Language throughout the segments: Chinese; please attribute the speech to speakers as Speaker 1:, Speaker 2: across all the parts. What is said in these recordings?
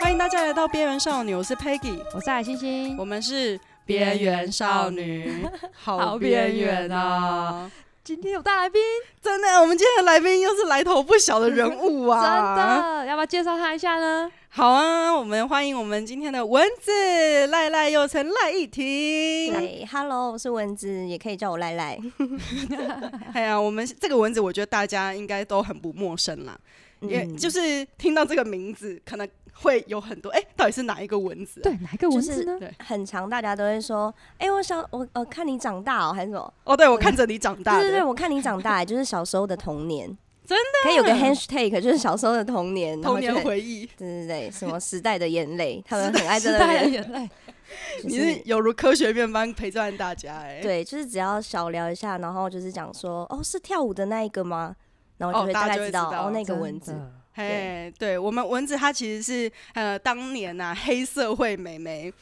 Speaker 1: 欢迎大家来到边缘少女，我是 Peggy，
Speaker 2: 我是海星星
Speaker 1: 我。们是
Speaker 2: 边缘少
Speaker 1: 女，
Speaker 2: 好边缘啊！今天有大来宾，
Speaker 1: 真的，我们今天的来宾又是来头不小的人物
Speaker 2: 真
Speaker 1: 啊！
Speaker 2: 的，要不要介绍他一下呢？
Speaker 1: 好啊，我们欢迎我们今天的蚊子赖赖，又称赖一婷。
Speaker 3: 对，Hello，我是蚊子，也可以叫我 赖赖。
Speaker 1: 哎呀，我们这个蚊子，我觉得大家应该都很不陌生啦，也
Speaker 3: 嗯
Speaker 1: 就是听到这个名字，可能会有很多哎、到底是哪一个蚊子、啊？
Speaker 2: 对，哪一个蚊子呢？
Speaker 1: 对
Speaker 3: 很长，大家都会说，哎、我小我呃看你长大哦，还是什么？
Speaker 1: 哦，对我看着你长大
Speaker 3: 对
Speaker 1: 的，
Speaker 3: 对对，我看你长大，欸就是小时候的童年，
Speaker 1: 真
Speaker 3: 的可以有个 hashtag，就是小时候的童年，然后
Speaker 1: 童
Speaker 3: 就
Speaker 1: 年
Speaker 3: 很
Speaker 1: 回忆，
Speaker 3: 对对对，什么时代的眼泪，他们很爱在
Speaker 2: 时
Speaker 3: 那
Speaker 2: 代的
Speaker 3: 边，
Speaker 2: 眼 泪，
Speaker 3: 就
Speaker 1: 你是有如科学面般陪伴大家哎、
Speaker 3: 对，就是只要小聊一下，然后就是讲说，哦，是跳舞的那一个吗？然后
Speaker 1: 哦
Speaker 3: 就会
Speaker 1: 大
Speaker 3: 大
Speaker 1: 家
Speaker 3: 概
Speaker 1: 就会
Speaker 3: 知道，
Speaker 1: 知道
Speaker 3: 哦，那个蚊子
Speaker 2: 真，的。
Speaker 1: 嘿，对我们蚊子，它其实是呃，当年呐、黑社会美眉，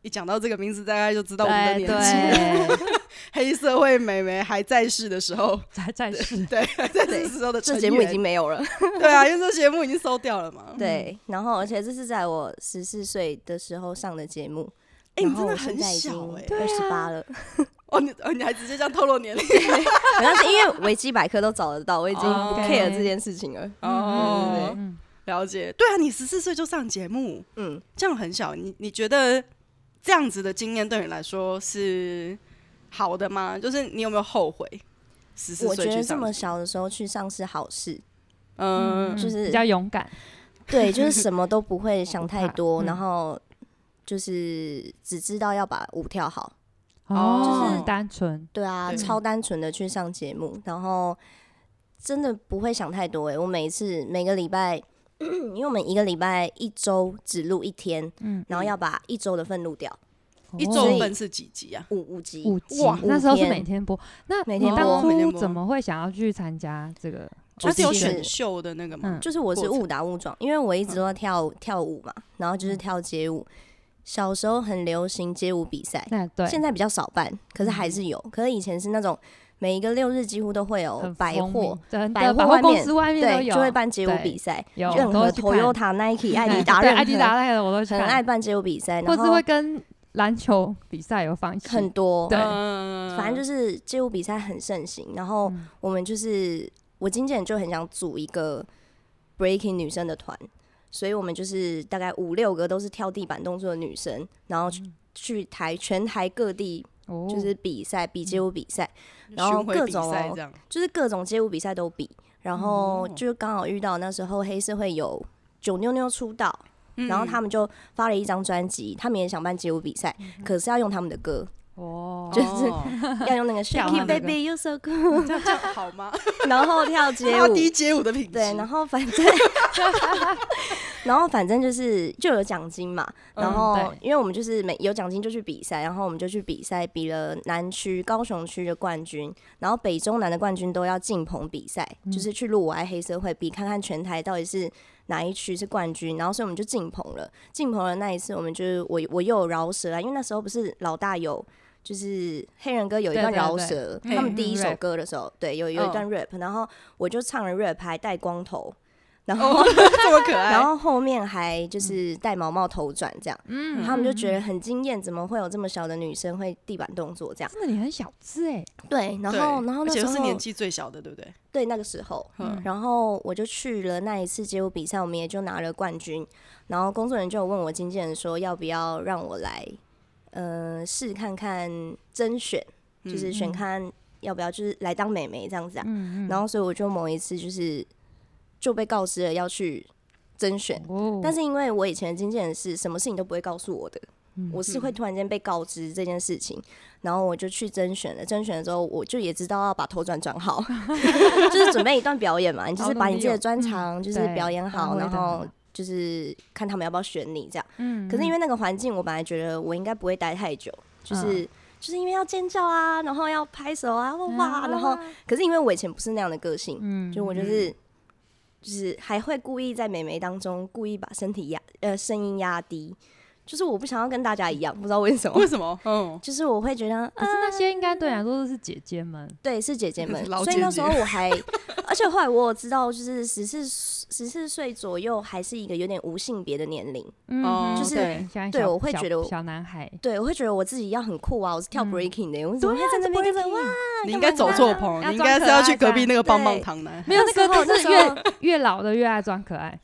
Speaker 1: 一讲到这个名字，大家就知道我们的年
Speaker 2: 对
Speaker 1: 纪。
Speaker 2: 对，
Speaker 1: 黑社会美眉还在世的时候，
Speaker 2: 在在 世，
Speaker 1: 对，还在世
Speaker 3: 对
Speaker 1: 的时候的
Speaker 3: 这
Speaker 1: 成
Speaker 3: 节目已
Speaker 1: 员
Speaker 3: 经没 有了。
Speaker 1: 对啊，因为这节目已经收掉了嘛。
Speaker 3: 对，然后而且这是在我十四岁的时候上的节目。
Speaker 1: 哎
Speaker 3: 然
Speaker 1: 你真
Speaker 3: 后
Speaker 1: 的
Speaker 3: 我现
Speaker 1: 很
Speaker 3: 在已
Speaker 1: 小
Speaker 3: 经
Speaker 1: 哎
Speaker 2: 对
Speaker 3: 二十
Speaker 2: 啊
Speaker 3: 八了，
Speaker 1: 哦，你哦，你还直接这样透露年龄
Speaker 3: 好像是因为维基百科都找得到，我已经不
Speaker 1: 哦
Speaker 3: care 这件事情了。
Speaker 1: 哦，
Speaker 2: 嗯
Speaker 1: 了解。对啊，你十四岁就上节目，
Speaker 3: 嗯，
Speaker 1: 这样很小。你你觉得这样子的经验对你来说是好的吗？就是你有没有后悔？十四
Speaker 3: 我
Speaker 1: 岁
Speaker 3: 觉
Speaker 1: 去
Speaker 3: 得这
Speaker 1: 上
Speaker 3: 么，小的时候去上是好 事，
Speaker 1: 嗯，
Speaker 2: 嗯
Speaker 3: 就是
Speaker 2: 比较勇敢，
Speaker 3: 对，就是什么都不会想太
Speaker 2: 不
Speaker 3: 多，
Speaker 2: 怕嗯
Speaker 3: 然后就是只知道要把舞跳好。
Speaker 1: 哦
Speaker 2: 就是单纯，
Speaker 3: 对啊，
Speaker 1: 对
Speaker 3: 超单纯的去上节目，然后真的不会想太多诶、哎我每一次每个礼拜，因为我们一个礼拜一周只录一天，
Speaker 2: 嗯
Speaker 3: 然后要把一周的份录掉，
Speaker 1: 一
Speaker 2: 哦
Speaker 1: 周份是几集啊？
Speaker 3: 五五集。
Speaker 2: 五集
Speaker 1: 哇，
Speaker 2: 那时候是
Speaker 3: 天
Speaker 2: 每天播。那
Speaker 3: 每
Speaker 2: 你
Speaker 3: 天
Speaker 2: 当
Speaker 3: 播
Speaker 1: 每天
Speaker 2: 初
Speaker 1: 播
Speaker 2: 怎么会想要去参加这个？
Speaker 1: 它是有
Speaker 3: 就是
Speaker 1: 选秀的那个吗
Speaker 2: 嗯？
Speaker 3: 就是我是
Speaker 1: 过程
Speaker 3: 误打误撞，因为我一直都在跳舞跳舞嘛，然后
Speaker 2: 嗯
Speaker 3: 就是跳街舞。小时候很流行街舞比赛，
Speaker 2: 那对，嗯
Speaker 3: 现在比较少办，可是还是有。可是以前是那种每一个六日几乎都会有
Speaker 2: 很
Speaker 3: 百
Speaker 2: 风靡
Speaker 3: 货，，
Speaker 2: 真
Speaker 3: 百
Speaker 2: 的
Speaker 3: 货
Speaker 2: 百
Speaker 3: 外
Speaker 2: 货公
Speaker 3: 面
Speaker 2: 司外面都
Speaker 3: 对，
Speaker 2: 有，
Speaker 3: 就会办街舞
Speaker 2: 对
Speaker 3: 比赛，
Speaker 2: 有
Speaker 3: 任
Speaker 2: 我都
Speaker 3: 何
Speaker 2: 会去看哎
Speaker 3: Toyota、Nike、艾 迪达，
Speaker 2: 对
Speaker 3: 任何
Speaker 2: 艾迪达那个我都去
Speaker 3: 很
Speaker 2: 看
Speaker 3: 爱办街舞比赛，
Speaker 2: 或
Speaker 3: 然
Speaker 2: 是
Speaker 3: 后
Speaker 2: 会跟篮球比赛有放一起，
Speaker 3: 很多，
Speaker 2: 对
Speaker 1: 嗯
Speaker 3: 反正就是街舞比赛很盛行。然后
Speaker 2: 嗯
Speaker 3: 我们就是我经纪人就很想组一个 breaking 女生的团，所以我们就是大概五六个都是跳地板动作的女生，然后去去台全台各地
Speaker 2: 嗯哦，嗯
Speaker 3: 就是比赛，比街舞比赛，然后
Speaker 1: 巡回
Speaker 3: 各
Speaker 1: 比
Speaker 3: 种
Speaker 1: 赛
Speaker 3: 哦
Speaker 1: 这样。
Speaker 3: 就是各种街舞比赛都比。然后
Speaker 1: 哦
Speaker 3: 就刚好遇到那时候黑社会有九妞妞出道，然后
Speaker 2: 嗯
Speaker 3: 他
Speaker 1: 们
Speaker 3: 们就发了一张专辑，他们也想办街舞比赛，
Speaker 2: 嗯
Speaker 3: 可是要用他们的 歌，
Speaker 2: 哦，
Speaker 3: 就是要用那个
Speaker 2: 跳他
Speaker 3: Shake
Speaker 2: 们
Speaker 3: It
Speaker 2: 的歌
Speaker 3: Baby You So Cool，
Speaker 1: 这样这样好吗？
Speaker 3: 然后跳街
Speaker 1: 拉
Speaker 3: 舞，
Speaker 1: 低街舞的品质。
Speaker 3: 对，然后反正， 然后反正就是就有奖金嘛，然后
Speaker 2: 嗯对
Speaker 3: 因为我们就是每有奖金就去比赛，然后我们就去比赛，比了南区、高雄区的冠军，然后北中南的冠军都要进棚比赛，就是
Speaker 2: 嗯
Speaker 3: 去录我爱黑社会比，看看全台到底是哪一区是冠军，然后所以我们就进棚了。进棚了那一次，我们就是我我又有饶舌啊，因为那时候不是老大有。就是黑人歌有一段
Speaker 2: 对对
Speaker 3: 饶
Speaker 2: 对
Speaker 3: 舌，
Speaker 1: 嗯
Speaker 3: 他们第一首
Speaker 2: rap
Speaker 3: 歌的时候，对，有有一段 rap，、然后我就唱了 rap，还戴光头，然后、
Speaker 1: 哦， 这么可爱。嗯
Speaker 3: 然后后面还就是戴毛毛头转这样，
Speaker 2: 嗯
Speaker 3: 他们就觉
Speaker 2: 得
Speaker 3: 得很惊艳，怎么会有这么小的女生会地板动作这样？
Speaker 2: 真的你很小资 哎，
Speaker 3: 对，然
Speaker 1: 嗯对
Speaker 3: 后然后
Speaker 1: 而
Speaker 3: 那
Speaker 1: 且
Speaker 3: 时
Speaker 1: 又是
Speaker 3: 候
Speaker 1: 年纪最小的，对不对？
Speaker 3: 对那个时候，
Speaker 1: 嗯
Speaker 3: 然后我就去了那一次街舞比赛，我们也就拿了冠军。然后工作人员就有问我经纪人说要不要让我来，呃，试看看甄选，
Speaker 1: 嗯
Speaker 3: 就是选看要不要就是来当美眉这样子啊。
Speaker 2: 嗯嗯，
Speaker 3: 然后所以我就某一次就是就被告知了要去甄选，
Speaker 2: 哦，
Speaker 3: 但是因为我以前的经纪人是什么事情都不会告诉我的，
Speaker 2: 嗯
Speaker 3: 我是会突然间被告知这件事情，然后我就去甄选了。甄选了之后，我就也知道要把头转 转好， 就是准备一段表演嘛，你就是把你自己的专长就是
Speaker 2: 哦嗯对
Speaker 3: 表演
Speaker 2: 发
Speaker 3: 好，
Speaker 2: 挥得
Speaker 3: 然
Speaker 2: 很
Speaker 3: 后
Speaker 2: 好
Speaker 3: 就是看他们要不要选你这样。
Speaker 2: 嗯，
Speaker 3: 可是因
Speaker 2: 为
Speaker 3: 为那个环境，我本来觉得我应该不会待太久，就是。
Speaker 2: 嗯
Speaker 3: 就是因为要尖叫啊，然后要拍手啊，哇哇，然后可是因为我以前不是那样的个性，
Speaker 2: 嗯
Speaker 3: 就我就是就是还会故意在美眉当中故意把身体压呃声音压低，就是我不想要跟大家一样，不知道为什么
Speaker 1: 为，什么？嗯，
Speaker 3: 就是我会觉得，呃
Speaker 2: 可是那些应该对你来说都是姐姐们，
Speaker 3: 对，是姐姐们
Speaker 1: 老，
Speaker 3: 所以
Speaker 1: 姐
Speaker 3: 那
Speaker 1: 姐
Speaker 3: 时候我还， 而且后来我有知道，就是十四十四岁左右还是一个有点无性别的年龄，
Speaker 1: 哦
Speaker 2: 嗯，
Speaker 3: 就是
Speaker 2: 对像
Speaker 3: 对
Speaker 2: 小
Speaker 3: 我会
Speaker 2: 小
Speaker 3: 觉得我
Speaker 2: 小男 孩，
Speaker 3: 对我会觉得我自己要很酷啊，我是跳
Speaker 2: 嗯
Speaker 3: breaking 的，我怎么会在那边跟着哇？
Speaker 1: 你应该走错棚了，
Speaker 2: 干嘛啊要
Speaker 1: 你应该是要去隔壁那个棒棒
Speaker 3: 对
Speaker 1: 糖男。
Speaker 2: 没有那
Speaker 3: 时候
Speaker 2: 个，就
Speaker 3: 那
Speaker 2: 是
Speaker 3: 时
Speaker 2: 越
Speaker 3: 候
Speaker 2: 越老的越爱装可爱，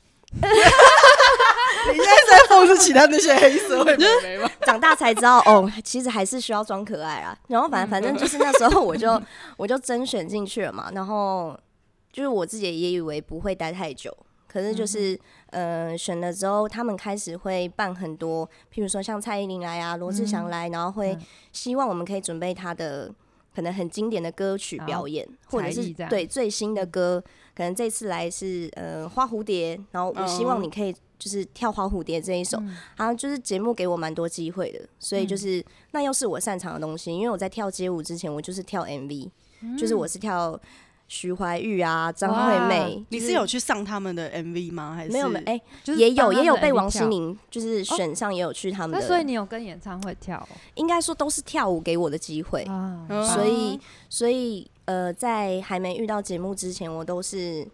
Speaker 1: 你现在是在讽刺其他那些黑社会妹妹吗？
Speaker 3: 长大才知道哦，其实还是需要装可爱啊。然后
Speaker 2: 嗯
Speaker 3: 反反正就是那时候我就 我就甄选进去了嘛，然后就是我自己也以为不会待太久，可是
Speaker 2: 嗯
Speaker 3: 就是、呃选了之后，他们开始会办很多，譬如说像蔡依林来啊、罗志祥来，然后会
Speaker 2: 嗯
Speaker 3: 希望我们可以准备他的。可能很经典的歌曲表演，或者
Speaker 2: 哦才
Speaker 3: 是
Speaker 2: 艺这样
Speaker 3: 对最新的歌，可能这次来是呃花蝴蝶，然后我希望
Speaker 2: 哦
Speaker 1: 嗯
Speaker 3: 你可以就是跳花蝴蝶这一首，
Speaker 2: 嗯
Speaker 3: 啊，就是节目给我蛮多机会的，所以就是、那又是我擅长的东西，因为我在跳街舞之前，我就是跳 MV，、就是
Speaker 2: 嗯
Speaker 3: 我是跳徐怀钰啊、张惠妹，
Speaker 1: 你
Speaker 3: 就是
Speaker 1: 有去上他们的 MV 吗？还是
Speaker 3: 没有没哎、
Speaker 2: 就是
Speaker 3: 也有
Speaker 2: 帮他
Speaker 3: 也有
Speaker 2: 们
Speaker 3: 被
Speaker 2: MV
Speaker 3: 王心
Speaker 2: 跳。哦
Speaker 3: 凌就是选上，也有去他们
Speaker 2: 那
Speaker 3: 的，
Speaker 2: 所以你有跟演唱会跳哦
Speaker 3: 应该说都是跳舞给我的机会，
Speaker 2: 啊
Speaker 1: 嗯
Speaker 3: 所以所以呃，在还没遇到节目之前，我都是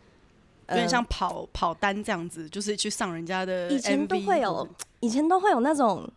Speaker 3: 呃
Speaker 1: 有点像跑跑单这样子，就是去上人家的 MV。
Speaker 3: 以前都会有，以前都会有那种。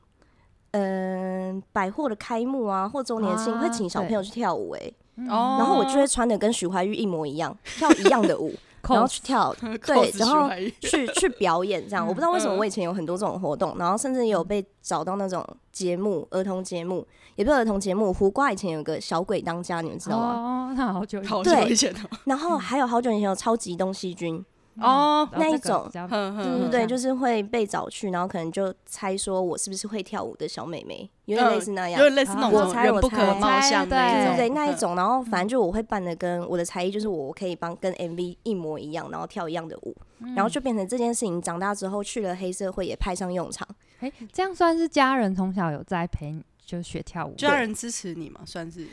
Speaker 3: 嗯、百货的开幕啊，或周年庆、
Speaker 2: 啊
Speaker 3: 会请小朋友去跳舞、哎，
Speaker 2: 嗯
Speaker 1: 哦
Speaker 3: 然后我就会穿的跟许怀玉一模一样，跳一样的 舞，然后去跳，
Speaker 1: 扣
Speaker 3: 对
Speaker 1: 子，
Speaker 3: 然后
Speaker 1: 徐怀钰
Speaker 3: 去去表演这样。我不知道为什么
Speaker 1: 嗯
Speaker 3: 我以前有很多这种活动，然后甚至有被找到那种节目，儿童节目，也不是儿童节目，胡瓜以前有个小鬼当家，你们知道吗？
Speaker 2: 哦，那好久以前
Speaker 1: 好
Speaker 3: 对
Speaker 1: 久以前的
Speaker 3: 然后还有好久以前有超级东西军，
Speaker 1: 哦，
Speaker 2: 嗯然后
Speaker 3: 那一
Speaker 2: 这个
Speaker 3: 种
Speaker 2: 比较
Speaker 1: 哼哼
Speaker 3: 对对
Speaker 1: 哼
Speaker 3: 对，就是会被找去，然后可能就猜说我是不是会跳舞的小妹妹，有点类似那
Speaker 1: 嗯有
Speaker 3: 样。
Speaker 1: 点类似那
Speaker 3: 我
Speaker 1: 种
Speaker 3: 猜
Speaker 1: 人
Speaker 3: 我
Speaker 1: 不可
Speaker 3: 猜
Speaker 1: 貌相的
Speaker 2: 对
Speaker 1: 那
Speaker 3: 对
Speaker 1: 种，嗯
Speaker 3: 对，那一种，然后反正就我会扮的跟我的才艺就是我可以帮跟 MV 一模一样，然后跳一样的舞，
Speaker 2: 嗯
Speaker 3: 然后
Speaker 1: 嗯
Speaker 3: 就变成这件事情。长大之后去了黑社会也派上用场，
Speaker 2: 哎，这样算是家人从小有在陪你，就学跳舞，
Speaker 1: 嗯家人支持你嘛，算是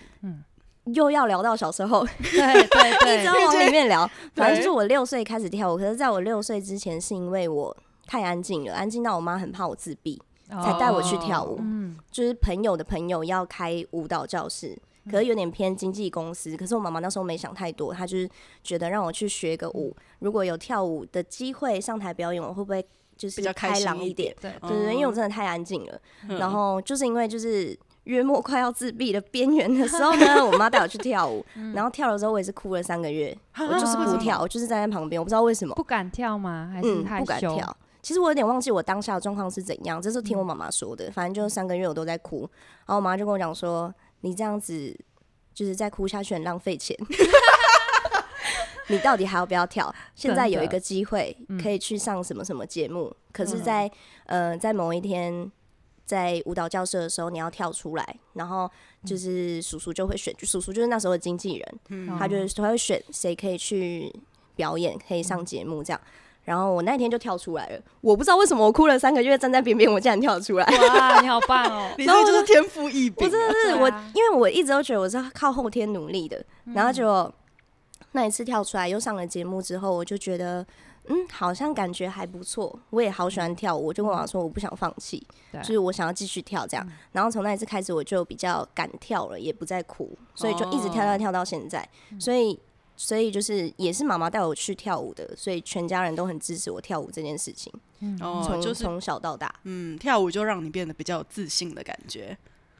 Speaker 3: 又要聊到小时候，
Speaker 2: 对对对对
Speaker 3: 一直要往里面聊。 反正就是
Speaker 1: 对
Speaker 3: 我六岁开始跳舞，可是在我六岁之前是因为我太安静了，安静到我妈很怕我自闭，才带我去跳舞。
Speaker 2: 哦
Speaker 1: 哦
Speaker 2: 嗯，
Speaker 3: 就是朋友的朋友要开舞蹈教室，可是有点偏经纪公司。可是我妈妈那时候没想太多，她就是觉得让我去学个舞，如果有跳舞的机会上台表演，我会不会就
Speaker 1: 比
Speaker 3: 是
Speaker 1: 较开
Speaker 3: 开
Speaker 1: 心
Speaker 3: 朗
Speaker 1: 一
Speaker 3: 一点？
Speaker 2: 对，
Speaker 3: 对对对，
Speaker 2: 哦
Speaker 3: 因为我真的太安静了。
Speaker 2: 嗯
Speaker 3: 然后就是因为就是月末快要自闭的边缘的时候呢， 我妈带我去跳舞，然后跳了之后我也是哭了三个月，我就
Speaker 2: 嗯啊
Speaker 3: 是
Speaker 2: 为什
Speaker 3: 不
Speaker 2: 么
Speaker 3: 跳，我就是站在旁边，我不知道为什么，
Speaker 2: 不敢跳吗？还是
Speaker 3: 嗯，
Speaker 2: 害
Speaker 3: 不敢
Speaker 2: 羞？嗯
Speaker 3: 跳。其实我有点忘记我当下的状况是怎样，这是听我妈妈说的。反正就是三个月我都在哭，然后我妈就跟我讲说：“你这样子就是再哭下去很浪费钱， 你到底还要不要跳？现在有一个机会
Speaker 2: 嗯
Speaker 3: 可以去上什么什么节目，可是在，呃，在某一天。”在舞蹈教室的时候，你要跳出来，然后就是叔叔就会选，叔叔就是那时候的经纪人，
Speaker 2: 哦
Speaker 1: 嗯！
Speaker 3: 他就是他会选谁可以去表演，可以上节目这样。然后我那天就跳出来了，我不知道为什么我哭了三个月，站在边边，我竟然跳得出来。
Speaker 2: 哇，你好棒 哦
Speaker 1: 你这个就是天赋异禀
Speaker 3: 我
Speaker 1: 啊，
Speaker 3: 真的是
Speaker 2: 对
Speaker 3: 我
Speaker 2: 啊，
Speaker 3: 因为我一直都觉得我是靠后天努力的，然后就那一次跳出来又上了节目之后，我就觉得嗯，好像感觉还不错，我也好喜欢跳舞，我就跟我妈说我不想放弃，
Speaker 2: 对
Speaker 3: 就是我想要继续跳这样。然后从那一次开始，我就比较敢跳了，也不再哭，所以就一直跳
Speaker 1: 哦
Speaker 3: 跳跳到现在，所以。所以就是也是妈妈带我去跳舞的，所以全家人都很支持我跳舞这件事情，
Speaker 1: 哦，
Speaker 3: 从
Speaker 1: 就是
Speaker 3: 嗯从小到大。
Speaker 1: 嗯，跳舞就让你变得比较有自信的感觉，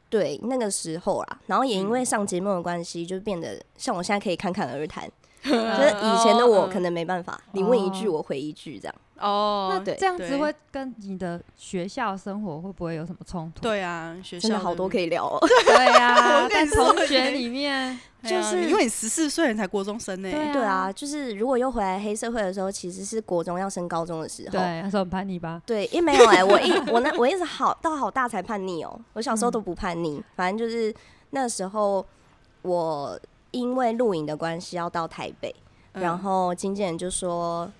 Speaker 3: 对，那个时候啦，然后也
Speaker 2: 嗯
Speaker 3: 因为上节目的关系，就变得像我现在可以侃侃而谈，
Speaker 2: 啊嗯
Speaker 3: 就是以前的我可能没办法，你问一句我回一句这样。
Speaker 1: 哦
Speaker 2: 那，
Speaker 3: 对
Speaker 2: 嗯这样子
Speaker 1: 对
Speaker 2: 会跟你的学校生活会不会有什么冲突？
Speaker 1: 对啊，学校
Speaker 3: 真的好多可以聊哦、
Speaker 2: 对呀
Speaker 1: 我跟你
Speaker 2: 在
Speaker 1: 说
Speaker 2: 同学里面，
Speaker 1: 对啊
Speaker 3: 就是
Speaker 1: 因为你十四岁你才国中生呢，
Speaker 2: 对
Speaker 3: 对啊，就是如果又回来黑社会的时候，其实是国中要升高中的时候。
Speaker 2: 对，那时候很叛逆吧？
Speaker 3: 对，因为没有哎、我一我那我一直好到好大才叛逆哦、我小
Speaker 2: 嗯
Speaker 3: 时候都不叛逆，反正就是那时候我因为录影的关系要到台北，
Speaker 1: 嗯
Speaker 3: 然后经纪人就说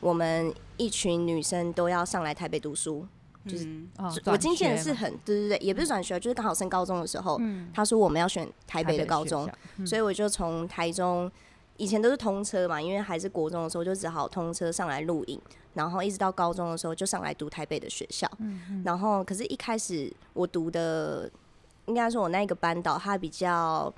Speaker 3: 我们一群女生都要上来台北读书，就是
Speaker 1: 嗯
Speaker 2: 哦，
Speaker 3: 我
Speaker 2: 转
Speaker 3: 经纪人
Speaker 2: 学
Speaker 3: 是
Speaker 2: 嘛
Speaker 3: 很对对对，也不是转学，就是刚好升高中的时候，
Speaker 2: 嗯，
Speaker 3: 他说我们要选台
Speaker 2: 台
Speaker 3: 北的高
Speaker 2: 学
Speaker 3: 中
Speaker 2: 校，，嗯
Speaker 3: 所以我就从台中。以前都是通车嘛，因为还是国中的时候就只好通车上来录影，然后一直到高中的时候就上来读台北的学校。
Speaker 2: 嗯
Speaker 3: 然后可是，一开始我读的，应该说我那一个班导他比较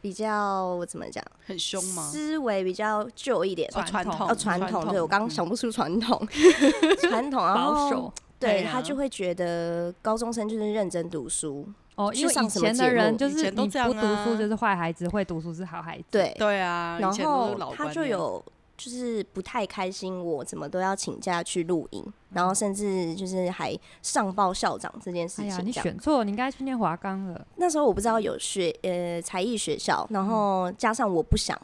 Speaker 3: 比较怎么讲，
Speaker 1: 很凶吗？
Speaker 3: 思维比较旧一点，
Speaker 1: 哦传
Speaker 2: 传
Speaker 1: 统
Speaker 3: 哦，传统，对我刚刚想不出传 统，传统，然
Speaker 2: 保
Speaker 3: 后
Speaker 2: 守
Speaker 1: 对
Speaker 3: 对
Speaker 1: 啊
Speaker 3: 他就会觉得高中生就是认真读书，
Speaker 2: 哦，
Speaker 3: 去
Speaker 2: 因为
Speaker 3: 上
Speaker 2: 以
Speaker 3: 什么
Speaker 2: 前
Speaker 3: 节
Speaker 2: 的
Speaker 3: 目
Speaker 2: 人就
Speaker 1: 以
Speaker 2: 是
Speaker 1: 前
Speaker 2: 你
Speaker 1: 都
Speaker 2: 不
Speaker 1: 这样
Speaker 2: 读
Speaker 1: 啊
Speaker 2: 书就是坏孩子，会读书是好孩子。哎
Speaker 3: 对，
Speaker 1: 对啊，
Speaker 3: 然
Speaker 1: 以前都
Speaker 3: 后
Speaker 1: 是老
Speaker 3: 他
Speaker 1: 观
Speaker 3: 就
Speaker 1: 念
Speaker 3: 有就是不太开心，我怎么都要请假去露营，然后甚至就是还上报校长这件事
Speaker 2: 哎
Speaker 3: 情
Speaker 2: 呀，
Speaker 3: 这
Speaker 2: 你
Speaker 3: 样。
Speaker 2: 选错了，你应该去念华冈了。
Speaker 3: 那时候我不知道有学呃才艺学校，然后加上我不想，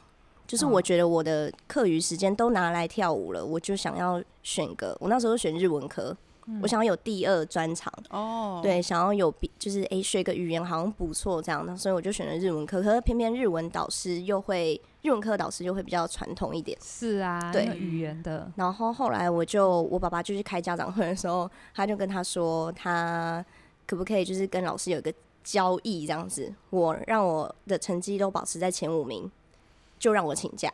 Speaker 3: 就是我觉得我的课余时间都拿来跳舞了，我就想要选个，我那时候选日文科，我想要有第二专长，
Speaker 1: 哦，
Speaker 3: 对，想要有比就是诶、学个语言好像不错这样，那所以我就选了日文科，可是偏偏日文导师又会日文科导师又会比较传统一点。
Speaker 2: 是啊，
Speaker 3: 对
Speaker 2: 那个语言的，
Speaker 3: 然后后来我就我爸爸就去开家长会的时候，他就跟他说，他可不可以就是跟老师有一个交易这样子，我让我的成绩都保持在前五名，就让我请假。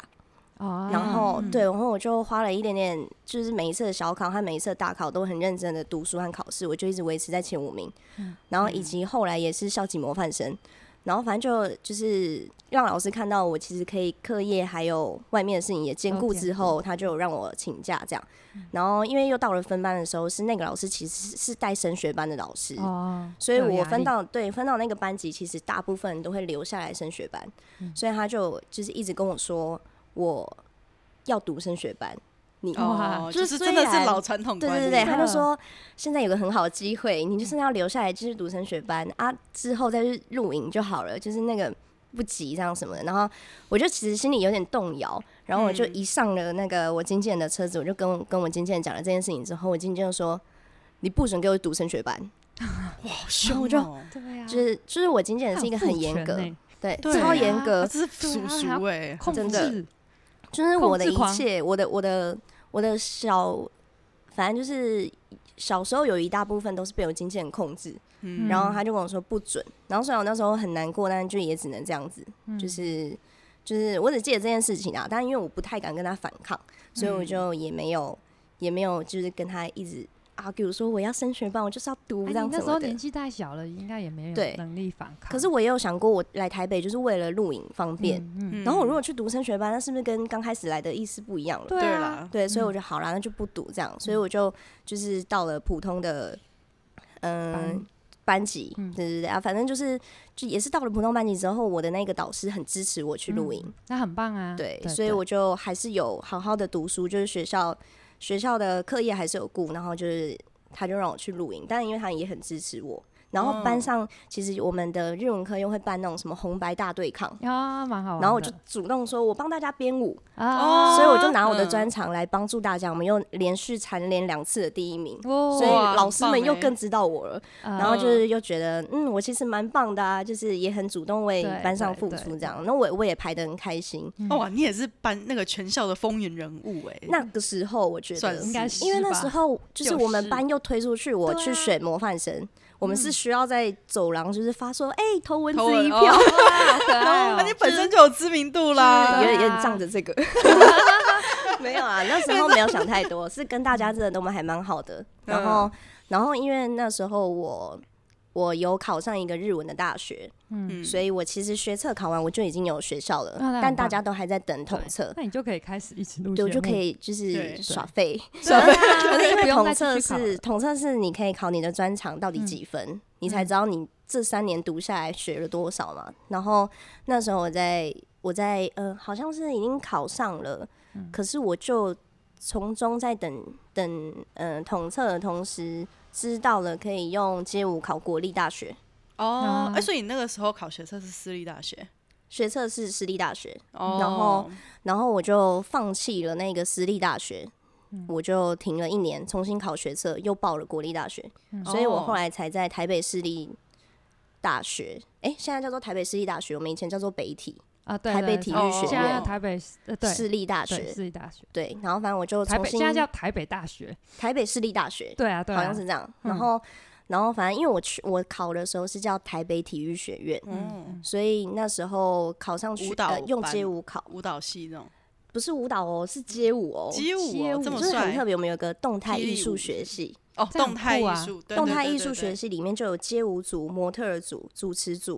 Speaker 2: 哦，
Speaker 3: 然后、对，然后我就花了一点点，就是每一次的小考和每一次的大考都很认真的读书和考试，我就一直维持在前五名。
Speaker 2: 嗯
Speaker 3: 然后以及后来也是校级模范生，然后反正就就是让老师看到我其实可以课业还有外面的事情也兼
Speaker 2: 都
Speaker 3: 顾
Speaker 2: 兼嗯
Speaker 3: 之后，他就让我请假这样。然后因为又到了分班的时候，是那个老师其实是带升学班的老师。
Speaker 2: 哦，
Speaker 3: 所以
Speaker 2: 有
Speaker 3: 我
Speaker 2: 压
Speaker 3: 分
Speaker 2: 力
Speaker 3: 到对分到那个班级，其实大部分人都会留下来升学班，
Speaker 2: 嗯
Speaker 3: 所以他就就是一直跟我说我要读升学班，你、
Speaker 1: 哦，就
Speaker 3: 就
Speaker 1: 是是
Speaker 3: 虽
Speaker 1: 真的是
Speaker 3: 然
Speaker 1: 老传统
Speaker 3: 对
Speaker 1: 观
Speaker 3: 对
Speaker 1: 念，
Speaker 3: 对，
Speaker 2: 真
Speaker 3: 他
Speaker 2: 的
Speaker 3: 就说现在有个很好的机会，你就是要留下来继续读升学班啊，之后再去露营就好了，就是那个不急这样什么的。然后我就其实心里有点动摇，然后我就
Speaker 1: 嗯
Speaker 3: 一上了那个我经纪人的车子，我就跟我跟我经纪人讲了这件事情之后，我经纪人就说你不准给我读升学班，
Speaker 1: 哇，好凶
Speaker 3: 我就
Speaker 1: 哦，
Speaker 2: 对啊，
Speaker 3: 就是就是我经纪人是一个很严格，对，
Speaker 1: 对
Speaker 3: 超
Speaker 1: 啊
Speaker 3: 严格欸
Speaker 1: 啊，这是叔
Speaker 2: 对啊
Speaker 1: 叔哎，
Speaker 2: 控
Speaker 3: 真的
Speaker 2: 制
Speaker 3: 就是我的
Speaker 2: 控制
Speaker 3: 一
Speaker 2: 狂
Speaker 3: 切，我的我的我的小，反正就是小时候有一大部分都是被我经纪人控制，
Speaker 1: 嗯
Speaker 3: 然后他就跟我说不准，然后虽然我那时候很难过，但是就也只能这样子，
Speaker 2: 嗯哎
Speaker 3: 就是就是我只记得这件事情啊，但因为我不太敢跟他反抗，所以我
Speaker 2: 嗯
Speaker 3: 就也没有、也没有就是跟他一直 argue 说我要升学班，我就是要读
Speaker 2: 哎
Speaker 3: 这样
Speaker 2: 你
Speaker 3: 子
Speaker 2: 那时候
Speaker 3: 的
Speaker 2: 年。纪太小了，应该也没有
Speaker 3: 对
Speaker 2: 能力反抗。
Speaker 3: 可是我也有想过，我来台北就是为了录影方便。
Speaker 2: 嗯，嗯
Speaker 1: 嗯
Speaker 3: 然后我如果去读升学班，那是不是跟刚开始来的意思不一样了？
Speaker 2: 对
Speaker 1: 对
Speaker 2: 啊，
Speaker 1: 啦，
Speaker 3: 对，所以
Speaker 2: 嗯
Speaker 3: 我就好啦，那就不读这样，所以我就就是到了普通的，嗯、
Speaker 2: 班
Speaker 3: 班级，
Speaker 2: 嗯
Speaker 3: 对对对啊，反正就是就也是到了普通班级之后，我的那个导师很支持我去露营，
Speaker 2: 嗯那很棒啊。
Speaker 3: 对，所以我就还是有好好的读书，就是学校学校的课业还是有顾，然后就是他就让我去露营，但因为他也很支持我。然后班
Speaker 1: 哦
Speaker 3: 上、其实我们的日文课又会办那种什么红白大对抗，
Speaker 2: 啊，蛮好玩的。
Speaker 3: 然后我就主动说我帮大家编舞，
Speaker 2: 啊，
Speaker 3: 所以我就拿我的
Speaker 1: 嗯
Speaker 3: 专长来帮助大家，我们又连续蝉联两次的第一名，
Speaker 2: 哦
Speaker 3: 所以
Speaker 1: 哇
Speaker 3: 老
Speaker 1: 很
Speaker 3: 师
Speaker 1: 棒
Speaker 3: 们又
Speaker 1: 欸嗯
Speaker 3: 更知道我了，
Speaker 2: 呃
Speaker 3: 然后就是又觉得，嗯，我其实蛮棒的啊，就是也很主动为
Speaker 2: 对
Speaker 3: 班上
Speaker 2: 对
Speaker 3: 付
Speaker 2: 对
Speaker 3: 出这样，那我我也排得很开心。
Speaker 2: 嗯
Speaker 1: 哦哇，你也是班那个全校的风云人物哎，
Speaker 3: 啊那个时候我觉
Speaker 1: 算
Speaker 3: 得，
Speaker 2: 应该是
Speaker 3: 因为那
Speaker 2: 吧
Speaker 3: 时候就是
Speaker 1: 就
Speaker 3: 我们
Speaker 1: 是
Speaker 3: 班又推出去，我
Speaker 2: 对
Speaker 3: 去
Speaker 2: 啊
Speaker 3: 选模范生，我们是需要在走廊就是发说，哎，投文字
Speaker 1: 嗯投文
Speaker 3: 一
Speaker 1: 哦
Speaker 3: 票，
Speaker 2: 哇好可 爱
Speaker 1: 然
Speaker 2: 哦
Speaker 1: 后你本身就有知名度啦
Speaker 2: 是，
Speaker 3: 有
Speaker 2: 对
Speaker 3: 有点
Speaker 2: 啊
Speaker 3: 仗着这个。 没有啊，那时候没有想太多，是跟大家真的都还蛮好的。然后，然后因为那时候我我有考上一个日文的大学，
Speaker 1: 嗯
Speaker 3: 所以我其实学测考完我就已经有学校了，
Speaker 2: 那很棒
Speaker 3: 但大家都还在等统测，
Speaker 2: 那你就可以开始一起录节
Speaker 3: 对，
Speaker 2: 目，
Speaker 3: 我就可以就
Speaker 1: 对
Speaker 3: 是
Speaker 1: 对
Speaker 3: 耍废。
Speaker 2: 对啊，
Speaker 3: 可是因
Speaker 2: 不
Speaker 3: 为
Speaker 2: 用
Speaker 3: 统
Speaker 2: 再
Speaker 3: 测
Speaker 2: 继续考了嗯
Speaker 3: 是统测是你可以考你的专长到底几分，你才知道你这三年读下来学了多少嘛。然后那时候我在我在呃，好像是已经考上了，
Speaker 2: 嗯
Speaker 3: 可是我就从中在等等呃统测的同时，知道了可以用街舞考国立大学，
Speaker 1: 哦
Speaker 2: 啊，
Speaker 1: 哎，所以你那个时候考学测是私立大学，
Speaker 3: 学测是私立大学，
Speaker 1: 哦，
Speaker 3: 然后然后我就放弃了那个私立大学，
Speaker 2: 嗯
Speaker 3: 我就停了一年，重新考学测，又报了国立大学，
Speaker 1: 哦
Speaker 3: 所以我后来才在台北市立大学，诶，现在叫做台北市立大学，我们以前叫做北体
Speaker 2: 啊，对，
Speaker 3: 台
Speaker 2: 对
Speaker 3: 北体
Speaker 2: 对
Speaker 1: 育学
Speaker 2: 现在
Speaker 1: 院
Speaker 2: 台北呃对
Speaker 3: 市立大
Speaker 2: 对
Speaker 3: 学，
Speaker 2: 市立大学，
Speaker 3: 对，然后反正我就
Speaker 2: 台
Speaker 3: 重
Speaker 2: 北
Speaker 3: 新
Speaker 2: 现在叫台北大学，
Speaker 3: 台北市立大学，
Speaker 2: 对啊对啊，
Speaker 3: 好像是这样，
Speaker 2: 嗯
Speaker 3: 然后。然后反正因为我去我考的时候是叫台北体育学院，
Speaker 1: 嗯，
Speaker 3: 所以那时候考上去
Speaker 1: 舞蹈
Speaker 3: 呃、用
Speaker 1: 班
Speaker 3: 街舞考，
Speaker 1: 舞蹈系那种
Speaker 3: 不是舞蹈哦，是街舞哦，
Speaker 1: 街舞
Speaker 2: 街
Speaker 1: 哦
Speaker 2: 舞
Speaker 1: 这么
Speaker 3: 就是很特
Speaker 1: 帅
Speaker 3: 别。我们有个动态
Speaker 1: 霹雳
Speaker 3: 艺术
Speaker 1: 舞
Speaker 3: 学系，
Speaker 1: 哦，
Speaker 2: 这样
Speaker 1: 动
Speaker 2: 很
Speaker 1: 态
Speaker 2: 酷
Speaker 1: 艺
Speaker 2: 啊
Speaker 1: 术，对
Speaker 3: 动
Speaker 1: 对
Speaker 3: 态
Speaker 1: 对对
Speaker 3: 艺术
Speaker 1: 对
Speaker 3: 学系里面就有街舞组、模特儿组、主持组、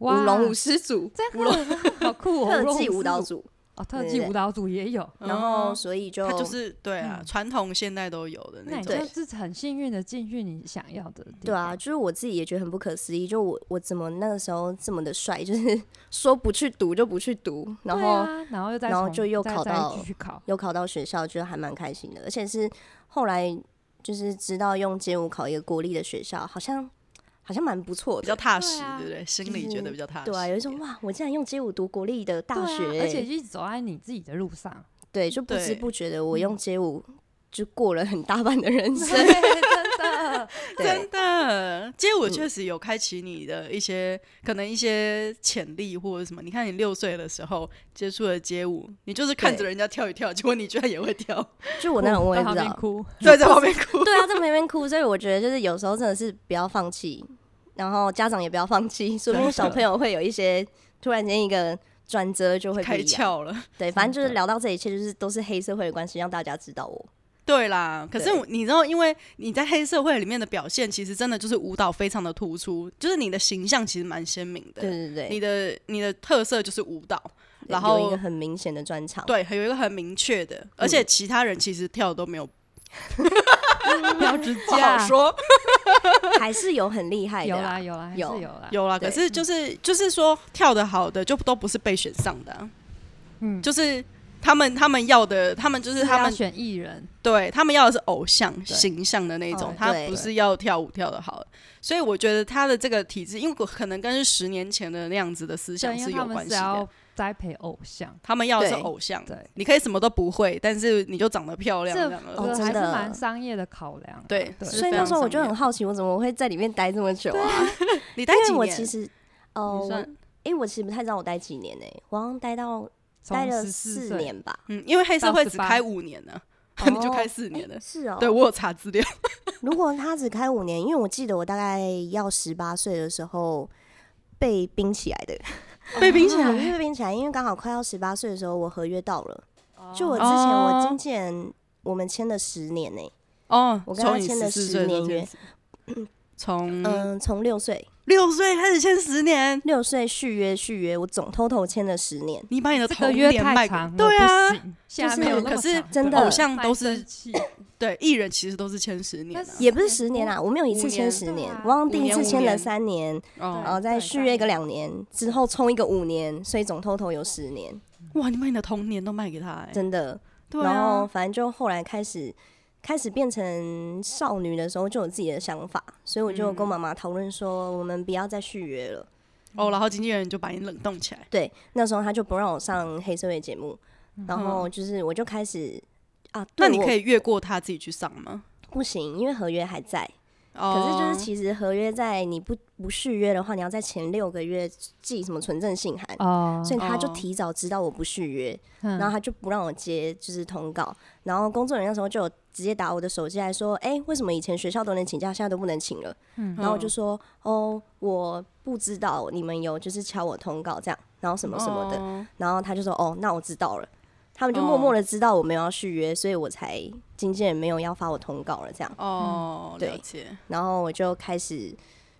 Speaker 3: 舞
Speaker 2: 哇
Speaker 3: 龙舞狮组、
Speaker 2: 这样好酷哦！
Speaker 3: 特技
Speaker 2: 龙
Speaker 3: 舞蹈
Speaker 2: 狮
Speaker 3: 组，
Speaker 2: 哦，特
Speaker 3: 对
Speaker 2: 技
Speaker 3: 对
Speaker 2: 舞蹈组也有。
Speaker 3: 然后嗯
Speaker 1: 嗯
Speaker 3: 所以就
Speaker 1: 它就是对啊，传统现代都有的
Speaker 2: 那
Speaker 1: 那
Speaker 2: 你
Speaker 1: 种。
Speaker 2: 就是很幸运的进去你想要的地方。
Speaker 3: 对啊，就是我自己也觉得很不可思议，就我我怎么那个时候这么的帅，就是 说不去读就不去读，然
Speaker 2: 对
Speaker 3: 后
Speaker 2: 啊然后又再
Speaker 3: 然后
Speaker 2: 重
Speaker 3: 就又
Speaker 2: 再
Speaker 3: 考
Speaker 2: 再
Speaker 3: 到
Speaker 2: 继续考，
Speaker 3: 有考到学校，就还蛮开心的，而且是后来就是知道用街舞考一个国立的学校，好像好像蛮不错
Speaker 1: 比较
Speaker 3: 的，
Speaker 1: 踏
Speaker 2: 对
Speaker 1: 实，
Speaker 2: 啊
Speaker 1: 对不对？心
Speaker 3: 就
Speaker 1: 里觉
Speaker 3: 是
Speaker 1: 得比较踏实一点。
Speaker 3: 对啊，有一种哇，我竟然用街舞读国立的大
Speaker 2: 对啊
Speaker 3: 学欸、
Speaker 2: 而且一直走在你自己的路 上。
Speaker 3: 对，就不
Speaker 1: 对
Speaker 3: 知不觉的我用街舞就过了很大半的 人
Speaker 2: 对，
Speaker 3: 生，
Speaker 2: 真的，
Speaker 3: 对嗯
Speaker 1: 真的，街舞确实有开启你的一些、可能一些潜力或者什么。你看你六岁的时候接触了街舞，你就是看着
Speaker 3: 对
Speaker 1: 人家跳一跳，结果你居然也会 跳，
Speaker 3: 就我那种我也
Speaker 2: 到
Speaker 3: 不
Speaker 2: 旁
Speaker 3: 知
Speaker 2: 边
Speaker 3: 道，
Speaker 2: 哭，
Speaker 1: 对， 在旁边哭。
Speaker 3: 对啊，在旁边哭，所以我觉得就是有时候真的是不要放弃，然后家长也不要放弃，说不定小朋友会有一些突然间一个转折就会不
Speaker 1: 开
Speaker 3: 一样。
Speaker 1: 窍了，
Speaker 3: 对，反正就是
Speaker 2: 真的
Speaker 3: 聊到这一切，就是都是黑社会的关系，让大家知道我。
Speaker 1: 对啦。可是
Speaker 3: 对
Speaker 1: 我你知道，因为你在黑社会里面的表现，其实真的就是舞蹈非常的突出，就是你的形象其实蛮鲜明的。
Speaker 3: 对对对，
Speaker 1: 你的你的特色就是舞蹈，然
Speaker 3: 有一
Speaker 1: 后
Speaker 3: 个很明显的专场。
Speaker 1: 对，有一个很明确的，而且其他人其实跳的都没有
Speaker 2: 标指
Speaker 1: 不好
Speaker 2: 甲，
Speaker 1: 说，
Speaker 3: 还是有很厉害的
Speaker 2: 啊有
Speaker 3: 啊、
Speaker 2: 啦有啦还是
Speaker 3: 有
Speaker 2: 有啦，
Speaker 1: 有啦，
Speaker 3: 对
Speaker 1: 可是就是就是说跳的好的就都不是被选上的啊、
Speaker 2: 嗯，
Speaker 1: 就是他们他们要的，他们就是他
Speaker 2: 要
Speaker 1: 们
Speaker 2: 选艺人，
Speaker 1: 对他们要的是偶像形象的那
Speaker 3: 哦
Speaker 1: 种，他
Speaker 3: 对
Speaker 1: 不是要跳舞跳的好的，所以我觉得他的这个体制，因为我可能跟十年前的那样子的思
Speaker 2: 对，
Speaker 1: 想
Speaker 2: 因
Speaker 1: 是
Speaker 2: 为他
Speaker 1: 有
Speaker 2: 们
Speaker 1: 关
Speaker 2: 是
Speaker 1: 系的
Speaker 2: 要。栽培偶像，
Speaker 1: 他们要的是
Speaker 3: 对
Speaker 1: 偶像，
Speaker 2: 对，
Speaker 1: 你可以什么都不会，但是你就长得漂亮
Speaker 2: 这
Speaker 1: 这样而已
Speaker 3: 哦
Speaker 2: 个
Speaker 3: 真
Speaker 2: 还是
Speaker 3: 的
Speaker 2: 蛮商业的考量啊，
Speaker 1: 对
Speaker 2: 对，
Speaker 1: 是
Speaker 3: 所
Speaker 1: 非
Speaker 3: 以那
Speaker 1: 常
Speaker 3: 时候我
Speaker 1: 上
Speaker 3: 就很
Speaker 1: 面
Speaker 3: 好奇，我怎么会在里面待这么久啊？
Speaker 1: 你待
Speaker 3: 因为
Speaker 1: 几
Speaker 3: 我
Speaker 1: 年？
Speaker 3: 其实，哦、
Speaker 1: 你
Speaker 3: 我
Speaker 1: 算
Speaker 3: 因为我其实不太知道我待几年呢、我好像待到待了四，年吧，
Speaker 1: 嗯，因为黑社会只
Speaker 2: 到18
Speaker 1: 开五年呢，你 就开四年了。
Speaker 3: 是 哦，
Speaker 1: 对我有查资料，
Speaker 3: 如果他只开五年，因为我记得我大概要十八岁的时候被冰起来的，哦
Speaker 1: 被冰起
Speaker 3: 我
Speaker 1: 来。
Speaker 3: 是被冰起来，因为刚好快要十八岁的时候，我合约到了。
Speaker 2: 哦
Speaker 3: 就我之前，我经纪人我们签了十年呢、
Speaker 1: 哦，
Speaker 3: 我跟他
Speaker 1: 从你
Speaker 3: 签了
Speaker 1: 14
Speaker 3: 10
Speaker 1: 岁
Speaker 3: 年
Speaker 1: 到
Speaker 3: 约
Speaker 1: 现在， 嗯从
Speaker 3: 嗯，从六岁
Speaker 1: 六岁开始签十年，
Speaker 3: 六岁续约续约，我总 total 签了十年。
Speaker 1: 你把你的
Speaker 2: 这
Speaker 1: 童
Speaker 2: 个月
Speaker 1: 年卖给
Speaker 2: 太长了，
Speaker 1: 对啊
Speaker 2: 不，行，下
Speaker 3: 就是
Speaker 2: 面有那么
Speaker 1: 可是
Speaker 2: 长
Speaker 3: 真
Speaker 2: 对
Speaker 3: 的
Speaker 1: 偶像
Speaker 2: 卖
Speaker 1: 都
Speaker 2: 身
Speaker 1: 是
Speaker 2: 契
Speaker 1: 对艺人其实都是签十年
Speaker 2: 但
Speaker 1: 啊
Speaker 2: 是
Speaker 3: 也不是十年啊，我没有一次签十
Speaker 2: 五
Speaker 3: 年
Speaker 2: 年，
Speaker 3: 我好像第一
Speaker 1: 五
Speaker 3: 次
Speaker 1: 年
Speaker 3: 签
Speaker 1: 五
Speaker 3: 了
Speaker 1: 年
Speaker 3: 三年，然
Speaker 1: 哦，
Speaker 3: 后再续约一个两年，之后冲一个五年，所以总 total 有十年，
Speaker 1: 哇，你把你的童年都卖给他，哎，
Speaker 3: 真的。
Speaker 1: 对
Speaker 3: 然后
Speaker 1: 啊，
Speaker 3: 反正就后来开始开始变成少女的时候，就有自己的想法，所以我
Speaker 1: 嗯
Speaker 3: 就跟妈妈讨论说，我们不要再续约了。
Speaker 1: 哦，然后经纪人就把你冷冻起来，
Speaker 3: 对，那时候她就不让我上黑社会节目，然后就是我就开始啊，
Speaker 1: 嗯那
Speaker 3: 对
Speaker 1: 你
Speaker 3: 我
Speaker 1: 可以越过他自己去上吗？
Speaker 3: 不行，因为合约还在。可是就
Speaker 1: 哦
Speaker 3: 是，其实合约在你不不续约的话，你要在前六个月寄什么存证信函。
Speaker 2: 哦，嗯
Speaker 3: 所以他就
Speaker 1: 哦
Speaker 3: 提早知道我不续约，
Speaker 1: 嗯
Speaker 3: 然后
Speaker 2: 然
Speaker 3: 他就不让我接就是通告，然后工作人员那时候就有直接打我的手机来说，哎、为什么以前学校都能请假，现在都不能请了？然后我就
Speaker 1: 嗯
Speaker 3: 说，哦，我不知道你们有就是敲我通告这样，然后什么什么的，
Speaker 1: 哦
Speaker 3: 然后他就说，哦，那我知道了。他们就默默的知道我没有要续约，所以我才经纪人没有要发我通告了这样，
Speaker 1: 哦，
Speaker 3: 嗯对
Speaker 1: 了解，
Speaker 3: 然后我就开始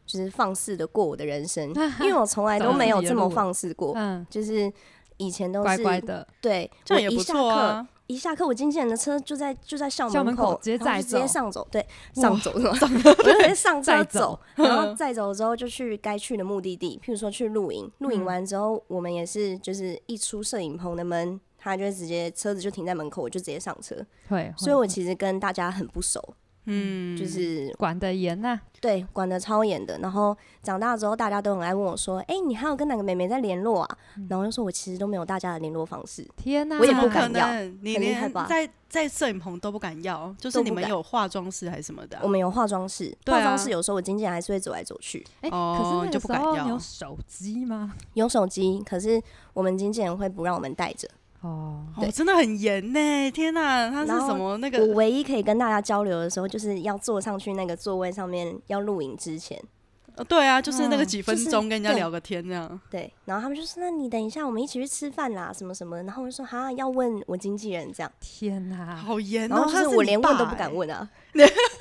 Speaker 3: 就是放肆的过我的 人生，因为我从来都没有这么放肆过，
Speaker 2: 嗯，
Speaker 3: 就是以前都
Speaker 2: 乖
Speaker 3: 是
Speaker 2: 乖的，
Speaker 3: 对，
Speaker 1: 这样
Speaker 3: 我
Speaker 1: 也
Speaker 3: 一
Speaker 1: 不
Speaker 3: 下
Speaker 1: 错
Speaker 3: 课
Speaker 1: 啊，
Speaker 3: 一下课，我经纪人的车就在就在校
Speaker 2: 校门口
Speaker 3: 口，
Speaker 2: 直接
Speaker 3: 然后
Speaker 2: 载
Speaker 3: 就直接
Speaker 2: 走
Speaker 3: 上走，对，
Speaker 1: 哇
Speaker 3: 上走是吗？ 我就直接上车
Speaker 2: 载走
Speaker 3: 走，然后再走之后就去该去的目的地，譬如说去露营，露
Speaker 2: 嗯
Speaker 3: 营完之后，我们也是就是一出摄影棚的门，他就会直接车子就停在门口，我就直接上车，
Speaker 2: 会，
Speaker 3: 所以我
Speaker 2: 会
Speaker 3: 其实跟大家很不熟，
Speaker 1: 嗯，
Speaker 3: 就是
Speaker 2: 管得严啊呐，
Speaker 3: 对管的超严的。然后长大之后，大家都很爱问我说：“哎、你还有跟哪个妹妹在联络啊？”
Speaker 2: 嗯
Speaker 3: 然后我就说我其实都没有大家的联络方式，
Speaker 2: 天啊呐，
Speaker 3: 我也
Speaker 1: 怎
Speaker 3: 不
Speaker 1: 么可
Speaker 3: 敢要
Speaker 1: 能，你
Speaker 3: 很厉害
Speaker 1: 连
Speaker 3: 吧
Speaker 1: 在在摄影棚都不敢要，就是
Speaker 3: 都
Speaker 1: 你
Speaker 3: 不
Speaker 1: 们
Speaker 3: 敢
Speaker 1: 有化妆师还是什么的啊
Speaker 3: 我，们有化妆室，
Speaker 1: 对啊
Speaker 3: 化妆室有时候我经纪人还是会走来走去。
Speaker 2: 哎，
Speaker 1: 哦
Speaker 2: 可是那
Speaker 1: 就不
Speaker 2: 个时
Speaker 1: 敢
Speaker 2: 候
Speaker 1: 要
Speaker 2: 你有手机吗？
Speaker 3: 有手机，可是我们经纪人会不让我们带着，
Speaker 2: 哦，
Speaker 1: 哦，
Speaker 3: 对
Speaker 1: 真的很严呢！天哪，他是
Speaker 3: 然后
Speaker 1: 什么那
Speaker 3: 我
Speaker 1: 个？
Speaker 3: 唯一可以跟大家交流的时候，就是要坐上去那个座位上面要录影之前，
Speaker 1: 呃对啊，就是那个
Speaker 2: 嗯
Speaker 1: 几分
Speaker 3: 就是
Speaker 1: 钟跟人家
Speaker 3: 对
Speaker 1: 聊个天这样。
Speaker 3: 对，然后他们就说：“那你等一下，我们一起去吃饭啦，什么什么的。”然后我就说：“哈，要问我经纪人这样。
Speaker 2: 天啊哪！
Speaker 1: 好严”
Speaker 3: 啊然
Speaker 1: 哦！
Speaker 3: 后就
Speaker 1: 他
Speaker 3: 是我连
Speaker 1: 你爸
Speaker 3: 问都不敢
Speaker 1: 欸。
Speaker 3: 问 啊，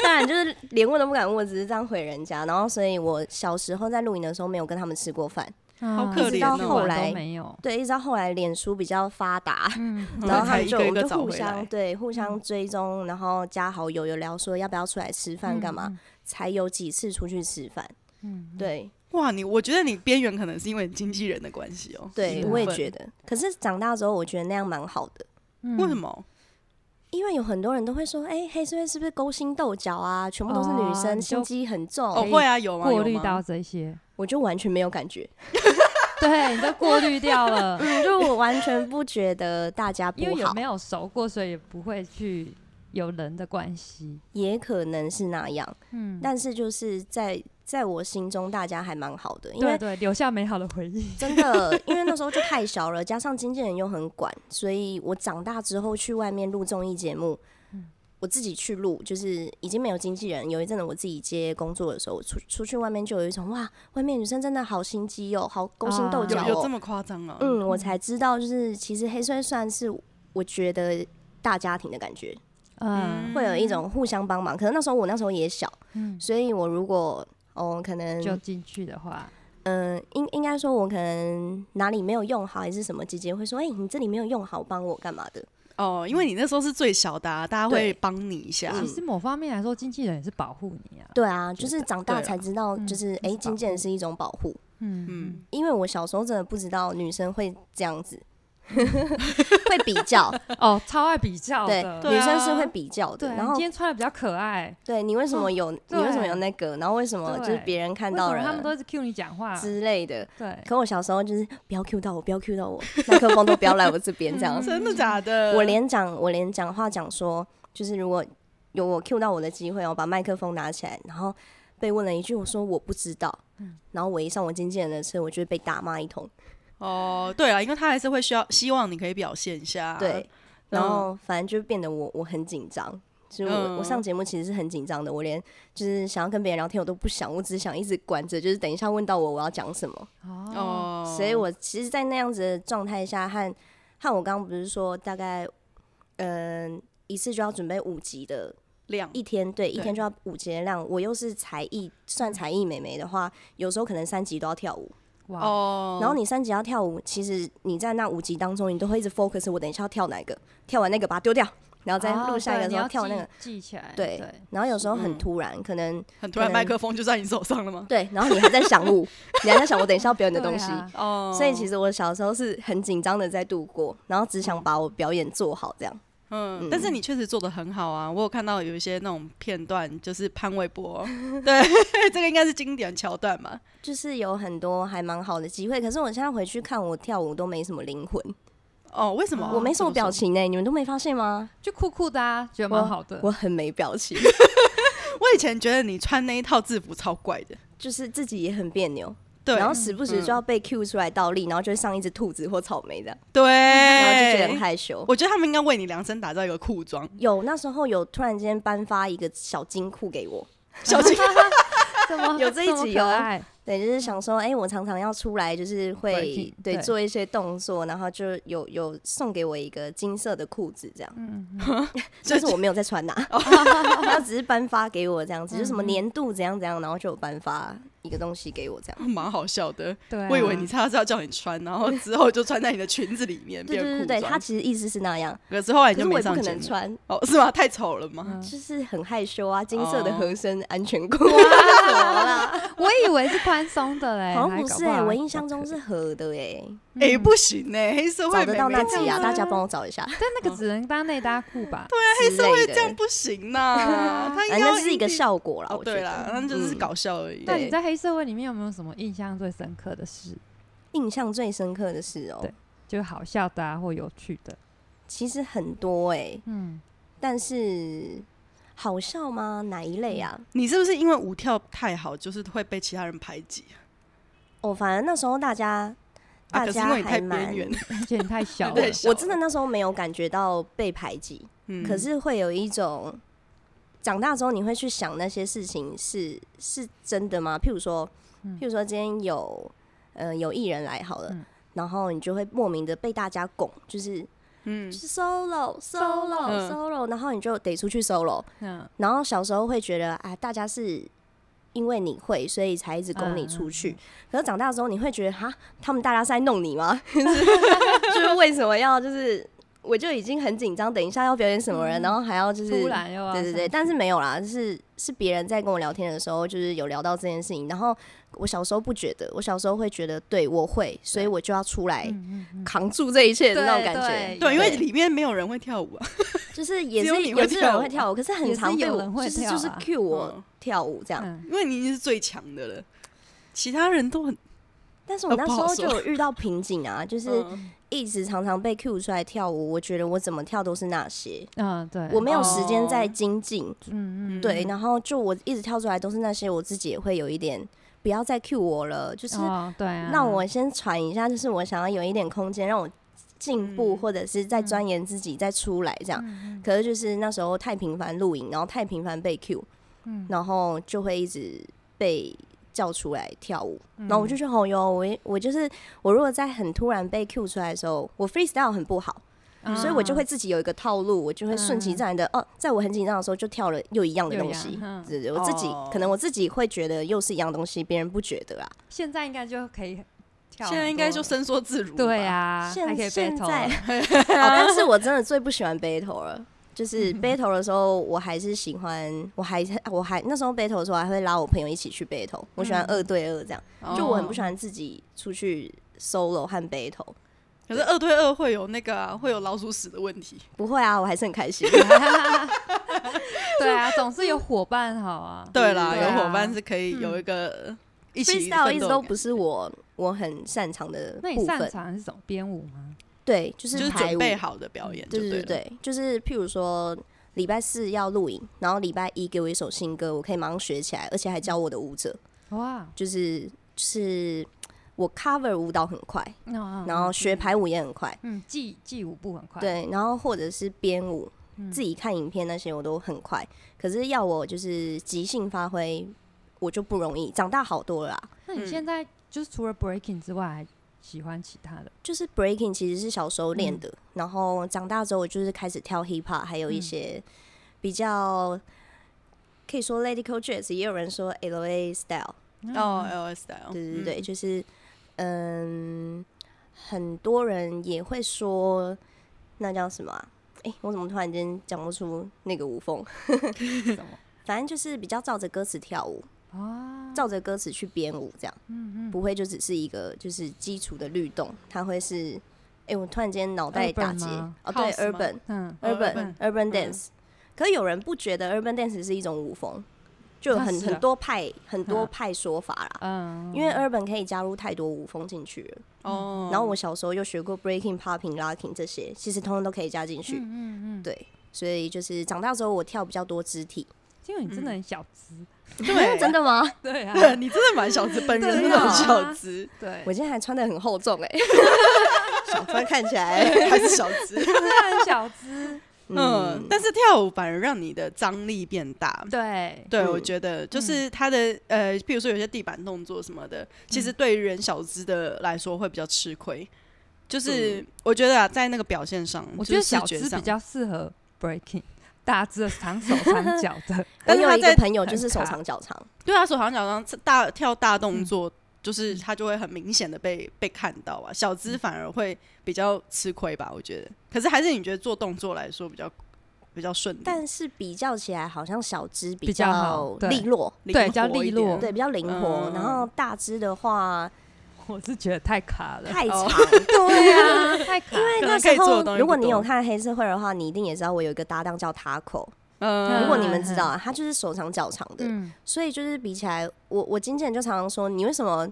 Speaker 3: 当然就是连问都不敢问，我只是这样回人家。然后，所以我小时候在露营的时候没有跟他们吃过饭，
Speaker 1: 好
Speaker 2: 嗯
Speaker 1: 可
Speaker 2: 一直
Speaker 1: 怜
Speaker 2: 到
Speaker 1: 哦
Speaker 2: 后来
Speaker 3: 都
Speaker 2: 没有，
Speaker 3: 对，一直到后来脸书比较发 达，
Speaker 2: 嗯，
Speaker 3: 然后他
Speaker 1: 才
Speaker 3: 们
Speaker 1: 一
Speaker 3: 就
Speaker 1: 个一
Speaker 3: 我
Speaker 1: 个
Speaker 3: 们就
Speaker 1: 找
Speaker 3: 互
Speaker 1: 回来嗯
Speaker 3: 相。对互相追踪，然后加好友，有聊说要不要出来吃
Speaker 1: 嗯
Speaker 3: 饭干嘛，才有几次出去吃饭。
Speaker 2: 嗯？嗯，
Speaker 3: 对
Speaker 1: 哇，你我觉得你边缘可能是因为你经纪人的关系哦。
Speaker 3: 对，
Speaker 2: 是
Speaker 3: 我也
Speaker 1: 部分
Speaker 3: 觉得。嗯可是长大之后，我觉得那样蛮好的。
Speaker 1: 为什
Speaker 2: 么？
Speaker 1: 么？
Speaker 3: 因为有很多人都会说，哎、黑社会是不是勾心斗角啊？全部都是女
Speaker 2: 哦
Speaker 3: 生，
Speaker 2: 你就
Speaker 3: 心机很重。
Speaker 1: 哦，
Speaker 2: 以
Speaker 1: 会啊，有吗？
Speaker 2: 过
Speaker 1: 有
Speaker 2: 滤
Speaker 1: 吗
Speaker 2: 到这些，
Speaker 3: 我就完全没有感 觉，
Speaker 2: 对，你都过滤掉 了，
Speaker 3: 就我完全不觉得大家不
Speaker 2: 因为有
Speaker 3: 好
Speaker 2: 没，有熟过，所以也不会去有人的关系。
Speaker 3: 也可能是那样。
Speaker 2: 嗯，
Speaker 3: 但是就是在在我心中，大家还蛮好的，因
Speaker 2: 对
Speaker 3: 为
Speaker 2: 对，留下美好的回忆。
Speaker 3: 真的，因为那时候就太小了，加上经纪人又很管，所以我长大之后去外面录综艺节目。我自己去录，就是已经没有经纪人。有一阵子我自己接工作的时候，我出出去外面就有一种哇，外面女生真的好心机哦，好勾心斗
Speaker 2: 啊
Speaker 3: 角
Speaker 1: 有
Speaker 3: 哦。
Speaker 1: 有这么夸张啊？
Speaker 3: 嗯，我才知道，就是其实黑社会算是我觉得大家庭的感觉，
Speaker 2: 嗯
Speaker 3: 会有一种互相帮忙。可能那时候我那时候也小，
Speaker 2: 嗯，
Speaker 3: 所以我如果哦，可能
Speaker 2: 就进去的话，
Speaker 3: 嗯、应应该说我可能哪里没有用好，还是什么，姐姐会说，哎、你这里没有用好，帮我干嘛的？
Speaker 1: 哦，因为你那时候是最小的啊，大家会帮你一下。
Speaker 3: 嗯
Speaker 2: 其实某方面来说，经纪人也是保护你啊。
Speaker 3: 对啊，
Speaker 2: 觉
Speaker 3: 就是
Speaker 2: 得
Speaker 3: 长大
Speaker 1: 对啊
Speaker 3: 才知道，
Speaker 2: 嗯
Speaker 3: 就是
Speaker 2: 是
Speaker 3: 哎，
Speaker 2: 保
Speaker 3: 经纪人
Speaker 2: 护
Speaker 3: 是一种保护。
Speaker 2: 嗯嗯
Speaker 1: 嗯，
Speaker 3: 因为我小时候真的不知道女生会这样子， 会比较，
Speaker 2: 哦，超爱比较
Speaker 3: 对，
Speaker 2: 的，
Speaker 1: 对
Speaker 3: 女生是
Speaker 1: 啊
Speaker 3: 会比较的。
Speaker 2: 对，
Speaker 3: 然
Speaker 2: 你
Speaker 3: 后
Speaker 2: 今天穿的比较可爱，
Speaker 3: 对你为什么有、你为什么
Speaker 2: 对
Speaker 3: 有那个？然后为什么就是
Speaker 2: 对
Speaker 3: 别人看
Speaker 2: 为
Speaker 3: 到
Speaker 2: 什么
Speaker 3: 人
Speaker 2: 他们都一直 cue 你讲话，
Speaker 3: 之类的？
Speaker 2: 对，
Speaker 3: 可我小时候就是不要 Q 到我，不要 Q 到我，麦克风都不要来我这边这样。
Speaker 1: 真的假的？
Speaker 3: 嗯我连讲我连讲话讲说，就是如果有我 Q 到我的机会，我把麦克风拿起来，然后被问了一句，我说我不知道。
Speaker 1: 嗯
Speaker 3: 然后我一上我经纪人的车，我就会被打骂一通。
Speaker 1: 哦，对啊，因为他还是会需要希望你可以表现一下。
Speaker 3: 对，啊然
Speaker 1: 嗯
Speaker 3: 后反正就变得我我很紧张。就是我、我上
Speaker 1: 嗯
Speaker 3: 节目其实是很紧张的，我连就是想要跟别人聊天我都不想，我只想一直管着，就是等一下问到我我要讲什么。
Speaker 2: 哦，
Speaker 1: 哦，
Speaker 3: 嗯所以我其实，在那样子的状态下，和和我刚刚不是说大概，嗯、一次就要准备五集的，
Speaker 1: 亮
Speaker 3: 一天对，一
Speaker 1: 对
Speaker 3: 天就要五集的量。我又是才艺，算才艺美眉的话，有时候可能三集都要跳舞。
Speaker 2: 哇，
Speaker 1: 哦，
Speaker 3: 然后你三集要跳舞，其实你在那五集当中，你都会一直 focus，我等一下要跳哪一个，跳完那个把它丢掉，然后再
Speaker 2: 哦
Speaker 3: 录下一
Speaker 2: 对
Speaker 3: 个
Speaker 2: 你
Speaker 3: 时候
Speaker 2: 要
Speaker 3: 跳那
Speaker 2: 记
Speaker 3: 个。
Speaker 2: 记起来，
Speaker 3: 对
Speaker 2: 对，
Speaker 3: 然后有时候很
Speaker 1: 嗯
Speaker 3: 突然，可能
Speaker 1: 很突然，
Speaker 3: 可能
Speaker 1: 麦克风就在你手上了吗？
Speaker 3: 对，然后你还在想舞，你还在想我等一下要表演的
Speaker 2: 对
Speaker 3: 东西。
Speaker 2: 啊
Speaker 1: 哦，
Speaker 3: 所以其
Speaker 1: 实
Speaker 3: 实我小时候是很紧张的在度过，然后只想把我表演做好这样。
Speaker 1: 嗯
Speaker 3: 嗯，
Speaker 1: 但是你确实做的很好啊，我有看到有一些那种片段，就是潘玮 柏，对，这个应该是经典桥段嘛。
Speaker 3: 就是有很多还蛮好的机会，可是我现在回去看我跳舞都没什么灵魂，
Speaker 1: 哦，为什么？
Speaker 3: 我没什么表
Speaker 1: 情。
Speaker 3: 情欸呢、你们都没发现吗？
Speaker 2: 就酷酷的啊，觉得蛮好的。
Speaker 3: 我很没表 情，
Speaker 1: 我以前觉得你穿那一套制服超怪的，
Speaker 3: 就是自己也很别 扭，
Speaker 1: 对，
Speaker 3: 然后时不时就要被 Q 出来倒立，然后就会上一只兔子或草莓这样，
Speaker 1: 对，
Speaker 3: 嗯然后就觉得很害羞。
Speaker 1: 我觉得他们应该为你量身打造一个裤装，
Speaker 3: 有那时候有突然间颁发一个小金库给我，
Speaker 1: 小 心
Speaker 2: 怎么
Speaker 3: 有这一集
Speaker 2: 有
Speaker 3: 哦对，就是想说，哎、我常常要出来，就
Speaker 2: 对
Speaker 3: 是会
Speaker 2: 挺
Speaker 3: 对
Speaker 2: 对
Speaker 3: 做一些动作，然后就有有送给我一个金色的裤子这样，但是我没有在穿呐、 他只是颁发给我这样子，就什么年度怎样怎样，然后就有颁发一个东西给我这样。
Speaker 1: 蛮好笑的。
Speaker 2: 对啊，
Speaker 1: 我以为你他是要叫你穿，然后之后就穿在你的裙子里面
Speaker 3: 对
Speaker 1: 变
Speaker 3: 对
Speaker 1: 裤
Speaker 3: 对
Speaker 1: 装。
Speaker 3: 对，他其实意思是那样，
Speaker 1: 可是后来
Speaker 3: 可
Speaker 1: 你哎就
Speaker 3: 是我
Speaker 1: 没
Speaker 3: 也不
Speaker 1: 上
Speaker 3: 可
Speaker 1: 节
Speaker 3: 能
Speaker 1: 目
Speaker 3: 穿，
Speaker 1: 哦，是吗？太丑了吗？
Speaker 2: 嗯
Speaker 3: 就是很害羞啊，金色的
Speaker 1: 哦
Speaker 3: 合身安全 裤，怎么啦？
Speaker 2: 哦我以为是宽松的嘞，
Speaker 3: 好像不是哎、
Speaker 2: 哎，
Speaker 3: 我印象中是合的哎、
Speaker 1: 哎、不行呢、黑社
Speaker 3: 找
Speaker 1: 会
Speaker 3: 得
Speaker 1: 妹
Speaker 3: 到
Speaker 1: 妹
Speaker 3: 那
Speaker 1: 这
Speaker 3: 集
Speaker 1: 样
Speaker 3: 啊，大家帮我找 一下。
Speaker 2: 嗯但那个只能当内搭裤 吧？对，
Speaker 3: 黑社会
Speaker 1: 这样不行呐、 他应该
Speaker 3: 反正
Speaker 1: 要
Speaker 3: 哎那是一个
Speaker 1: 定
Speaker 3: 效果啦，
Speaker 1: 哦，
Speaker 3: 我觉
Speaker 1: 对
Speaker 3: 得。
Speaker 1: 啦，那就是
Speaker 3: 嗯
Speaker 1: 搞笑而已。
Speaker 2: 那
Speaker 3: 对
Speaker 2: 你在黑社会里面有没有什么印象最深刻的事？
Speaker 3: 印象最深刻的是哦、
Speaker 2: 对就好笑的啊，或有趣的？
Speaker 3: 其实很多哎、
Speaker 2: 嗯，
Speaker 3: 但是好笑吗？哪一类啊？
Speaker 1: 你是不是因为舞跳太好，就是会被其他人排挤？
Speaker 3: 哦，反正那时候大家
Speaker 1: 啊
Speaker 3: 大
Speaker 1: 可是
Speaker 3: 家
Speaker 1: 因为你
Speaker 3: 还
Speaker 1: 太边
Speaker 3: 蛮
Speaker 1: 缘，
Speaker 2: 嗯而且你太 小了
Speaker 1: 对，
Speaker 3: 我真的那时候没有感觉到被排挤，
Speaker 1: 嗯
Speaker 3: 可是会有一种长大之后你会去想那些事情是是真的吗？譬如说，
Speaker 1: 嗯
Speaker 3: 譬如说今天有呃有艺人来好了，
Speaker 2: 嗯
Speaker 3: 然后你就会莫名的被大家拱，就是
Speaker 1: 嗯
Speaker 3: 就是 solo solo
Speaker 1: 嗯
Speaker 3: solo，然后你就得出去 solo。
Speaker 2: 嗯
Speaker 3: 然后小时候会觉得啊，大家是因为你会，所以才一直拱你
Speaker 2: 嗯
Speaker 3: 出去。可是长大之后，你会觉得哈，他们大家是在弄你吗？ 就是就是为什么要就是我就已经很紧张，等一下要表演什么人，然后还要就是
Speaker 2: 嗯突然又要
Speaker 3: 对对对，
Speaker 2: 上
Speaker 3: 但是没有啦，就是是别人在跟我聊天的时候，就是有聊到这件事情。然后我小时候不觉得，我小时候会觉得对我会，所以我就要出来
Speaker 2: 嗯嗯嗯
Speaker 3: 扛住这一切的那种
Speaker 2: 对
Speaker 3: 感觉
Speaker 2: 对。
Speaker 1: 对，因为
Speaker 3: 对
Speaker 1: 里面没有人会跳舞啊，
Speaker 3: 就是也
Speaker 1: 只有
Speaker 3: 是
Speaker 1: 你
Speaker 3: 有
Speaker 1: 会
Speaker 3: 些
Speaker 1: 跳
Speaker 3: 人
Speaker 1: 舞
Speaker 3: 会跳舞，可是很
Speaker 2: 也是
Speaker 3: 常被
Speaker 2: 有
Speaker 3: 我
Speaker 2: 人会
Speaker 3: 就是
Speaker 2: 跳
Speaker 3: 就是
Speaker 2: 啊
Speaker 3: cue 我
Speaker 1: 嗯
Speaker 3: 跳舞这样。
Speaker 2: 嗯
Speaker 1: 因为你已经是最强的了，其他人都很
Speaker 3: 但是
Speaker 1: 呃
Speaker 3: 我那
Speaker 1: 不
Speaker 3: 时
Speaker 1: 好
Speaker 3: 候就
Speaker 1: 说
Speaker 3: 有遇到瓶 颈啊，就是
Speaker 1: 嗯
Speaker 3: 一直常常被 cue 出来跳舞，我觉得我怎么跳都是那些，
Speaker 2: 嗯，对，
Speaker 3: 我没有时间在
Speaker 1: 哦
Speaker 3: 精进。
Speaker 2: 嗯嗯
Speaker 1: 嗯
Speaker 3: 对，然后就我一直跳出来都是那些，我自己也会有一点不要再 cue 我了，就是
Speaker 2: 哦对啊，
Speaker 1: 嗯
Speaker 3: 让我先喘一下，就是我想要有一点空间让我进步，
Speaker 1: 嗯
Speaker 3: 或者是再钻研自己再出来这样。
Speaker 2: 嗯
Speaker 3: 可是就是那时候太频繁录影，然后太频繁被 cue，
Speaker 2: 嗯
Speaker 3: 然后就会一直被叫出来跳舞。
Speaker 2: 嗯
Speaker 3: 然后我就觉得好哟，我我就是我如果在很突然被 cue 出来的时候，我 freestyle 很不好，
Speaker 2: 嗯
Speaker 3: 所以我就会自己有一个套路，我就会顺其自然的哦，在我很紧张的时候就跳了又一样的
Speaker 2: 又一
Speaker 3: 东
Speaker 2: 样
Speaker 3: 西
Speaker 2: 嗯。
Speaker 3: 对对，我自己
Speaker 1: 哦
Speaker 3: 可能我自己会觉得又是一样东西，别人不觉得啊。
Speaker 2: 现在应该就可以跳很多了，
Speaker 1: 现在应该就伸缩自如吧，
Speaker 2: 对啊，还可以啊
Speaker 3: 现现
Speaker 2: battle
Speaker 3: 在，
Speaker 2: 了 嗯
Speaker 3: 哦，但是我 真的最不喜欢 battle 了。就是 battle 的时候，我还是喜欢，我还我还那时候 battle 的时候，还会拉我朋友一起去 battle。我喜欢
Speaker 2: 嗯
Speaker 3: 二对二这样，
Speaker 1: 哦
Speaker 3: 就我很不喜欢自己出去 solo 和 battle。
Speaker 1: 可是二对二会有那个啊，会有老鼠屎的问题。
Speaker 3: 不会啊，我还是很开心。
Speaker 2: 对啊，总是
Speaker 3: 嗯
Speaker 2: 有伙伴好啊，
Speaker 1: 对嗯啦，
Speaker 2: 对啊
Speaker 1: 有伙伴是可以有一个 一起
Speaker 3: freestyle
Speaker 1: 奋
Speaker 3: 一直
Speaker 1: 斗的
Speaker 3: 都
Speaker 1: 感觉。
Speaker 3: 不是我我很擅长的
Speaker 2: 那你
Speaker 3: 部
Speaker 2: 擅
Speaker 3: 分，
Speaker 2: 长是什么编舞吗？
Speaker 3: 对，就
Speaker 1: 就是是
Speaker 3: 排
Speaker 1: 准
Speaker 3: 舞，
Speaker 1: 备好的表演就
Speaker 3: 对
Speaker 1: 对
Speaker 3: 对
Speaker 1: 了，
Speaker 3: 对，就是譬如说礼拜四要录影，然后礼拜一给我一首新歌，我可以马上学起来，而且还教我的舞者，
Speaker 2: 哇，
Speaker 3: 就是就是我 cover 舞蹈很快，
Speaker 1: 嗯
Speaker 2: 那
Speaker 3: 然后学排舞也很快，
Speaker 2: 嗯，记记舞步很快，，
Speaker 3: 对，然后或者是编舞，
Speaker 2: 嗯
Speaker 3: 自己看影片那些我都很快，可是要我就是即兴发挥，我就不容易，长大好多了啦。
Speaker 2: 那你现在就是除了 breaking 之外，还喜欢其他的？
Speaker 3: 就是 breaking 其实是小时候练
Speaker 2: 嗯
Speaker 3: 的，然后长大之后我就是开始跳 hip hop，还有
Speaker 2: 嗯
Speaker 3: 一些比较可以说 lyrical jazz，也有人说 L A style，
Speaker 1: 哦，L S style，
Speaker 3: 对对对，就是嗯，很多人也会说那叫什么、啊？哎、我怎么突然间讲不出那个舞风？
Speaker 2: 什么
Speaker 3: 反正就是比较照着歌词跳舞，
Speaker 2: 啊？
Speaker 3: 照着歌词去编舞这样。
Speaker 2: 嗯嗯，
Speaker 3: 不会就只是一个就是基础的律动，它会是，哎、我突然间脑袋
Speaker 2: Urban
Speaker 3: 打结
Speaker 2: 吗，
Speaker 3: 哦，对
Speaker 1: House 吗
Speaker 3: ，urban
Speaker 2: 嗯，
Speaker 1: 哦
Speaker 3: urban
Speaker 1: urban，
Speaker 3: urban dance，、可有人不觉得 urban dance 是一种舞风，就有
Speaker 2: 那
Speaker 3: 很、
Speaker 2: 是啊
Speaker 3: 很多派很多
Speaker 2: 嗯
Speaker 3: 派说法啦，
Speaker 2: 嗯，
Speaker 3: 因为 urban 可以加入太多舞风进去了，
Speaker 1: 哦。
Speaker 3: 嗯 然后我小时候又学过 breaking、popping、locking 这些，其实通通都可以加进去，
Speaker 2: 嗯嗯嗯，
Speaker 3: 对，所以就是长大之后我跳比较多肢体，
Speaker 2: 因为你真的很小资，
Speaker 1: 对
Speaker 3: 真的吗？
Speaker 2: 对啊，
Speaker 1: 对 你真的蛮小资，本人真的很小资，
Speaker 2: 对
Speaker 3: 我，今天还穿的很厚重哎、 小穿看起来。
Speaker 1: 还是小资。
Speaker 2: 真的很小资，
Speaker 1: 嗯，但是跳舞反而让你的张力变大。
Speaker 2: 对，
Speaker 1: 对，
Speaker 3: 嗯
Speaker 1: 我觉得就是他的呃，譬如说有些地板动作什么的，其
Speaker 2: 嗯
Speaker 1: 实对于人小资的来说会比较吃亏。就是我觉得啊，在那个表现
Speaker 3: 嗯
Speaker 1: 上，
Speaker 2: 我
Speaker 1: 就
Speaker 2: 觉得
Speaker 1: 是视
Speaker 2: 小
Speaker 1: 觉
Speaker 2: 资
Speaker 1: 上
Speaker 2: 比较适合 breaking，大 只的长手长脚的，
Speaker 3: 我
Speaker 1: 但是
Speaker 3: 有
Speaker 1: 他
Speaker 3: 一个
Speaker 1: 在
Speaker 3: 朋友就
Speaker 2: 很
Speaker 3: 是手
Speaker 2: 卡
Speaker 3: 长脚长，
Speaker 1: 对啊，手长脚长大跳大
Speaker 2: 嗯
Speaker 1: 动作，就是他就会很明显的被被看到啊。小资
Speaker 2: 嗯
Speaker 1: 反而会比较吃亏吧，我觉得。可是还是你觉得做动作来说比较比较顺利，
Speaker 3: 但是比较起来，好像小只比
Speaker 2: 比较好
Speaker 3: 较
Speaker 2: 对
Speaker 3: 利落，
Speaker 1: 灵
Speaker 2: 对
Speaker 1: 活
Speaker 2: 比较利
Speaker 1: 一点
Speaker 2: 落
Speaker 3: 对，比较灵活。
Speaker 1: 嗯
Speaker 3: 然后大只的话
Speaker 2: 我是觉得太卡了，
Speaker 3: 太长，
Speaker 1: 哦
Speaker 3: 对啊。
Speaker 2: 啊，太卡，
Speaker 3: 因
Speaker 1: 可
Speaker 3: 为那
Speaker 1: 能可以
Speaker 3: 时
Speaker 1: 做的东
Speaker 3: 候，
Speaker 1: 西
Speaker 3: 如果
Speaker 1: 不
Speaker 3: 你有
Speaker 1: 多
Speaker 3: 看黑社会的话，你一定也知道我有一个搭档叫 Taco。
Speaker 1: 嗯，
Speaker 3: 如果 你们
Speaker 2: 嗯
Speaker 3: 知道啊，他就是手长脚长的，
Speaker 2: 嗯，
Speaker 3: 所以就是比起来，我我经纪人就常常说，你为什么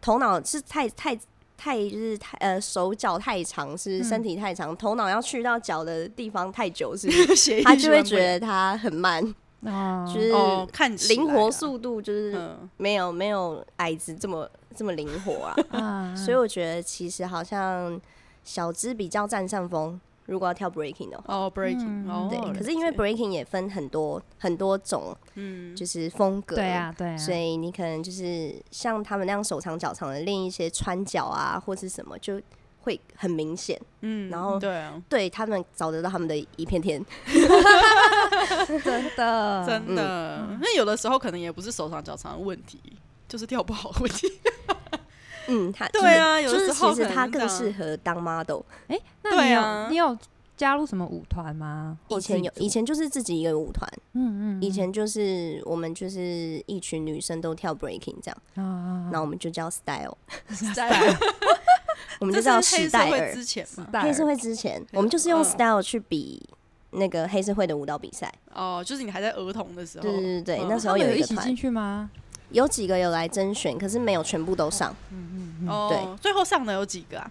Speaker 3: 头脑是太太太就是太呃手脚太长，
Speaker 1: 嗯
Speaker 3: 是不是身体太长，头脑要去到脚的地方太久，是不是？
Speaker 1: 协议
Speaker 3: 他就会觉
Speaker 1: 是
Speaker 3: 得他很慢，
Speaker 2: 哦
Speaker 3: 呃就是
Speaker 1: 蛮不一样哦，看起来啊
Speaker 3: 灵活，速度就是
Speaker 1: 嗯，
Speaker 3: 没有没有矮子这么这么灵活啊。
Speaker 2: 啊，
Speaker 3: 所以我觉得其实好像小资比较占上风，如果要跳 breaking 的话。
Speaker 1: 哦，breaking，
Speaker 2: 嗯
Speaker 1: 哦，
Speaker 3: 对，
Speaker 1: 了
Speaker 3: 可是因为
Speaker 1: 解
Speaker 3: breaking 也分很多很多种，
Speaker 1: 嗯，
Speaker 3: 就是风格。
Speaker 2: 对啊，对啊，
Speaker 3: 所以你可能就是像他们那样手长脚长的练一些穿脚啊，或是什么，就会很明显。
Speaker 1: 嗯，
Speaker 3: 然后
Speaker 1: 对啊，
Speaker 3: 对他们找得到他们的一 片天，
Speaker 2: 真
Speaker 3: 呃
Speaker 2: 的
Speaker 1: 真
Speaker 3: 嗯
Speaker 1: 的，那有的时候可能也不是手长脚长的问题，就是跳不好的问 题。
Speaker 3: 嗯，他
Speaker 1: 对啊
Speaker 3: 就是
Speaker 1: 有
Speaker 3: 就
Speaker 1: 的
Speaker 3: 是
Speaker 1: 时候
Speaker 3: 其
Speaker 1: 可
Speaker 3: 实
Speaker 1: 能
Speaker 3: 他
Speaker 1: 是
Speaker 3: 更
Speaker 1: 这样
Speaker 3: 适合当 model。
Speaker 2: 哎、那
Speaker 1: 对
Speaker 2: 你有、
Speaker 1: 啊
Speaker 2: 你有加入什么舞团吗？
Speaker 3: 以
Speaker 2: 或
Speaker 3: 前有，
Speaker 2: 自己
Speaker 3: 以前就是自己一个舞团，
Speaker 2: 组嗯嗯，
Speaker 3: 以前就是我们就是一群女生都跳 breaking 这样，
Speaker 2: 啊啊，
Speaker 3: 那
Speaker 1: 嗯
Speaker 3: 我们就叫 style，
Speaker 1: 在
Speaker 3: 我们
Speaker 1: 这
Speaker 3: 就是叫
Speaker 1: 黑
Speaker 3: 时
Speaker 1: 社
Speaker 3: 代
Speaker 1: 会
Speaker 3: 儿。
Speaker 1: 之前嘛，
Speaker 3: 黑社
Speaker 2: 会
Speaker 3: 会之前，我们就是用
Speaker 1: 嗯
Speaker 3: style 去比那个黑社会的舞蹈比赛。
Speaker 1: 哦，就是你还在儿童的时候，
Speaker 3: 对对对对
Speaker 1: 嗯，
Speaker 3: 那时候有
Speaker 2: 有
Speaker 3: 一
Speaker 2: 一
Speaker 3: 个
Speaker 2: 起
Speaker 3: 团
Speaker 2: 进，去吗？
Speaker 3: 有几个有来甄选，可是没有全部都上。
Speaker 1: 哦，最后上的有几个啊？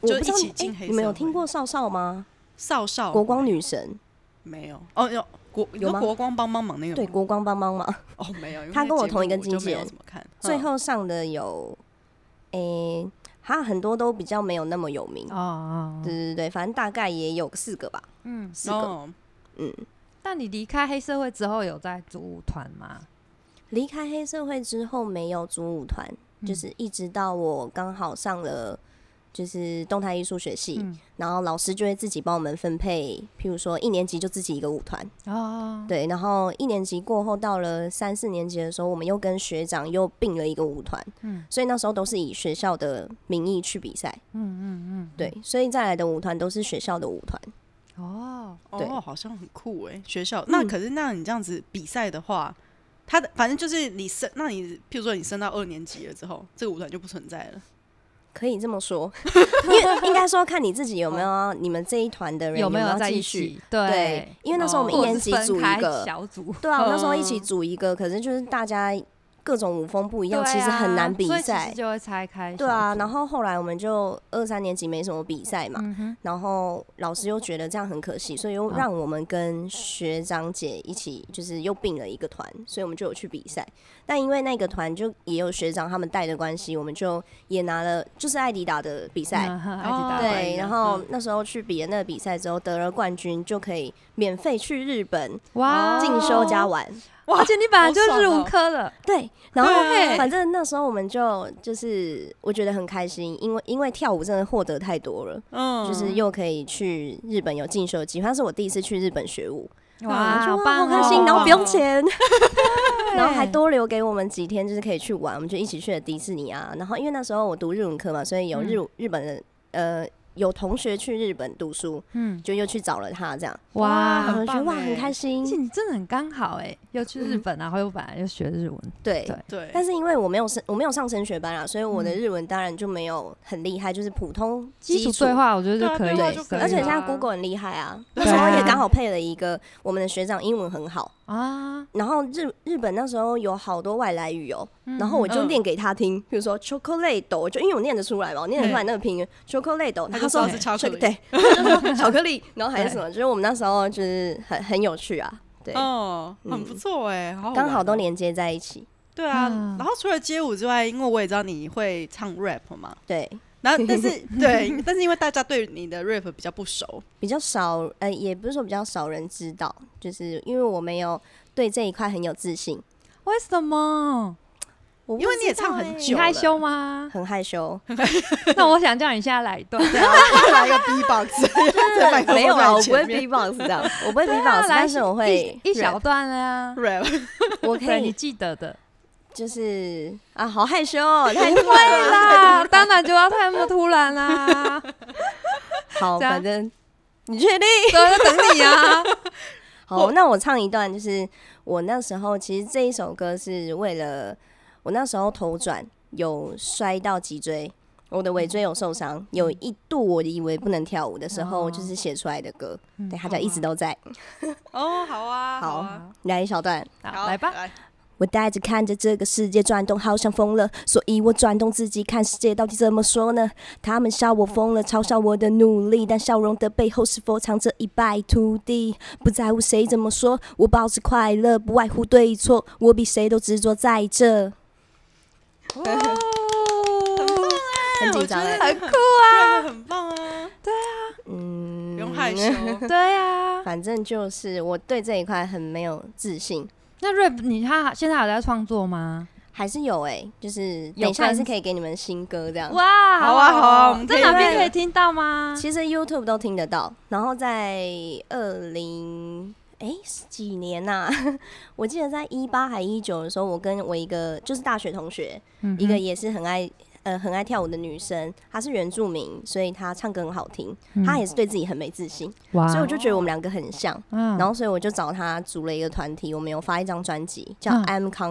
Speaker 3: 我
Speaker 1: 就
Speaker 3: 不知道
Speaker 1: 一起进
Speaker 3: 哎
Speaker 1: 黑
Speaker 3: 你们
Speaker 1: 社
Speaker 3: 有
Speaker 1: 会哦
Speaker 3: 听过少少吗？
Speaker 1: 少少
Speaker 3: 国光女神，
Speaker 1: 没有？哦，有国你
Speaker 3: 有
Speaker 1: 说
Speaker 3: 吗
Speaker 1: 国光帮帮忙那个
Speaker 3: 对，
Speaker 1: 吗
Speaker 3: 国光帮帮忙。
Speaker 1: 哦，没有，因为
Speaker 3: 他跟我
Speaker 1: 那节目
Speaker 3: 同一个
Speaker 1: 就
Speaker 3: 经纪
Speaker 1: 没有
Speaker 3: 人
Speaker 1: 怎么看？
Speaker 3: 最
Speaker 1: 嗯
Speaker 3: 后上的有，诶，还有很多都比较没有那么有名
Speaker 2: 哦。哦，
Speaker 3: 嗯对
Speaker 2: 哦
Speaker 3: 对对，反正大概也有四个吧，
Speaker 2: 嗯。
Speaker 3: 四个。
Speaker 1: 哦
Speaker 3: 嗯，
Speaker 2: 但你离开黑社会之后，有在组舞团吗？
Speaker 3: 离开黑社会之后没有组舞团，
Speaker 2: 嗯
Speaker 3: 就是一直到我刚好上了就是动态艺术学系，
Speaker 2: 嗯
Speaker 3: 然后老师就会自己帮我们分配，譬如说一年级就自己一个舞团，
Speaker 2: 哦，
Speaker 3: 对，然后一年级过后到了三四年级的时候，我们又跟学长又并了一个舞团，
Speaker 2: 嗯
Speaker 3: 所以那时候都是以学校的名义去比赛，
Speaker 2: 嗯嗯
Speaker 3: 对，所以再来的舞团都是学校的舞 团，
Speaker 2: 嗯，哦，
Speaker 3: 对
Speaker 1: 哦，好像很酷哎，学校。那可是那你这样子比赛的话，他的反正就是你升，那你譬如说你升到二年级了之后，这个舞团就不存在了。
Speaker 3: 可以这么说，因为应该说看你自己有没有要你们这一团的人
Speaker 2: 嗯有没
Speaker 3: 有要
Speaker 2: 在
Speaker 3: 继
Speaker 2: 一
Speaker 3: 续。
Speaker 2: 起？
Speaker 3: 对，，因为那时候我们一
Speaker 2: 哦或者
Speaker 3: 年
Speaker 2: 是
Speaker 3: 级
Speaker 2: 分
Speaker 3: 组一
Speaker 2: 开
Speaker 3: 个，
Speaker 2: 小组，
Speaker 3: 对啊，我们那时候一
Speaker 1: 嗯
Speaker 3: 起组一个，可是就是大家各种舞风不一样，
Speaker 2: 对
Speaker 3: 其实很
Speaker 2: 啊
Speaker 3: 难比
Speaker 2: 所以其
Speaker 3: 赛
Speaker 2: 实。就会拆开。
Speaker 3: 对啊，然后后来我们就二三年级没什么比赛嘛，
Speaker 2: 嗯哼，
Speaker 3: 然后老师又觉得这样很可惜，所以又
Speaker 2: 啊
Speaker 3: 让我们跟学长姐一起，就是又并了一个团，所以我们就有去比赛。但因为那个团就也有学长他们带的关系，我们就也拿了就是艾迪达的比赛，
Speaker 2: 嗯哼艾迪达
Speaker 1: 哦
Speaker 2: 欢
Speaker 3: 对，
Speaker 1: 迎
Speaker 2: 迎
Speaker 3: 然后那时候去比了那个比赛之后得了冠军，就可以免费去日本
Speaker 2: 哇，
Speaker 3: 进修加玩。
Speaker 2: 哇，而且你本来就
Speaker 1: 好
Speaker 2: 是
Speaker 1: 爽
Speaker 2: 无
Speaker 1: 哦
Speaker 2: 科的，
Speaker 3: 对，然后
Speaker 2: 对
Speaker 3: 反正那时候我们就就是我觉得很开心，因为因为跳舞真的获得太多了，
Speaker 1: 嗯，
Speaker 3: 就是又可以去日本有进修机会，那是我第一次去日本学舞，
Speaker 2: 哇，
Speaker 3: 就
Speaker 2: 好
Speaker 3: 哇
Speaker 2: 棒
Speaker 3: 好
Speaker 2: 哦，
Speaker 3: 开心，然后不用钱，
Speaker 2: 对，
Speaker 3: 然后还多留给我们几天，就是可以去玩，我们就一起去了迪士尼啊。然后因为那时候我读日文科嘛，所以有
Speaker 2: 嗯
Speaker 3: 日、日本人呃有同学去日本读书，
Speaker 2: 嗯，
Speaker 3: 就又去找了他这样。
Speaker 1: 哇
Speaker 3: 然
Speaker 2: 哇，
Speaker 3: 后我觉得
Speaker 1: 很
Speaker 3: 哇
Speaker 1: 棒
Speaker 3: 很
Speaker 1: 欸
Speaker 3: 开
Speaker 2: 而
Speaker 3: 心
Speaker 2: 且，你真的很刚好哎，又去日本，然后又本来就学日文，
Speaker 3: 对
Speaker 2: 对。
Speaker 1: 对，
Speaker 3: 但是因为我没有升，我没有上升学班啊，所以我的
Speaker 2: 嗯
Speaker 3: 日文当然就没有很厉害，就是普通
Speaker 2: 基础
Speaker 3: 础
Speaker 2: 对话我觉得
Speaker 1: 对
Speaker 2: 就
Speaker 1: 啊
Speaker 2: 可以
Speaker 1: 对话
Speaker 2: 了，
Speaker 3: 对
Speaker 1: 就可以
Speaker 3: 而且现
Speaker 1: 了
Speaker 3: 在
Speaker 1: 啊
Speaker 3: Google 很厉害啊，那
Speaker 2: 对
Speaker 3: 时候也
Speaker 2: 啊
Speaker 3: 刚好配了一个我们的学长，英文很好。
Speaker 2: 啊，
Speaker 3: 然后日日本那时候有好多外来语哦，
Speaker 2: 嗯
Speaker 3: 然后我就
Speaker 1: 嗯
Speaker 3: 念给他听，比如说 chocolate，我就因为我念得出来嘛，我念得出来那个拼音 chocolate，
Speaker 1: 他
Speaker 3: 他
Speaker 1: 就
Speaker 3: 说
Speaker 1: 说是巧克力
Speaker 3: 对，他 就说巧克力，然后还是
Speaker 2: 对
Speaker 3: 什么，就是我们那时候就是很很有趣啊，对，
Speaker 1: 哦，很不
Speaker 3: 嗯
Speaker 1: 错哎，好
Speaker 3: 刚好
Speaker 1: 玩
Speaker 3: 都
Speaker 1: 哦
Speaker 3: 连接在一起，
Speaker 1: 对啊
Speaker 2: 嗯。
Speaker 1: 然后除了街舞之外，因为我也知道你会唱 rap 嘛，
Speaker 3: 对，
Speaker 1: 然后但是对，但是因为大家对你的 rap 比较不熟，
Speaker 3: 比较少，呃，也不是说比较少人知道，就是因为我没有对这一块很有自信，
Speaker 2: 为什么？
Speaker 3: 我不
Speaker 1: 因为你也
Speaker 3: 知道
Speaker 1: 唱很
Speaker 3: 欸
Speaker 1: 久
Speaker 2: 你
Speaker 1: 了
Speaker 2: 害羞吗？
Speaker 3: 很害羞，
Speaker 2: 那我想叫你现在来一 段，
Speaker 3: 对啊，
Speaker 1: 来个 B box，在 麦克风
Speaker 3: 没有
Speaker 1: 在
Speaker 3: 啊，我
Speaker 1: 前
Speaker 3: 不会
Speaker 1: 面
Speaker 3: B-box 这样， 我不会 B-box，
Speaker 2: 啊 来
Speaker 3: 但是我会
Speaker 2: 一一小段啊，
Speaker 1: rap，
Speaker 3: 我可
Speaker 2: 对你
Speaker 3: 以
Speaker 2: 记得的。
Speaker 3: 就是啊，好害 羞哦，太
Speaker 2: 不会啦，当然就要太那么突然 啦，
Speaker 3: 好，
Speaker 2: 这样
Speaker 3: 反正你确定？
Speaker 2: 对，在等你啊。哦
Speaker 3: 好，那我唱一段，就是我那时候其实这一首歌是为了我那时候头转有摔到脊椎。我的尾椎有受伤，有一度我以为不能跳舞的时
Speaker 2: 嗯
Speaker 3: 候，
Speaker 2: 哦
Speaker 3: 就是写出来的歌，
Speaker 2: 嗯
Speaker 3: 对，它叫一直都在。
Speaker 1: 哦，好啊，
Speaker 3: 好
Speaker 1: 啊，
Speaker 3: 来一小段。
Speaker 2: 好，
Speaker 1: 好，
Speaker 2: 来吧。
Speaker 1: 来，
Speaker 3: 我呆着看着这个世界转动，好像疯了，所以我转动自己看世界，到底怎么说呢？他们笑我疯了，嘲笑我的努力，但笑容的背后是否藏着一败涂地？不在乎谁怎么说，我保持快乐，不外乎对错，我比谁都执着在这。很紧张哎，
Speaker 1: 很酷啊，很棒啊，
Speaker 3: 嗯
Speaker 1: 不用害羞。
Speaker 2: 对啊，
Speaker 3: 反正就是我对这一块很没有自信，
Speaker 2: 那 rap 你他现在还在创作吗？
Speaker 3: 还是有哎、就是
Speaker 2: 有
Speaker 3: 等一下还是
Speaker 2: 跟
Speaker 3: 可以给你们新歌这样。
Speaker 2: 哇
Speaker 1: 好啊好啊我们可
Speaker 2: 在
Speaker 1: 以
Speaker 2: 哪边
Speaker 1: 来
Speaker 2: 可以听到吗？
Speaker 3: 其实 YouTube 都听得到，然后在二零哎几年呐、 我记得在一八还一九的时候，我跟我一个就是大学同学，
Speaker 2: 嗯哼
Speaker 3: 一个也是很爱呃很爱跳舞的女生，她是原住民，所以她唱歌很好听，
Speaker 2: 嗯
Speaker 3: 她也是对自己很没自信，
Speaker 2: 哇
Speaker 3: 所以我就觉得我们两个很像。
Speaker 2: 嗯
Speaker 3: 然后，所以我就找她组了一个团体，我们有发一张专辑叫
Speaker 2: 嗯
Speaker 3: 《I'm Coming》，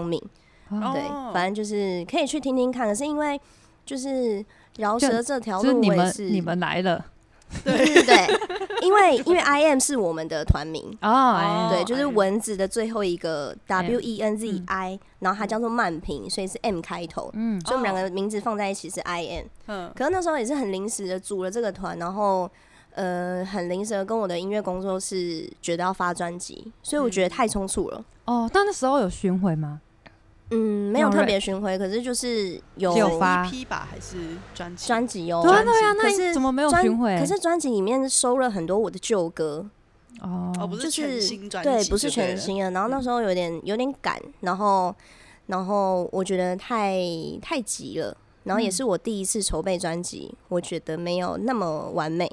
Speaker 2: 哦
Speaker 3: 对
Speaker 1: 哦，
Speaker 3: 反正就是可以去听听看。可是因为就是饶
Speaker 2: 就
Speaker 3: 舌这条
Speaker 2: 就是
Speaker 3: 路，
Speaker 2: 你
Speaker 3: 我也
Speaker 2: 们
Speaker 3: 是
Speaker 2: 你们来了
Speaker 3: 对，因为因为 I M 是我们的团名，
Speaker 2: 哦，哎
Speaker 3: 对，就是
Speaker 1: I M
Speaker 3: 蚊子的最后一个 W E N Z
Speaker 2: 嗯
Speaker 3: I，然后它叫做慢屏，所以是 M 开头，
Speaker 2: 嗯
Speaker 3: 所以我们两个名字放在一起是 I M。
Speaker 1: 嗯，
Speaker 3: 可是那时候也是很临时的组了这个团，然后呃很临时的跟我的音乐工作室觉得要发专辑，所以我觉得
Speaker 2: 嗯
Speaker 3: 太匆促了。
Speaker 2: 哦，但那时候有巡回吗？
Speaker 3: 嗯，没有
Speaker 2: 那
Speaker 3: 特
Speaker 2: 我
Speaker 3: 别巡回，可是就是有
Speaker 2: 有发
Speaker 1: 一批吧还是专辑？
Speaker 3: 专辑哦。
Speaker 2: 对啊，对啊，
Speaker 3: 可
Speaker 2: 那
Speaker 3: 是
Speaker 2: 你怎么没有
Speaker 3: 专
Speaker 2: 巡回？
Speaker 3: 可是专辑里面收了很多我的旧歌，
Speaker 2: 哦，
Speaker 1: 哦，不
Speaker 3: 就是是
Speaker 1: 全新专辑，
Speaker 3: 对，不是全。新的。然后那
Speaker 1: 嗯
Speaker 3: 时候有点有点赶，然后然后我觉得太太急了，然后也
Speaker 2: 嗯
Speaker 3: 是我第一次筹备专辑，我觉得没有那么完美。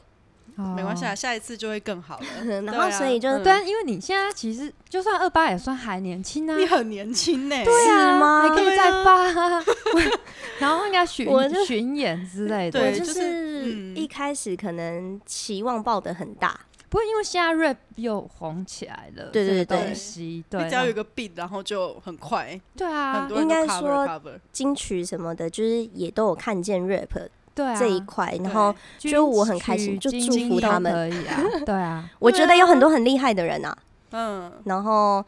Speaker 2: 哦
Speaker 1: 没关系啊，下一次就会更好了。
Speaker 3: 然
Speaker 1: 对
Speaker 3: 后
Speaker 1: 啊
Speaker 3: 所以就、
Speaker 1: 嗯
Speaker 2: 但因为你现在其实就算二八也算还年轻啊，
Speaker 1: 你很年轻呢，
Speaker 2: 对啊，
Speaker 3: 是吗
Speaker 2: 还可以再
Speaker 1: 对啊
Speaker 2: 发啊， 然后应该巡
Speaker 3: 我就
Speaker 2: 巡演之类的。
Speaker 3: 我
Speaker 1: 对
Speaker 3: 就
Speaker 1: 就是嗯
Speaker 3: 一开始可能期望抱的很大，
Speaker 2: 不过因为现在 rap 又红起来了，
Speaker 3: 对对
Speaker 2: 这个
Speaker 3: 对
Speaker 2: 东西
Speaker 1: 你
Speaker 3: 啊
Speaker 2: 对，
Speaker 1: 只要有一个 beat，然后就很快，
Speaker 2: 对
Speaker 1: 很
Speaker 2: 啊，
Speaker 1: 多人
Speaker 3: 应
Speaker 1: 都
Speaker 3: 该
Speaker 1: cover
Speaker 3: 说
Speaker 1: cover。
Speaker 3: 金曲什么的，就是也都有看见 rap
Speaker 2: 对啊，
Speaker 3: 这一块，然
Speaker 1: 对
Speaker 3: 后
Speaker 2: 军
Speaker 3: 就我很开心
Speaker 2: 区
Speaker 3: 就
Speaker 2: 精
Speaker 3: 祝
Speaker 2: 英
Speaker 3: 福他
Speaker 2: 都
Speaker 3: 们
Speaker 2: 可以啊，对啊，
Speaker 3: 我觉得有很多很厉害的人啊，
Speaker 1: 嗯，
Speaker 3: 然后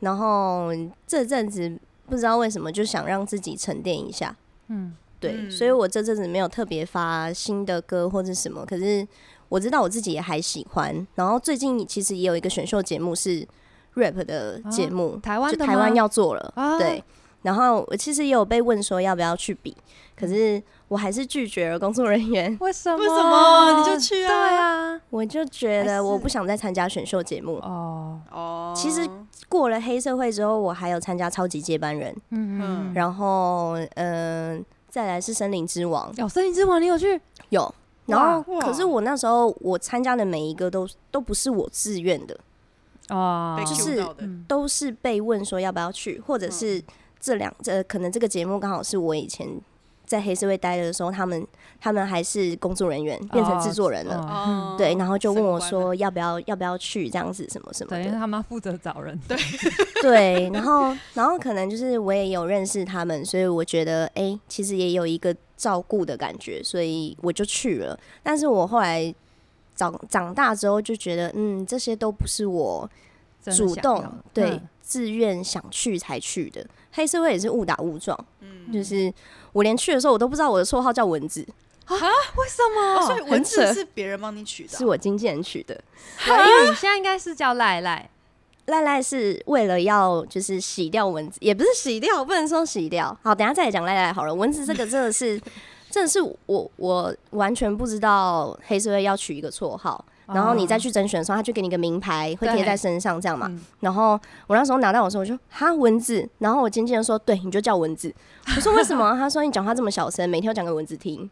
Speaker 3: 然后这阵子不知道为什么就想让自己沉淀一下。
Speaker 2: 嗯，
Speaker 3: 对，
Speaker 1: 嗯
Speaker 3: 所以我这阵子没有特别发新的歌或者什么，可是我知道我自己也还喜欢。然后最近其实也有一个选秀节目是 rap 的节目，
Speaker 2: 啊台湾
Speaker 3: 就
Speaker 2: 的
Speaker 3: 台湾
Speaker 2: 吗
Speaker 3: 要做了，
Speaker 2: 啊
Speaker 3: 对。然后我其实也有被问说要不要去比，
Speaker 2: 嗯
Speaker 3: 可是我还是拒绝了工作人员，
Speaker 2: 为什么？
Speaker 1: 为什么你就去啊
Speaker 2: 对啊，
Speaker 3: 我就觉
Speaker 2: 还是
Speaker 3: 得我不想再参加选秀节目。
Speaker 2: 哦，
Speaker 1: 哦，
Speaker 3: 其实过了黑社会之后，我还有参加超级接班人，
Speaker 2: 嗯嗯，
Speaker 3: 然后嗯、呃再来是森林之王，
Speaker 2: 有哦森林之王，你有去？
Speaker 3: 有。然后
Speaker 1: 哇，
Speaker 3: 可是我那时候我参加的每一个都都不是我自愿的，
Speaker 2: 哦
Speaker 1: 被
Speaker 3: 就
Speaker 1: cue
Speaker 3: 是
Speaker 1: 到的，
Speaker 2: 嗯
Speaker 3: 都是被问说要不要去，或
Speaker 1: 嗯
Speaker 3: 者是这两这可能这个节目刚好是我以前在黑社会待的时候，他们他们还是工作人员，变成制作人了，
Speaker 2: 嗯
Speaker 1: 哦
Speaker 3: 对，然后就问我
Speaker 1: 升官了
Speaker 3: 说要不要要不要去这样子什么什么
Speaker 2: 等于
Speaker 3: 的，
Speaker 2: 他们要负责找人，
Speaker 3: 对，然后然后可能就是我也有认识他们，所以我觉得哎、诶其实也有一个照顾的感觉，所以我就去了。但是我后来长长大之后就觉得，嗯，这些都不是我
Speaker 2: 真的
Speaker 3: 主
Speaker 2: 想
Speaker 3: 动
Speaker 2: 要
Speaker 3: 对、
Speaker 2: 嗯
Speaker 3: 自愿想去才去的。黑社会也是误打误撞，
Speaker 1: 嗯，
Speaker 3: 就是我连去的时候我都不知道我的绰号叫蚊子，
Speaker 2: 为什么？
Speaker 1: 哦所以文
Speaker 3: 哦很
Speaker 1: 字
Speaker 3: 扯
Speaker 1: 是别人帮你取的啊，
Speaker 3: 是我经纪人取的。
Speaker 2: 所以你现在应该是叫赖 赖，
Speaker 3: 赖赖是为了要就是洗掉蚊子，也不是洗掉，不能说洗掉。好，等一下再来讲赖赖好了。蚊子这个真 的是，真的是我我完全不知道黑社会要取一个绰号，
Speaker 2: 哦
Speaker 3: 然后你再去甄选的时候，他就给你一个名牌，会贴在身上这样嘛
Speaker 2: 嗯。
Speaker 3: 然后我那时候拿到的时候，我就哈蚊子，然后我经纪人说，对，你就叫蚊子。我说为什么？他说你讲话这么小声，每天都讲给蚊子听，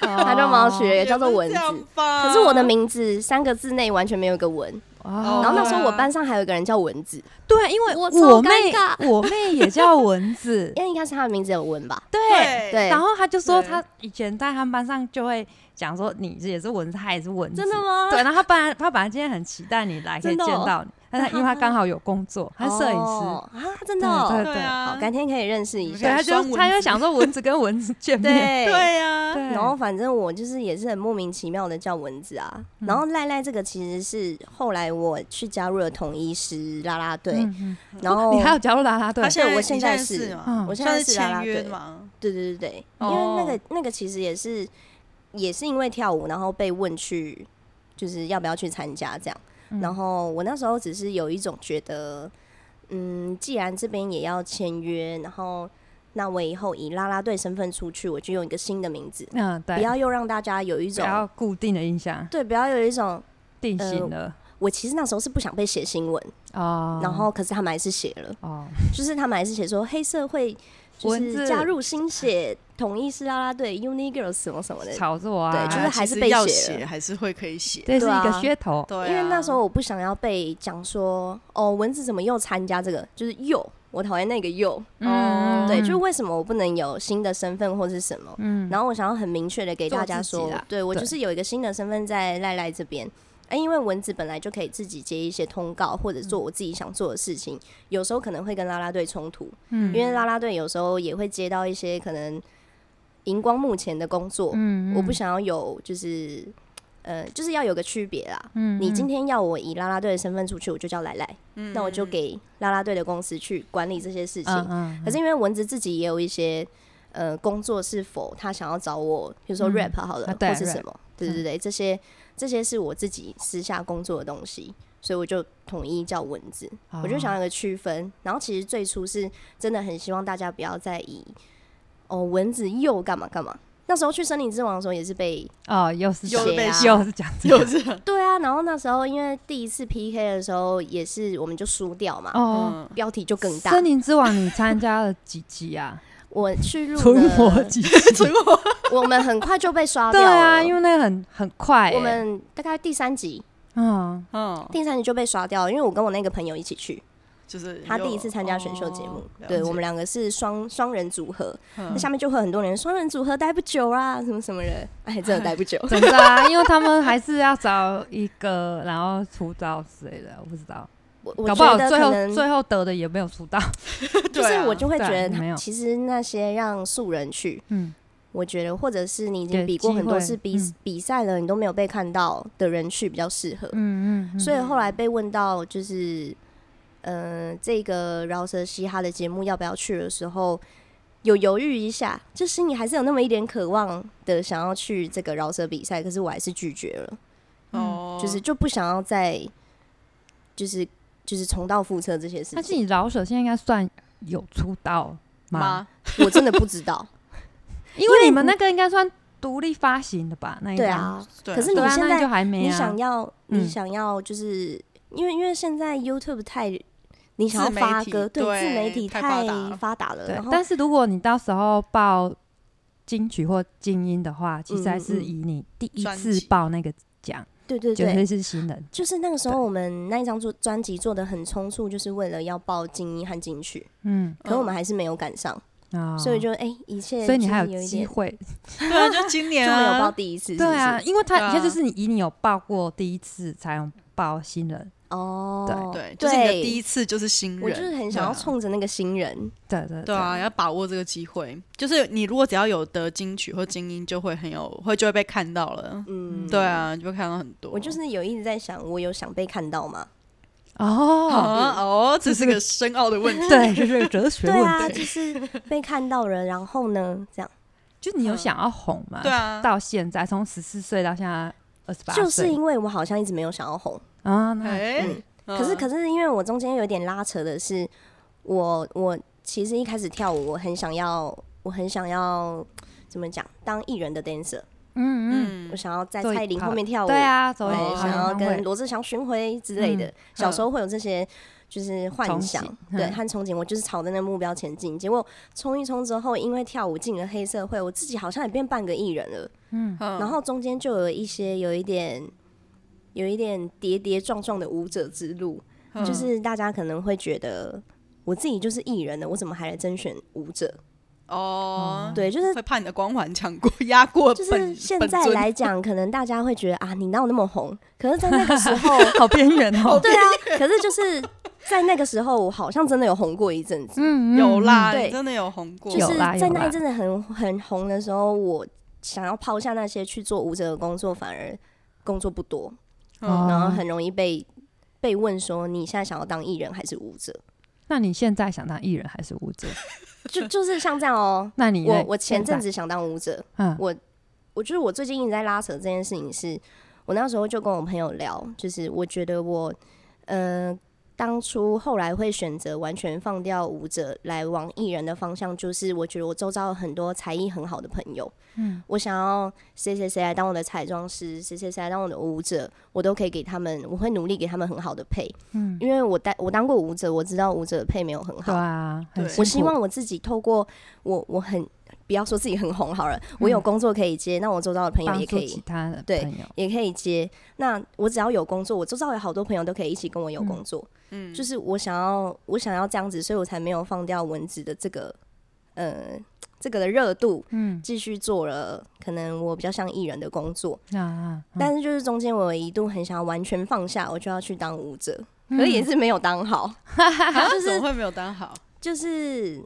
Speaker 3: 他
Speaker 2: 他
Speaker 3: 就帮我取了一
Speaker 1: 也
Speaker 3: 个叫做蚊子。可是我的名字三个字内完全没有一个蚊，
Speaker 2: 哦
Speaker 1: 哦
Speaker 3: 然后那时候我班上还有一个人叫蚊子。
Speaker 2: 对，因为
Speaker 3: 我超
Speaker 2: 我
Speaker 3: 尴
Speaker 2: 妹
Speaker 3: 尬
Speaker 2: 我妹也叫蚊 子，
Speaker 3: 因为应该是他的名字有文吧？
Speaker 2: 对。
Speaker 1: 对
Speaker 3: 对
Speaker 2: 然后她就说，
Speaker 1: 对
Speaker 2: 她以前在他们班上就会讲说，你也是蚊子，她也是蚊子，
Speaker 3: 吗
Speaker 2: 哦对，然后他本来他本来今天很期待你来，可以
Speaker 3: 真的
Speaker 2: 见
Speaker 3: 哦
Speaker 2: 到你，但是因为他刚好有工作，他是摄影师，
Speaker 3: 哦、啊，真的、哦
Speaker 2: 对
Speaker 1: 对啊，
Speaker 3: 好，改天可以认识一
Speaker 2: 所以
Speaker 3: 下。
Speaker 2: 他
Speaker 1: 双蚊
Speaker 2: 就
Speaker 1: 子
Speaker 2: 他就想说蚊子跟蚊子见面，
Speaker 3: 对。
Speaker 1: 对啊，
Speaker 2: 对，
Speaker 3: 然后反正我就是也是很莫名其妙的叫蚊子啊，
Speaker 2: 嗯
Speaker 3: 然后赖赖这个其实是后来我去加入了统一师啦啦队，
Speaker 2: 嗯，嗯
Speaker 3: 然 后
Speaker 2: 你还有加入啦啦队
Speaker 1: 他，
Speaker 3: 对
Speaker 1: 你
Speaker 3: 我
Speaker 1: 现
Speaker 3: 现在
Speaker 1: 在
Speaker 3: 是
Speaker 1: 嘛，
Speaker 2: 嗯
Speaker 3: 哦我现
Speaker 1: 算
Speaker 3: 在
Speaker 1: 是
Speaker 3: 是啦啦
Speaker 1: 签约
Speaker 3: 队，
Speaker 1: 嘛，
Speaker 3: 对对对对，
Speaker 1: 哦
Speaker 3: 因为那个那个其实也是也是因为跳舞，然后被问去就是要不要去参加这样，
Speaker 2: 嗯
Speaker 3: 然后我那时候只是有一种觉得，嗯，既然这边也要签约，然后那我以后以啦啦队身份出去，我就用一个新的名字，
Speaker 2: 嗯，对，
Speaker 3: 不要又让大家有一
Speaker 2: 不
Speaker 3: 种
Speaker 2: 要固定的印象，
Speaker 3: 对，不要有一种
Speaker 2: 定
Speaker 3: 呃
Speaker 2: 型的
Speaker 3: 我其实那时候是不想被写新闻，
Speaker 2: 哦。
Speaker 3: 然后可是他们还是写了，
Speaker 2: 哦，
Speaker 3: 就是他们还是写说黑 社会就
Speaker 2: 文字
Speaker 3: 是加入新血统一是啦啦队 Uni Girls 什么什么的，
Speaker 2: 炒作啊，
Speaker 3: 对就是
Speaker 1: 啊
Speaker 3: 还
Speaker 1: 其
Speaker 3: 是
Speaker 1: 实
Speaker 3: 被
Speaker 1: 要
Speaker 3: 写了
Speaker 1: 写，还是会可以写。
Speaker 2: 这是一
Speaker 3: 对啊
Speaker 2: 个噱头，
Speaker 1: 对啊、
Speaker 3: 因为那时候我不想要被讲说哦蚊子怎么又参加这个，就是又我讨厌那个又，
Speaker 2: 嗯，
Speaker 3: 对，就是为什么我不能有新的身份或是什么？
Speaker 2: 嗯，
Speaker 3: 然后我想要很明确的给大家
Speaker 2: 做
Speaker 3: 说
Speaker 2: 自己啦，
Speaker 3: 对我
Speaker 2: 对
Speaker 3: 就是有一个新的身份在赖赖这边。啊，因为蚊子本来就可以自己接一些通告，或者做我自己想做的事情，有时候可能会跟啦啦队冲突，
Speaker 2: 嗯
Speaker 3: 因为啦啦队有时候也会接到一些可能荧光幕前的工作，
Speaker 2: 嗯
Speaker 3: 我不想要有就是呃，就是要有个区别啦。
Speaker 2: 嗯
Speaker 3: 你今天要我以啦啦队的身份出去，我就叫赖赖，
Speaker 1: 嗯
Speaker 3: 那我 就给啦啦队的公司去管理这些事情。
Speaker 2: 嗯嗯，
Speaker 3: 可是因为蚊子自己也有一些呃工作，是否他想要找我，比如说
Speaker 2: 嗯
Speaker 3: rap 好了，
Speaker 2: 啊对啊
Speaker 3: 或是什么？对对对，这些这些是我自己私下工作的东西，所以我就统一叫蚊子。
Speaker 2: 哦
Speaker 3: 我就想有个区分。然后其实最初是真的很希望大家不要再以哦蚊子又干嘛干嘛。那时候去森林之王的时候也是被
Speaker 2: 哦，又是
Speaker 1: 又
Speaker 2: 讲
Speaker 1: 被
Speaker 3: 写啊
Speaker 2: 又是讲这
Speaker 1: 有
Speaker 2: 个
Speaker 1: 这
Speaker 3: 对啊，然后那时候因为第一次 PK 的时候也是我们就输掉嘛，
Speaker 2: 哦，
Speaker 1: 嗯，
Speaker 3: 标题就更大。
Speaker 2: 森林之王你参加了几集啊？
Speaker 3: 我去录
Speaker 2: 存活
Speaker 3: 了，
Speaker 2: 几 集？
Speaker 1: 存活
Speaker 3: 我们很快就被刷掉
Speaker 2: 对
Speaker 3: 了。
Speaker 2: 啊，因为那个很很快欸，
Speaker 3: 我们大概第三集，
Speaker 2: 嗯
Speaker 1: 嗯，
Speaker 3: 第三集就被刷掉了，因为我跟我那个朋友一起去，
Speaker 1: 就是
Speaker 3: 他
Speaker 1: 有
Speaker 3: 第一次参加选秀节目，
Speaker 1: 哦
Speaker 3: 对
Speaker 1: 了解
Speaker 3: 我们两个是双双人组合，
Speaker 1: 嗯
Speaker 3: 那、下面就会很多人嗯双人组合待不久啊，什么什
Speaker 2: 。
Speaker 3: 么人，哎，真的待不久
Speaker 2: 真的啊，因为他们还是要找一个，然后出道之类的，我不知道，
Speaker 3: 我我
Speaker 2: 搞不好
Speaker 3: 觉得
Speaker 2: 最
Speaker 3: 可
Speaker 2: 后
Speaker 3: 能
Speaker 2: 最后得的也没有出道。
Speaker 1: 对
Speaker 3: 就是
Speaker 1: 啊
Speaker 3: 我就会觉
Speaker 2: 对啊没有
Speaker 3: 得，其实那些让素人去，
Speaker 2: 嗯，
Speaker 3: 我觉得或者是你已
Speaker 2: 给
Speaker 3: 经比过很多
Speaker 2: 机会
Speaker 3: 次比
Speaker 2: 嗯
Speaker 3: 比赛了，你都没有被看到的人去比较适合。
Speaker 2: 嗯嗯，
Speaker 3: 所以后来被问到就是，呃，这个饶舌嘻哈的节目要不要去的时候，有犹豫一下，就心里还是有那么一点渴望的想要去这个饶舌比赛，可是我还是拒绝了，
Speaker 1: 哦，
Speaker 3: 嗯就是就不想要再，就是就是重蹈覆辙这些事
Speaker 2: 但是
Speaker 3: 情，
Speaker 2: 你老舍现在应该算有出道吗？
Speaker 1: 妈，
Speaker 3: 我真的不知 道。
Speaker 2: 因为你们那个应该算独立发行的吧？那应该
Speaker 3: 对，啊，
Speaker 1: 对啊，
Speaker 3: 可是
Speaker 2: 对
Speaker 3: 你
Speaker 2: 啊，
Speaker 3: 现
Speaker 2: 那
Speaker 3: 在
Speaker 2: 就还没
Speaker 3: 你
Speaker 2: 啊
Speaker 3: 想。要你
Speaker 2: 嗯
Speaker 3: 想要就是因为因为现在 YouTube 太。你想
Speaker 1: 自
Speaker 3: 要
Speaker 1: 媒
Speaker 3: 发
Speaker 1: 体
Speaker 3: 歌，对
Speaker 1: 对
Speaker 3: 自媒体
Speaker 1: 太
Speaker 3: 太
Speaker 1: 发达了
Speaker 3: 发达了，
Speaker 2: 对
Speaker 3: 然，后
Speaker 2: 但是如果你到时候报金曲或金音的话，其
Speaker 3: 嗯
Speaker 2: 实还是以你第一
Speaker 1: 专
Speaker 2: 次
Speaker 1: 辑
Speaker 2: 报那个奖，
Speaker 3: 对对
Speaker 2: 绝
Speaker 3: 对，
Speaker 2: 对是新人。
Speaker 3: 就是那个时
Speaker 2: 对
Speaker 3: 候，我们那一张做专辑做的很匆促，就是为了要报金一和金曲，
Speaker 2: 嗯
Speaker 3: 可我们还是没有赶上，
Speaker 2: 啊，
Speaker 3: 所以就哎、一切
Speaker 2: 所以你
Speaker 3: 就是
Speaker 2: 还
Speaker 3: 有一
Speaker 2: 机
Speaker 3: 点
Speaker 2: 会，
Speaker 1: 对啊，就 今
Speaker 3: 就
Speaker 1: 年
Speaker 3: 没有
Speaker 1: 啊
Speaker 3: 报第一次是不
Speaker 2: 对
Speaker 3: 是，
Speaker 2: 啊，因为
Speaker 1: 对
Speaker 2: 他
Speaker 1: 啊
Speaker 2: 现在就是你以你有报过第一次才能报新人，
Speaker 3: 哦，
Speaker 1: 对，就是你的第一次就是新人，啊
Speaker 3: 我就是很想要冲着那个新人，
Speaker 2: 对对
Speaker 1: 对啊，要把握这个机会。就是你如果只要有得金曲或精英，就会很有，会就会被看到了。
Speaker 3: 嗯，
Speaker 1: 对，啊，你就会看到很多。
Speaker 3: 我就是有一直在想，我有想被看到吗？
Speaker 2: 哦，
Speaker 1: 啊哦，这是个深奥的问题。
Speaker 2: 对，就是哲学
Speaker 3: 对啊，
Speaker 2: 问
Speaker 3: 就
Speaker 2: 题，
Speaker 3: 是被看到了，然后呢，这样
Speaker 2: 就你有
Speaker 3: 嗯
Speaker 2: 想要红吗？
Speaker 1: 对， 啊，
Speaker 2: 到现在从十四岁到现在二十八岁，
Speaker 3: 就是因为我好像一直没有想要红，
Speaker 2: 啊，那
Speaker 1: 哎，
Speaker 3: 嗯可是可
Speaker 1: 是
Speaker 3: 是因为我中间有点拉扯的是，我我其实一开始跳舞，我很想要，我很想要怎么讲，当艺人的 dancer，、
Speaker 2: 嗯嗯，
Speaker 1: 嗯
Speaker 3: 我，想要在
Speaker 2: 做一
Speaker 3: 蔡依林
Speaker 2: 套
Speaker 3: 后面跳舞，
Speaker 2: 对，啊，走
Speaker 3: 对，
Speaker 1: 哦
Speaker 3: 想
Speaker 2: 演
Speaker 3: 要
Speaker 2: 唱
Speaker 3: 跟
Speaker 2: 会
Speaker 3: 罗志祥巡回之类的。
Speaker 2: 嗯
Speaker 3: 小时候会有这些就是幻想
Speaker 2: 憧憬，
Speaker 3: 对
Speaker 2: 嗯
Speaker 3: 和憧憬，我就是朝着那个目标前进。结果冲一冲之后，因为跳舞进了黑社会，我自己好像也变半个艺人了。
Speaker 2: 嗯
Speaker 1: 然
Speaker 3: 然后中间就有一些有一点。有一点跌跌撞撞的舞者之路，就是大家可能会觉得我自己就是艺人了，我怎么还来甄选舞者？
Speaker 1: 哦，
Speaker 3: 对，就是
Speaker 1: 会怕你的光环抢过、压 过
Speaker 3: 就
Speaker 1: 本
Speaker 3: 是现
Speaker 1: 本
Speaker 3: 在
Speaker 1: 尊
Speaker 3: 来讲，可能大家会觉得啊，你哪有那么红？可是，在那个时候，
Speaker 2: 好边缘 哦，
Speaker 3: 对啊，可是就是在那个时候，我好像真的有红过一阵子，
Speaker 2: 嗯
Speaker 1: 有啦，
Speaker 3: 对
Speaker 1: 你真的有红过，
Speaker 3: 就是
Speaker 2: 有啦
Speaker 3: 在
Speaker 2: 有啦
Speaker 3: 那一阵子很很红的时候，我想要抛下那些去做舞者的工作，反而工作不多，
Speaker 2: 哦
Speaker 1: 嗯
Speaker 3: 然后很容易被被问说你现在想要当艺人还是舞者？
Speaker 2: 那你现在想当艺人还是舞者？
Speaker 3: 就就是像这样哦、
Speaker 2: 那 你
Speaker 3: 我
Speaker 2: 嘞
Speaker 3: 我前阵
Speaker 2: 现
Speaker 3: 子想当舞者，
Speaker 2: 在嗯
Speaker 3: 我觉得我最近一直在拉扯这件事情是，我那时候就跟我朋友聊，就是我觉得我，呃，当初后来会选择完全放掉舞者，来往艺人的方向，就是我觉得我周遭有很多才艺很好的朋友，嗯，我想要谁谁谁来当我的彩妆师，谁谁谁来当我的舞者，我都可以给他们，我会努力给他们很好的配，嗯，因为我当我当过舞者，我知道舞者的配没有很
Speaker 2: 对
Speaker 3: 好，
Speaker 2: 啊，很
Speaker 1: 对
Speaker 2: 辛苦
Speaker 3: 我希望我自己透过我我很不要说自己很红好了，我有工作可以接，那我周遭的朋
Speaker 2: 嗯
Speaker 3: 友
Speaker 2: 帮
Speaker 3: 也
Speaker 2: 助
Speaker 3: 可以
Speaker 2: 其他的
Speaker 3: 对
Speaker 2: 朋友，
Speaker 3: 也可以接。那我只要有工作，我周遭有好多朋友都可以一起跟我有工作。
Speaker 1: 嗯，
Speaker 3: 就是我想要，我想要这样子，所以我才没有放掉文字的这个，呃，这个的热度，
Speaker 2: 嗯
Speaker 3: 继续做了。可能我比较像艺人的工作，
Speaker 2: 啊啊，嗯
Speaker 3: 但是就是中间我有一度很想要完全放下，我就要去当舞者，
Speaker 2: 嗯
Speaker 3: 可是也是没有 当好，
Speaker 1: 啊
Speaker 3: 就是
Speaker 1: 怎么会没有当好？
Speaker 3: 就是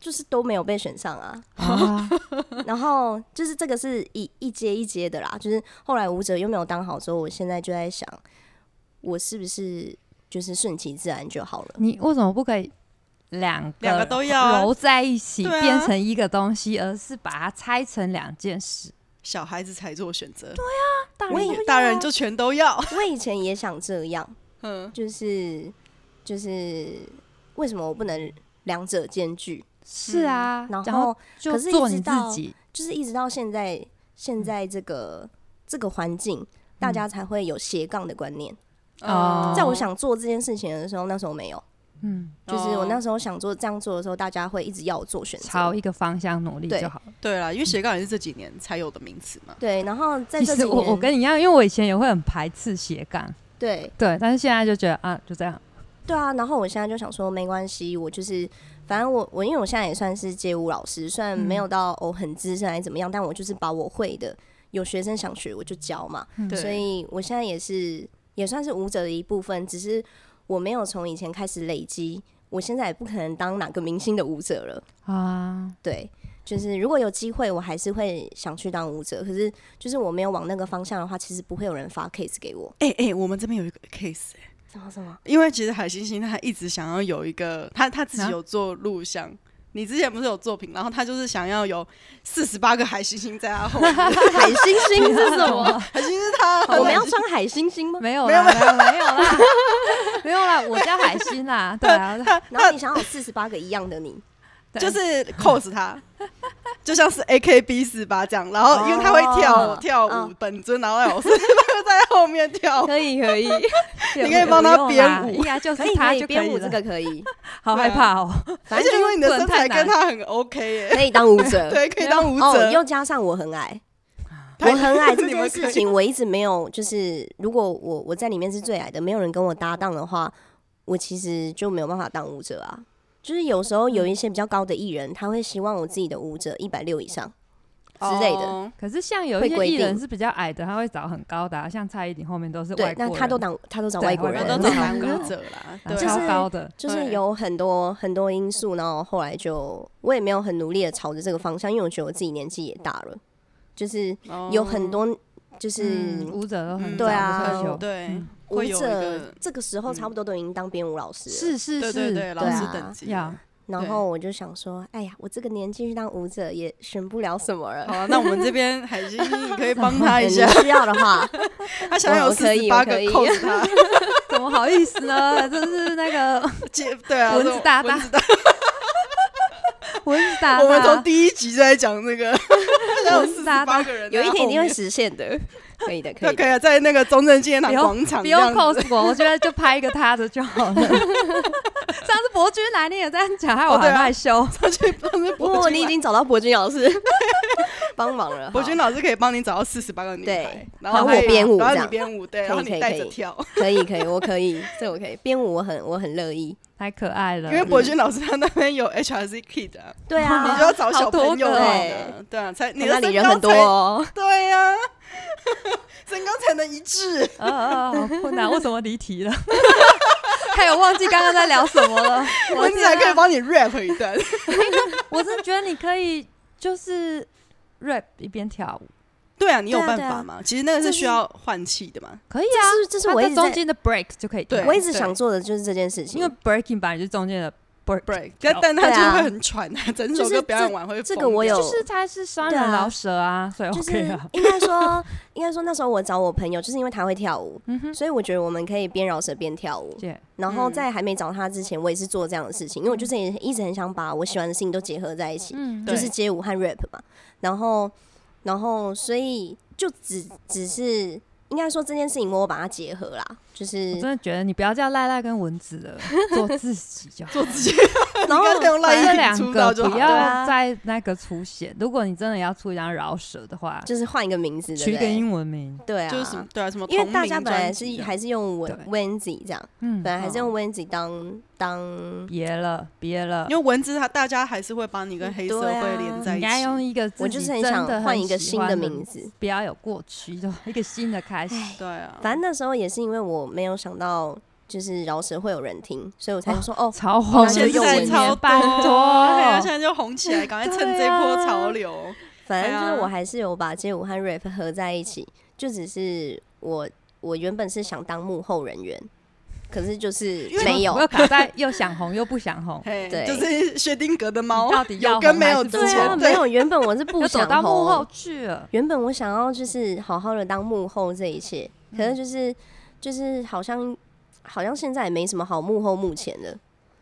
Speaker 3: 就是都没有被选上啊。
Speaker 2: 啊，
Speaker 3: 然后就是这个是一一阶一阶的啦，就是后来舞者又没有当好之后，我现在就在想，我是不是就是顺其自然就好了？
Speaker 2: 你为什么不可以两个
Speaker 3: 呃
Speaker 1: 两个都要啊
Speaker 2: 揉在一起
Speaker 1: 对啊
Speaker 2: 变成一个东西，而是把它拆成两件事？
Speaker 1: 小孩子才做选择，
Speaker 2: 大
Speaker 3: 我
Speaker 2: 人
Speaker 3: 也
Speaker 2: 就
Speaker 1: 大人就全都 要。
Speaker 3: 我以前也想这样，
Speaker 1: 嗯，
Speaker 3: 就是就是为什么我不能两者兼具？
Speaker 2: 是啊，
Speaker 3: 嗯然
Speaker 2: 然
Speaker 3: 后
Speaker 2: 就
Speaker 3: 可是一
Speaker 2: 做
Speaker 3: 直
Speaker 2: 你自
Speaker 3: 到
Speaker 2: 己，
Speaker 3: 就是一直到现在，现在这个这个环境，大家才会有斜杠的观念。
Speaker 2: 嗯
Speaker 1: 嗯
Speaker 2: 哦
Speaker 3: 在我想做这件事情的时候，那时候没有。
Speaker 2: 嗯，
Speaker 3: 就是我那
Speaker 1: 时
Speaker 3: 时候想做这样做的时候，大家会一直要我做选择，
Speaker 2: 朝一个方向努力
Speaker 3: 对
Speaker 2: 就好了。
Speaker 1: 对啦，因为斜杠也是这几年才有的名词嘛。
Speaker 3: 对，然后在
Speaker 2: 其
Speaker 3: 这几
Speaker 2: 实我
Speaker 3: 年，
Speaker 2: 我跟你一样，因为我以前也会很排斥斜杠，
Speaker 3: 对
Speaker 2: 对，但是现在就觉得啊，就这样，
Speaker 3: 对啊，然后我现在就想说，没关系，我就是反正我我因为我现在也算是街舞老师，虽然没有到哦很资深还是怎么样，但我就是把我会的，有学生想学我就教嘛，
Speaker 1: 对，
Speaker 3: 嗯所以我现在也是也算是舞者的一部分，只是我没有从以前开始累积，我现在也不可能当哪个明星的舞者了，
Speaker 2: 啊，
Speaker 3: 对。就是如果有机会，我还是会想去当舞者。可是，就是我没有往那个方向的话，其实不会有人发 case 给我。
Speaker 1: 哎哎、我们这边有一个 case，、欸、
Speaker 3: 什么什么？
Speaker 1: 因为其实海星星他一直想要有一个，他他自己
Speaker 2: 啊
Speaker 1: 有做录像。你之前不是有作品，然后他就是想要有四十八个海星星在他后面，
Speaker 3: 海星星是什 么？
Speaker 1: 海星是他，
Speaker 3: 我们要穿海星星吗？
Speaker 2: 没有啦，没有没有啦， 没有啦，我叫海星啦，对啊，
Speaker 3: 然后你想要有四十八个一样 的你，
Speaker 2: 对
Speaker 1: 就是 cos 他，就像是 A K B 四八这样，然后因为他会跳舞、
Speaker 3: 哦
Speaker 1: 跳舞、
Speaker 3: 嗯
Speaker 1: 本尊，然后有四十八个在后面跳舞，
Speaker 3: 可以可以
Speaker 2: 对
Speaker 1: 你可以
Speaker 2: 我
Speaker 1: 帮他
Speaker 2: 不用
Speaker 1: 编
Speaker 2: 啦
Speaker 1: 舞
Speaker 2: 哎呀，就
Speaker 3: 可
Speaker 2: 是
Speaker 3: 以
Speaker 2: 他
Speaker 3: 可
Speaker 2: 就
Speaker 3: 以
Speaker 2: 可
Speaker 3: 编舞
Speaker 2: 以
Speaker 3: 这
Speaker 2: 了，
Speaker 3: 个可以，
Speaker 2: 好害怕哦，
Speaker 1: 而
Speaker 3: 反
Speaker 1: 且
Speaker 3: 正
Speaker 1: 因为你的
Speaker 2: 不能
Speaker 1: 身材
Speaker 2: 太难
Speaker 1: 跟他很 OK 耶、
Speaker 3: 可以当舞者。
Speaker 1: 对，可以当舞者。
Speaker 3: 呃哦，又加上我 很矮，我
Speaker 1: 太
Speaker 3: 很矮这
Speaker 1: 你
Speaker 3: 件
Speaker 1: 们可以
Speaker 3: 事情，我一直没有就是，如果我我在里面是最矮的，没有人跟我搭档的话，我其实就没有办法当舞者啊。就是有时候有一些比较高的艺人，他会希望我自己的舞者一百六以上之类的。
Speaker 1: 哦
Speaker 2: 可是像有一
Speaker 3: 会规
Speaker 2: 些艺人
Speaker 3: 定
Speaker 2: 是比较矮的，他会找很高的啊、像蔡依林后面都是
Speaker 3: 对
Speaker 2: 外，国
Speaker 3: 那
Speaker 2: 人，
Speaker 3: 他都当他都找
Speaker 2: 对
Speaker 3: 外国
Speaker 2: 外
Speaker 1: 然
Speaker 3: 人
Speaker 2: 国
Speaker 1: 后，
Speaker 2: 人
Speaker 1: 都找南歌者啦，
Speaker 2: 啊
Speaker 1: 对
Speaker 3: 就
Speaker 1: 啊，
Speaker 2: 超
Speaker 3: 是
Speaker 2: 高的，
Speaker 3: 就是
Speaker 1: 对
Speaker 3: 有很多很多因素，然后后来就我也没有很努力的朝着这个方向，因为我觉得我自己年纪也大了，就是
Speaker 1: 哦
Speaker 3: 有很多就是
Speaker 2: 嗯，舞者都
Speaker 1: 嗯
Speaker 2: 很早
Speaker 3: 对啊
Speaker 2: 就退休，
Speaker 1: 对，
Speaker 2: 嗯
Speaker 3: 舞
Speaker 1: 会有一
Speaker 3: 者
Speaker 1: 个嗯
Speaker 3: 这个时候差不多都已经当编舞老师了。
Speaker 2: 是是
Speaker 1: 对
Speaker 2: 是，
Speaker 1: 对对，老师
Speaker 3: 啊
Speaker 1: 等级
Speaker 2: 呀
Speaker 1: 的。
Speaker 3: 然后我就想说，哎呀，我这个年纪去当舞者也选不了什么
Speaker 1: 好
Speaker 3: 了。
Speaker 1: 啊，那我们这边海星你可以帮他
Speaker 3: 你
Speaker 1: 一 下，
Speaker 3: 需要 的话，
Speaker 1: 他想要有
Speaker 3: 我可
Speaker 1: 四
Speaker 3: 以
Speaker 1: 十
Speaker 3: 我
Speaker 1: 八
Speaker 3: 可
Speaker 1: 个
Speaker 3: 以
Speaker 1: cos 他，
Speaker 2: 怎么好意思呢？这是那个
Speaker 1: 接对啊，
Speaker 2: 蚊子
Speaker 1: 这种
Speaker 2: 大大
Speaker 1: 蚊子大，
Speaker 2: 蚊子 大
Speaker 1: 我们从
Speaker 2: 大，
Speaker 1: 第一集就在讲那 个，他想有
Speaker 2: 蚊
Speaker 1: 四
Speaker 2: 子
Speaker 1: 十
Speaker 2: 大大
Speaker 1: 八个人在
Speaker 3: 有
Speaker 1: 后面，
Speaker 3: 一天一定会实现的。可以的，可
Speaker 1: 对，
Speaker 3: 以
Speaker 1: 可
Speaker 3: 的。
Speaker 1: 以啊，在那个中正纪念堂
Speaker 2: 不用
Speaker 1: 广场
Speaker 2: 不
Speaker 1: 这
Speaker 2: 用
Speaker 1: 样子，
Speaker 2: cos 我，我觉得就拍一个他的 就好了。上次博君来你也这样讲，害我
Speaker 1: 哦对
Speaker 2: 很
Speaker 1: 啊
Speaker 2: 害羞。
Speaker 1: 上去帮着
Speaker 3: 不过
Speaker 1: 博
Speaker 3: 你
Speaker 1: 君
Speaker 3: 已
Speaker 1: 来。
Speaker 3: 经找到博君老师 帮忙了。
Speaker 1: 博君
Speaker 3: 好
Speaker 1: 老师可以帮你找到四十八个女孩
Speaker 3: 对，
Speaker 1: 然后
Speaker 3: 然后
Speaker 1: 可以
Speaker 3: 我编舞
Speaker 1: 然后
Speaker 3: 这样
Speaker 1: 你编舞，对，
Speaker 3: 可以
Speaker 1: 然后
Speaker 3: 可以
Speaker 1: 你带
Speaker 3: 可
Speaker 1: 着
Speaker 3: 以
Speaker 1: 跳。
Speaker 3: 可以，可以，我可以，这我可以。编舞我很我很乐意。
Speaker 2: 太可爱了
Speaker 1: 因。为博君老师他那边有 HRC kid 啊，
Speaker 3: 对啊，
Speaker 1: 你 就要找小朋友
Speaker 2: 好多个
Speaker 1: 的，对啊，才你
Speaker 3: 那
Speaker 1: 的身
Speaker 3: 里人
Speaker 1: 高
Speaker 3: 很多、
Speaker 1: 才
Speaker 3: 哦，
Speaker 1: 对呀， 身高才能一致。
Speaker 2: 呃呃，好困难，为什么离题了？ 还有忘记刚刚在聊什 么了。我啊
Speaker 1: 蚊子还可以帮你 rap 一段，
Speaker 2: 我真的觉得你可以就是 rap 一边跳舞，
Speaker 1: 对啊，你有
Speaker 3: 对啊
Speaker 1: 办
Speaker 3: 对啊
Speaker 1: 法吗？其实那个
Speaker 3: 这
Speaker 1: 是
Speaker 3: 是
Speaker 1: 需要换气的嘛，
Speaker 2: 可以啊。
Speaker 3: 这是这是我
Speaker 2: 它在
Speaker 3: 一直
Speaker 2: 中
Speaker 3: 在
Speaker 2: 间的 break 就可以跳
Speaker 1: 对
Speaker 3: 我一直
Speaker 1: 对
Speaker 3: 想做的就是这件事情，
Speaker 2: 因为 breaking 本来就是中间的 break，
Speaker 1: break，但但他
Speaker 3: 对
Speaker 1: 就
Speaker 3: 啊
Speaker 1: 会很喘啊，整首
Speaker 3: 就是
Speaker 1: 歌表演
Speaker 3: 这
Speaker 1: 完会
Speaker 3: 这个
Speaker 1: 疯
Speaker 3: 我
Speaker 1: 掉
Speaker 3: 有
Speaker 2: 就是他是双
Speaker 3: 对
Speaker 2: 人
Speaker 3: 啊
Speaker 2: 饶舌啊，所以
Speaker 3: 就是
Speaker 2: OK 啊，
Speaker 3: 应该说，应该说那时候我找我朋友，就是因为他会跳舞，所以我觉得我们可以边饶舌边跳舞。
Speaker 2: 嗯姐，
Speaker 3: 然
Speaker 1: 嗯
Speaker 3: 后在还没找他之前，我也是做这样的事情，因为我就是也一直很想把我喜欢的事情都结合在一起，
Speaker 2: 嗯，
Speaker 1: 对
Speaker 3: 就是街舞和 rap 嘛。然后，然后所以就只只是应该说这件事情，我把它结合啦，就是
Speaker 2: 我真的觉得你不要叫赖赖跟蚊子了，做自己 就好。
Speaker 1: 做自己，
Speaker 3: 然后
Speaker 1: 应该是用
Speaker 2: 把这
Speaker 1: 赖
Speaker 2: 两
Speaker 1: 一出道
Speaker 2: 个
Speaker 1: 就好
Speaker 2: 不
Speaker 1: 了
Speaker 3: 对啊
Speaker 2: 要在那个出现。如果你真的要出一张饶舌的话，
Speaker 3: 就是换一个名字，对
Speaker 2: 取一
Speaker 3: 不
Speaker 2: 个
Speaker 3: 对？
Speaker 2: 英文名。
Speaker 3: 对啊，
Speaker 1: 就是什么对啊什
Speaker 2: 哦
Speaker 1: 么同
Speaker 3: 因
Speaker 1: 名专辑的，
Speaker 3: 为大家本来是还是用文
Speaker 2: 啊对
Speaker 3: Wendy 这样，
Speaker 2: 嗯
Speaker 3: 本来还是用
Speaker 2: 哦
Speaker 3: Wendy 当当，
Speaker 2: 别了，别了，
Speaker 1: 因为文字它大家还是会把你跟黑社
Speaker 3: 对啊
Speaker 1: 会连
Speaker 2: 你
Speaker 1: 在一起，
Speaker 2: 应该用一个自
Speaker 3: 我
Speaker 2: 己
Speaker 3: 就是很
Speaker 2: 真
Speaker 3: 想
Speaker 2: 的
Speaker 3: 换一个
Speaker 2: 喜
Speaker 3: 新
Speaker 2: 欢
Speaker 3: 的
Speaker 2: 的
Speaker 3: 名，字。
Speaker 2: 不要有过去，就一个新的开始。
Speaker 1: 对
Speaker 2: 哦
Speaker 1: 啊，
Speaker 3: 反正那时候也是因为我没有想到，就是饶舌会有人听，所以我才说哦，
Speaker 2: 超红，
Speaker 3: 现在
Speaker 1: 超多
Speaker 2: 拜
Speaker 1: 对 啊，现在
Speaker 2: 托，
Speaker 1: 就红起来，赶快趁
Speaker 2: 对
Speaker 1: 这一波
Speaker 2: 啊
Speaker 1: 潮流。
Speaker 3: 反正就
Speaker 1: 哎
Speaker 3: 是
Speaker 1: 呀
Speaker 3: 我还是有把街舞和 rap 合在一起，就只是我我原本是想当幕后人员，可是就是
Speaker 1: 因为，
Speaker 3: 没
Speaker 2: 我
Speaker 3: 有
Speaker 2: 又。卡在又想红又不想红
Speaker 1: 嘿，
Speaker 3: 对
Speaker 1: 就是薛定谔的猫
Speaker 2: 你，到底
Speaker 1: 有
Speaker 2: 要
Speaker 1: 跟
Speaker 2: 红
Speaker 1: 没
Speaker 2: 还
Speaker 1: 有
Speaker 2: 是
Speaker 1: 之
Speaker 2: 不
Speaker 3: 对
Speaker 1: 前
Speaker 3: 啊，
Speaker 2: 红
Speaker 1: 对
Speaker 3: 没有，原本 我是
Speaker 2: 又
Speaker 3: 不
Speaker 2: 走
Speaker 3: 想
Speaker 2: 到幕
Speaker 3: 红
Speaker 2: 后去了。
Speaker 3: 原本我想要
Speaker 1: 嗯
Speaker 3: 就是好好的当幕后这一切，可是就是就是好像好像现在也没什么好幕后幕前的，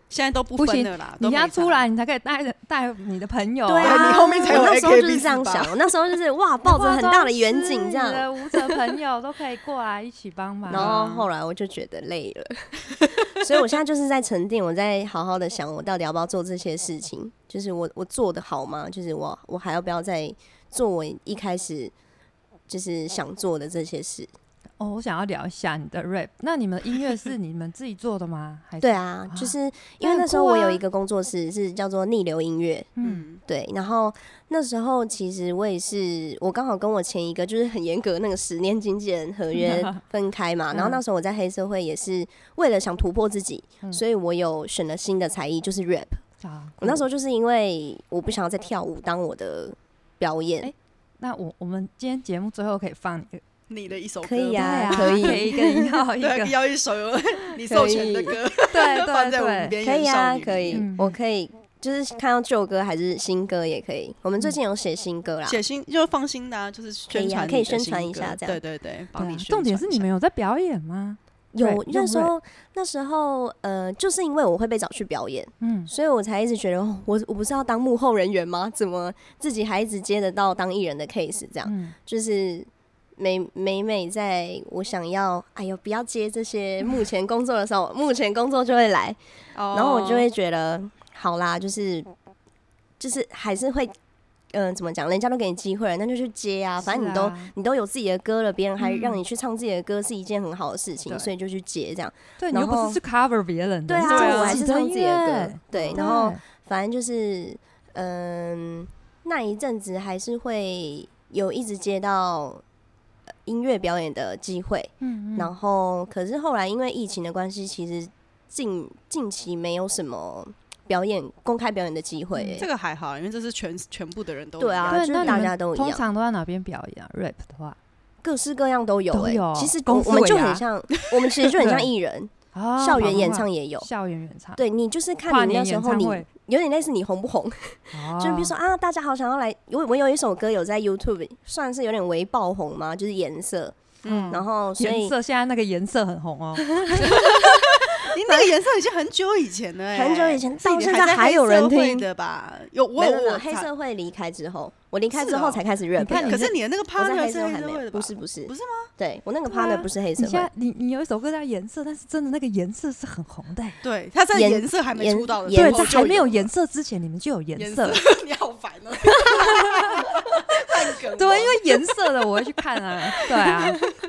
Speaker 1: 现在都不
Speaker 2: 不
Speaker 1: 分
Speaker 2: 行
Speaker 1: 了啦，
Speaker 2: 你
Speaker 1: 都
Speaker 2: 要
Speaker 1: 没嗯差
Speaker 2: 出。来，你才可以带着带你的朋友、
Speaker 3: 对啊，
Speaker 1: 哦你后面才有
Speaker 3: 我那时候就是这
Speaker 1: AKB48
Speaker 3: 样想，我那时候就是 哇，抱着很大的远景这
Speaker 2: 你
Speaker 3: 样，
Speaker 1: 啊
Speaker 2: 的舞者朋友都可以过来一起帮忙。
Speaker 3: 然后后来我就觉得累了， 所以我现在就是在沉淀，我在好好的想，我到底要不要做这些事情？就是我我做的好吗？就是我我还要不要再做我一开始就是想做的这些事？
Speaker 2: 哦，我想要聊一下你的 rap。那你们音乐是你们自己做的吗？还是
Speaker 3: 对，啊，就是因为那时候
Speaker 2: 啊
Speaker 3: 我有一个工作室是叫做逆流音乐，
Speaker 2: 嗯，
Speaker 1: 嗯，
Speaker 3: 对，然后那时候其实我也是，我刚好跟我前一个就是很严格那个十年经纪人合约 分开嘛，然后那时候我在黑社会也是为了想突破自己，
Speaker 2: 嗯
Speaker 3: 所以我有选了新的才艺，就是 rap。
Speaker 2: 啊，
Speaker 3: 我那时
Speaker 2: 候
Speaker 3: 候就是因为我不想要再跳舞当我的表演，
Speaker 2: 哎那我我们今天节目最后可以放你的，
Speaker 1: 你的一首歌
Speaker 3: 可以
Speaker 2: 对
Speaker 3: 啊
Speaker 2: 啊，
Speaker 3: 可以
Speaker 2: 可以跟 要一
Speaker 1: 对啊，
Speaker 2: 个，
Speaker 1: 要一首有你授权的歌，
Speaker 2: 对
Speaker 1: 放
Speaker 2: 对
Speaker 1: 在我们边
Speaker 2: 对，
Speaker 3: 可
Speaker 1: 缘
Speaker 3: 以
Speaker 1: 少
Speaker 3: 啊，
Speaker 1: 女里
Speaker 3: 可以，
Speaker 1: 面
Speaker 2: 嗯
Speaker 3: 我可以就是看到旧歌还是新歌也可以。我们最近有写新歌啦，
Speaker 1: 写新就放心的啊，就是宣传你的
Speaker 3: 可以宣传一
Speaker 1: 新歌
Speaker 3: 下这
Speaker 1: 对
Speaker 3: 样
Speaker 1: 对对，帮
Speaker 2: 对
Speaker 1: 你
Speaker 2: 啊
Speaker 1: 宣
Speaker 2: 重点是
Speaker 1: 传
Speaker 2: 你
Speaker 1: 一下
Speaker 2: 们有在表演吗？
Speaker 3: 有
Speaker 2: rap，
Speaker 3: 那
Speaker 2: 用
Speaker 3: 时候那时候呃，就是因为我会被找去表演。
Speaker 2: 嗯，
Speaker 3: 所以我才一直觉得，哦我我不是要当幕后人员吗？怎么自己还一直接得到当艺人的 case？这样、
Speaker 2: 嗯
Speaker 3: 就是每每每在我想要，哎呦，不要接这些目前工作的时候，目前工作就会来，
Speaker 1: 哦
Speaker 3: 然后我就会觉得，好啦，就是就是还是会，嗯、怎么讲？人家都给你机会了，那就去接啊，反正你都。
Speaker 2: 是啊
Speaker 3: 你都有自己的歌了，别人还
Speaker 2: 嗯
Speaker 3: 让你去唱自己的歌是一件很好的事情，
Speaker 2: 对
Speaker 3: 所以就去接这样。
Speaker 2: 对你又不
Speaker 3: 然后
Speaker 2: 是去 cover 别人的，
Speaker 3: 对啊，
Speaker 1: 对
Speaker 3: 就我
Speaker 1: 啊
Speaker 3: 还是唱自己的歌。对，然后
Speaker 2: 对
Speaker 3: 反正就是，嗯，那一阵子还是会有一直接到呃音乐表演的机会，
Speaker 2: 嗯嗯
Speaker 3: 然后可是后来因为疫情的关系，其实近近期没有什么表演公开表演的机会、欸
Speaker 2: 嗯
Speaker 1: 这个还好，因为这是全全部的人都
Speaker 3: 对啊
Speaker 1: 一样
Speaker 2: 对，
Speaker 3: 就是
Speaker 2: 那你
Speaker 3: 大
Speaker 2: 们
Speaker 3: 家都一
Speaker 2: 通
Speaker 3: 样
Speaker 2: 常都在哪边表演啊？rap 的话，
Speaker 3: 各式各样都有、
Speaker 2: 都
Speaker 3: 欸。
Speaker 2: 有
Speaker 3: 其实我
Speaker 2: 公司
Speaker 3: 我们就
Speaker 2: 尾牙
Speaker 3: 很像，我们其实就很 像
Speaker 2: 对
Speaker 3: 艺人，
Speaker 2: 啊
Speaker 3: 校园演唱也有。
Speaker 2: 校园演唱，
Speaker 3: 对你就是
Speaker 2: 跨
Speaker 3: 看你
Speaker 2: 年
Speaker 3: 那时
Speaker 2: 演
Speaker 3: 候
Speaker 2: 唱
Speaker 3: 你
Speaker 2: 会
Speaker 3: 有点类似你红不红，
Speaker 2: 哦，
Speaker 3: 就是比如说啊，大家好想要来，我我有一首歌有在 YouTube 算是有点微爆红嘛，就是颜色，
Speaker 1: 嗯，
Speaker 3: 然后所
Speaker 2: 颜
Speaker 3: 以
Speaker 2: 色，现在那个颜色很红 哦，
Speaker 1: 你那个颜色已经很久以前了欸，
Speaker 3: 很久以前
Speaker 1: 是
Speaker 3: 到
Speaker 1: 你
Speaker 3: 现在
Speaker 1: 在
Speaker 3: 还
Speaker 1: 黑
Speaker 3: 有
Speaker 1: 社
Speaker 3: 人
Speaker 1: 会
Speaker 3: 听
Speaker 1: 的吧？有我
Speaker 3: 没有没有
Speaker 1: 我
Speaker 3: 黑
Speaker 1: 查，
Speaker 3: 社会离开之后，我离开之
Speaker 1: 是
Speaker 3: 后
Speaker 1: 哦
Speaker 3: 才开始 rap 的。
Speaker 2: 你看你
Speaker 1: 可是你的那个
Speaker 3: 我在
Speaker 1: partner
Speaker 3: 黑
Speaker 1: 是
Speaker 3: 社会
Speaker 1: 黑
Speaker 3: 还
Speaker 1: 社
Speaker 3: 没
Speaker 1: 会的
Speaker 3: 有，
Speaker 1: 吧？
Speaker 3: 不是不是
Speaker 1: 不是
Speaker 3: 吗？对我那个
Speaker 2: 对啊
Speaker 3: partner 不是黑社
Speaker 2: 你现在
Speaker 3: 会，
Speaker 2: 你你有一首歌叫颜色，但是真的那个颜色是很红的欸，
Speaker 1: 对，他在
Speaker 3: 颜
Speaker 1: 颜色还没
Speaker 3: 颜
Speaker 1: 出道的时
Speaker 2: 对，
Speaker 1: 候
Speaker 2: 在
Speaker 1: 就
Speaker 2: 还没有
Speaker 1: 了
Speaker 2: 颜色之前，你们就有颜
Speaker 1: 颜
Speaker 2: 色
Speaker 1: 色，， 你好烦 哦、烂梗。
Speaker 2: 对，因为颜色的我会去看 啊，对啊，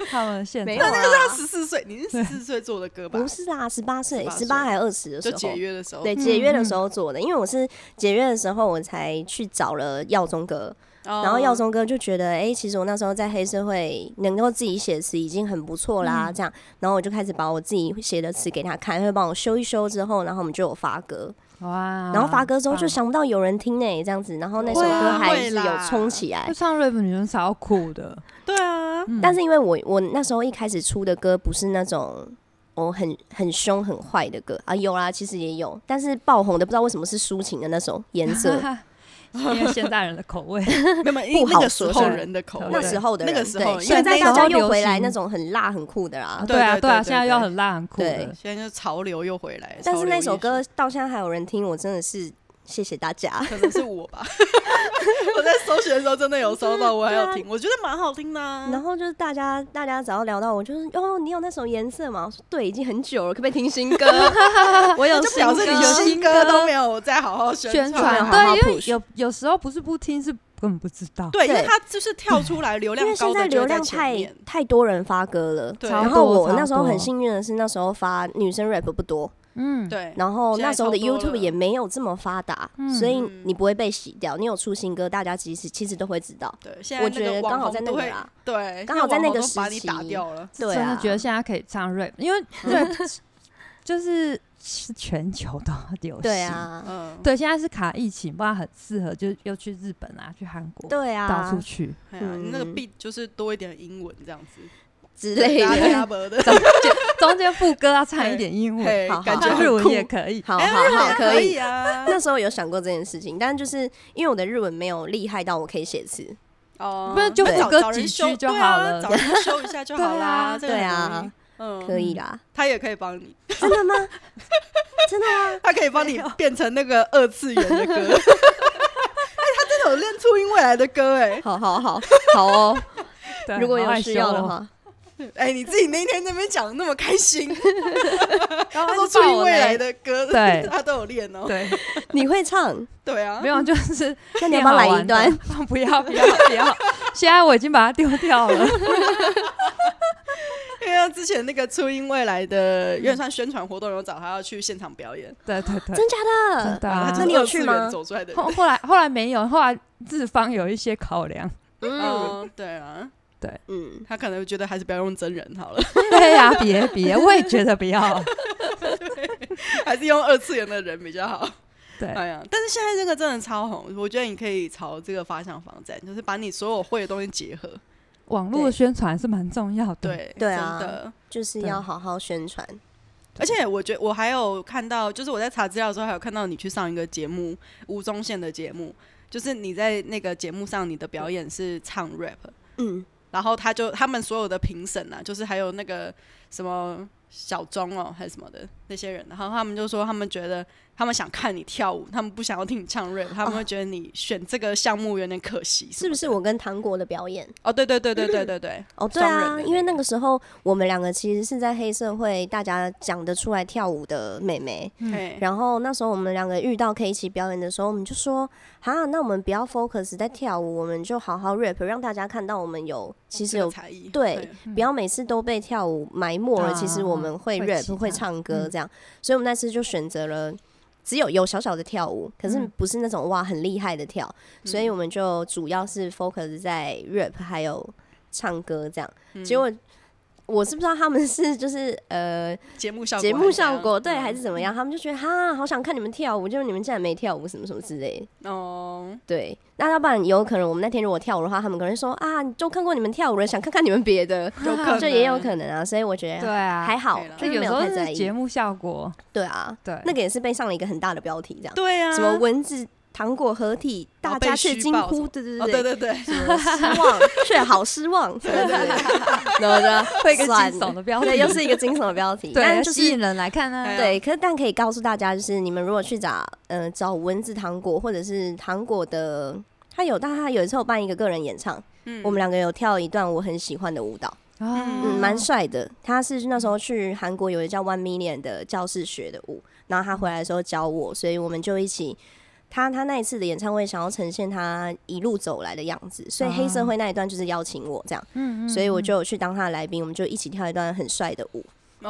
Speaker 2: 他们现
Speaker 3: 没
Speaker 2: 在
Speaker 3: 有啊，
Speaker 1: 十四岁，你是十四岁做的歌吧
Speaker 3: 不？是啦，十八岁，
Speaker 1: 18
Speaker 3: 十八还二十的
Speaker 1: 就
Speaker 3: 时候，
Speaker 1: 解约的时候，
Speaker 3: 对
Speaker 2: 嗯
Speaker 3: 解约的时候做的，因为我是解约的时候我才去找了耀宗哥，
Speaker 1: 哦
Speaker 3: 然后耀宗哥就觉得，哎、其实我那时候在黑社会能够自己写词已经很不错啦，
Speaker 1: 嗯
Speaker 3: 这样，然后我就开始把我自己写的词给他看，他会帮我修一修之后，然后我们就有发歌，
Speaker 2: 哇，
Speaker 3: 然后发歌之后就
Speaker 2: 棒
Speaker 3: 想不到有人听呢、这样子，然后那首
Speaker 1: 啊会啊
Speaker 3: 歌还
Speaker 1: 会
Speaker 3: 是
Speaker 1: 啦
Speaker 3: 有冲起来
Speaker 2: 会，唱 rap 女生超 酷的，
Speaker 1: 对啊，
Speaker 2: 嗯，
Speaker 3: 但是因为我我那时候一开始出的歌不是那种哦很很凶很坏的歌啊，有啦，其实也有，但是爆红的不知道为什么是抒情的那首《颜 色》
Speaker 2: 嗯 因为现代人的口味，
Speaker 1: 那么因为
Speaker 3: 不
Speaker 1: 那
Speaker 3: 好
Speaker 1: 个时
Speaker 3: 说
Speaker 1: 候
Speaker 2: 是
Speaker 1: 人的口味，
Speaker 3: 那时候的
Speaker 1: 那个
Speaker 3: 人
Speaker 1: 时
Speaker 3: 对
Speaker 1: 候因为哦
Speaker 3: 现在
Speaker 1: 那
Speaker 3: 大
Speaker 2: 时
Speaker 3: 家
Speaker 2: 候
Speaker 3: 又
Speaker 2: 流
Speaker 3: 回来
Speaker 2: 行
Speaker 3: 那种很辣很酷的啦。
Speaker 1: 对
Speaker 2: 啊，
Speaker 1: 对
Speaker 2: 对
Speaker 1: 对
Speaker 2: 啊，现在又
Speaker 1: 对
Speaker 2: 很辣很酷
Speaker 3: 对
Speaker 2: 的，
Speaker 1: 现在就是潮流又回来。
Speaker 3: 但
Speaker 1: 潮
Speaker 3: 是
Speaker 1: 流
Speaker 3: 那首
Speaker 1: 艺术
Speaker 3: 歌到现在还有人听，我真的是谢谢大家。
Speaker 1: 可能是我吧， 我在搜寻的时候真的有搜 到，我还有听，我觉得蛮好听的啊。
Speaker 3: 啊然后就是大家，大家只要聊到我，就是哦，你有那首颜色吗？我说对，已经很久了，可不可以听新歌？ 我有
Speaker 1: 就
Speaker 3: 新
Speaker 1: 表示你
Speaker 3: 歌，
Speaker 1: 新歌都没有再好好宣
Speaker 2: 宣
Speaker 3: 传
Speaker 2: 传
Speaker 3: 好好
Speaker 2: 对，因为
Speaker 3: push
Speaker 2: 有有时候不是不听，是根本不知道。
Speaker 1: 对，因为
Speaker 3: 对
Speaker 1: 它就是跳出来流
Speaker 3: 因为
Speaker 1: 量
Speaker 3: 现
Speaker 1: 高
Speaker 3: 在
Speaker 1: 的就
Speaker 3: 流
Speaker 1: 会在
Speaker 3: 量
Speaker 1: 前
Speaker 3: 太
Speaker 1: 面。
Speaker 3: 太多人发歌了。
Speaker 1: 对
Speaker 2: 超
Speaker 3: 然后
Speaker 2: 多
Speaker 3: 我
Speaker 2: 超
Speaker 3: 那时候很
Speaker 2: 多
Speaker 3: 幸运的是，那时候发女生 rap 不多，
Speaker 2: 嗯，
Speaker 1: 对，
Speaker 3: 然后
Speaker 1: 现在
Speaker 3: 那时候的
Speaker 1: 超多了
Speaker 3: YouTube 也没有这么发达，
Speaker 2: 嗯
Speaker 3: 所以
Speaker 1: 嗯
Speaker 3: 你不会被洗掉。你有出新歌，大家其实其实都会知道。
Speaker 1: 对，现在
Speaker 3: 我
Speaker 1: 那
Speaker 3: 觉
Speaker 1: 个
Speaker 3: 得
Speaker 1: 网
Speaker 3: 刚好
Speaker 1: 红
Speaker 3: 在那
Speaker 1: 都
Speaker 3: 个
Speaker 1: 会
Speaker 3: 啦
Speaker 1: 对，
Speaker 3: 刚
Speaker 1: 现
Speaker 3: 好在
Speaker 1: 网
Speaker 3: 那
Speaker 1: 红
Speaker 3: 个
Speaker 1: 都把
Speaker 3: 时
Speaker 1: 你
Speaker 3: 期
Speaker 1: 打掉了。
Speaker 3: 对
Speaker 2: 真的
Speaker 3: 啊，嗯
Speaker 2: 觉得现在可以唱 rap，因为 rap 就是是全球都流行。
Speaker 3: 对，啊，
Speaker 1: 嗯，
Speaker 2: 对，现在是卡疫情，不然很适合就又去日本啊，去韩国，
Speaker 3: 对啊，
Speaker 2: 到处去。
Speaker 1: 哎呀，你那个
Speaker 3: 嗯
Speaker 1: beat 就是多一点英文这样子，
Speaker 3: 之类
Speaker 1: 大
Speaker 3: 的。
Speaker 1: 家都的，
Speaker 2: 中间中间副歌要唱一点英文，
Speaker 1: 嘿
Speaker 3: 嗯好好
Speaker 1: 感觉
Speaker 2: 唱日
Speaker 1: 很
Speaker 2: 文
Speaker 1: 酷
Speaker 2: 也可以。
Speaker 3: 好
Speaker 1: 哎
Speaker 3: 好
Speaker 1: 日文
Speaker 3: 好，
Speaker 1: 也
Speaker 3: 可
Speaker 1: 可
Speaker 3: 以。
Speaker 1: 以啊。
Speaker 3: 那时候有想过这件事情，但就是因为我的日文没有厉害到我可以写词，
Speaker 1: 哦
Speaker 2: 不然就
Speaker 1: 对
Speaker 2: 副歌
Speaker 1: 找人
Speaker 2: 几
Speaker 1: 修
Speaker 2: 句就
Speaker 1: 对啊
Speaker 2: 好了
Speaker 1: 找人修一下就好 啦。这
Speaker 3: 对
Speaker 1: 个
Speaker 3: 啊
Speaker 1: 很容易嗯，
Speaker 3: 对啊，可以啦。
Speaker 1: 他也可以帮你，
Speaker 3: 真的吗？真的吗？
Speaker 1: 他可以帮你变成那个二次元的歌。 哎，他真的有练初音未来的歌哎
Speaker 3: 好好好好哦，
Speaker 2: 对
Speaker 3: 如果
Speaker 2: 好
Speaker 3: 有
Speaker 2: 害
Speaker 3: 需要
Speaker 2: 羞
Speaker 3: 的
Speaker 2: 哦，
Speaker 3: 话，
Speaker 1: 哎，你自己那天那边讲得那么开心，
Speaker 2: 他
Speaker 1: 他说初音未来的歌，
Speaker 2: 对
Speaker 1: 他都有练哦。
Speaker 2: 对，
Speaker 3: 你 会唱？
Speaker 1: 对啊
Speaker 2: 没，有就是
Speaker 3: 那你要不要来一段？
Speaker 2: 练好玩的？ 不要不要不要，现在我已经把它丢掉了。
Speaker 1: 因为他之前那个初音未来的，有点算宣传活动，有找他要去现场表演。
Speaker 2: 对对对，
Speaker 3: 真假
Speaker 2: 真
Speaker 3: 的？
Speaker 2: 的
Speaker 1: 然后
Speaker 2: 啊
Speaker 1: 他就
Speaker 3: 那
Speaker 1: 是
Speaker 3: 你有
Speaker 1: 二次
Speaker 3: 去
Speaker 1: 元
Speaker 3: 吗
Speaker 1: 走出来的人，
Speaker 2: 后后来后来没有，后来日方有一些考量。
Speaker 3: 嗯
Speaker 1: 嗯，对啊，
Speaker 3: 嗯，
Speaker 1: 他可能觉得还是不要用真人好了，
Speaker 2: 对呀、别别，我也觉得不要。
Speaker 1: 还是用二次元的人比较 好。
Speaker 2: 对，
Speaker 1: 哎呀，但是现在这个真的超红，我觉得你可以朝这个方向发展，就是把你所有会的东西结合。
Speaker 2: 网络的宣传是蛮重要的。，
Speaker 1: 对，
Speaker 3: 嗯对啊
Speaker 1: 真的。
Speaker 3: 就是
Speaker 2: 对
Speaker 3: 要好好宣传。
Speaker 1: 而且我觉得我还有看到，就是我在查资料的时候，还有看到你去上一个节目，吴宗宪的节目，就是你在那个节目上你的表演是唱 rap，
Speaker 3: 嗯，
Speaker 1: 然后他就他们所有的评审啊，就是还有那个什么小钟哦，还是什么的那些人，然后他们就说他们觉得他们想看你跳舞，他们不想要听你唱 rap，他们会觉得你选这个项目有点可惜，
Speaker 3: 是不是
Speaker 1: 什么的？
Speaker 3: 我跟唐国的表演？
Speaker 1: 哦，对对对对对对对，
Speaker 3: 哦，对
Speaker 1: 双人
Speaker 3: 啊，
Speaker 1: 的
Speaker 3: 因为
Speaker 1: 那
Speaker 3: 那个时候我们两个其实是在黑社会大家讲得出来跳舞的妹妹，
Speaker 2: 嗯
Speaker 1: 嘿
Speaker 3: 然后那时候我们两个遇到可以一起表演的时候，我们就说，哈，那我们不要 focus 在跳舞，我们就好好 rap，让大家看到我们有
Speaker 2: 哦
Speaker 3: 其实
Speaker 1: 这个
Speaker 3: 有，
Speaker 1: 才艺，
Speaker 3: 对
Speaker 1: 嘿
Speaker 3: 不要每次都被跳舞埋没了。
Speaker 2: 啊
Speaker 3: 其实我们会
Speaker 2: 会
Speaker 3: rap
Speaker 2: 其他
Speaker 3: 会唱歌
Speaker 2: 嗯
Speaker 3: 这样，所以我们那次就选择了。只有有小小的跳舞，可是
Speaker 2: 嗯
Speaker 3: 不是那种哇很厉害的跳，所以我们就主要是 focus 在 rap 还有唱歌这样。
Speaker 1: 嗯
Speaker 2: 嗯
Speaker 3: 结果我是不知道他们是就是呃
Speaker 1: 节目效果
Speaker 3: 节目效果对还
Speaker 1: 是嗯
Speaker 3: 是怎么样，他们就觉得哈，好想看你们跳舞，就是你们竟然没跳舞什么什么之类的。
Speaker 1: 哦，
Speaker 3: 对，那要不然有可能我们那天如果跳舞的话，他们可能会说啊，就看过你们跳舞了，想看看你们别的，
Speaker 1: 有 可能
Speaker 3: 就也有可能啊。所以我觉
Speaker 2: 对
Speaker 3: 得
Speaker 2: 啊，
Speaker 3: 还好
Speaker 1: 对啦，
Speaker 3: 就
Speaker 2: 就是有
Speaker 3: 没
Speaker 2: 时
Speaker 3: 有
Speaker 2: 候
Speaker 3: 太在
Speaker 2: 是节
Speaker 3: 意。
Speaker 2: 目效果。
Speaker 3: 对啊，
Speaker 2: 对，
Speaker 3: 那个也是被上了一个很大的标题，这样
Speaker 1: 对啊，
Speaker 3: 什么文字糖果合体，
Speaker 1: 然后
Speaker 3: 大
Speaker 1: 被
Speaker 3: 家却
Speaker 1: 虚
Speaker 3: 惊
Speaker 1: 报什
Speaker 3: 呼，
Speaker 1: 么
Speaker 3: 对对
Speaker 1: 哦对
Speaker 3: 对对，
Speaker 1: 对对，
Speaker 3: 什么失望，却好失望，对对对， 然后呢，
Speaker 2: 会一个惊
Speaker 3: 算
Speaker 2: 悚的标
Speaker 3: 对，
Speaker 2: 题，
Speaker 3: 又是一个惊悚的标题，但
Speaker 2: 对
Speaker 3: 就是
Speaker 2: 吸引人来看啊呢。
Speaker 1: 哎
Speaker 3: 对，可是但可以告诉大家，就是你们如果去找呃找文字糖果或者是糖果的，他有，但他有一次有办一个个人演唱，
Speaker 1: 嗯
Speaker 3: 我们两个有跳一段我很喜欢的舞蹈，嗯，
Speaker 2: 嗯
Speaker 3: 蛮帅的。他是那时候去韩国有一个叫 One Million 的教室学的舞，然后他回来的时候教我，所以我们就一起。他他那一次的演唱会想要呈现他一路走来的样子，所以黑社会那一段就是邀请我这样，
Speaker 2: 嗯
Speaker 3: 所以我就有去当他的来宾，我们就一起跳一段很帅的舞。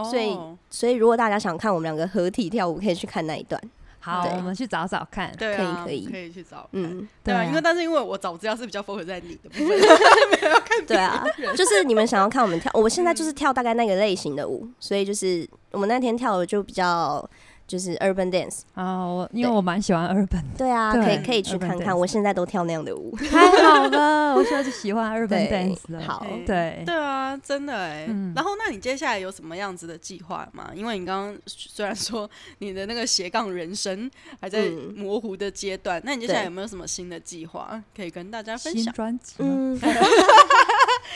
Speaker 3: 所以
Speaker 1: 哦
Speaker 3: 所以如果大家想看我们两个合体跳舞，可以去看那一段。
Speaker 2: 好，
Speaker 3: 对
Speaker 2: 我们去找找看。
Speaker 1: 对啊，
Speaker 3: 可以可以
Speaker 1: 可以去找，嗯，
Speaker 3: 嗯，
Speaker 1: 对啊，
Speaker 2: 啊
Speaker 1: 因为但是因为我找资料是比较 focus 在你的部分，
Speaker 3: 对啊，就是你们想要看我们跳，我现在就是跳大概那个类型的舞，所以就是我们那天跳的就比较就是 urban dance。
Speaker 2: 啊，我因为我蛮喜欢日本，
Speaker 3: 对啊，
Speaker 2: 对
Speaker 3: 可以可以去
Speaker 2: urban
Speaker 3: 看
Speaker 2: dance
Speaker 3: 看，我现在都跳那样的舞。
Speaker 2: 太好了，我就是喜欢日本 dance 了。
Speaker 3: 好，
Speaker 1: 对
Speaker 2: 对，
Speaker 1: 对啊，真的哎、
Speaker 2: 欸嗯
Speaker 1: 然后，那你接下来有什么样子的计划吗？因为你刚刚虽然说你的那个斜杠人生还在
Speaker 3: 嗯
Speaker 1: 模糊的阶段，那你接下来
Speaker 3: 对
Speaker 1: 有没有什么新的计划可以跟大家分
Speaker 2: 新
Speaker 1: 享？
Speaker 2: 专辑吗，
Speaker 3: 嗯，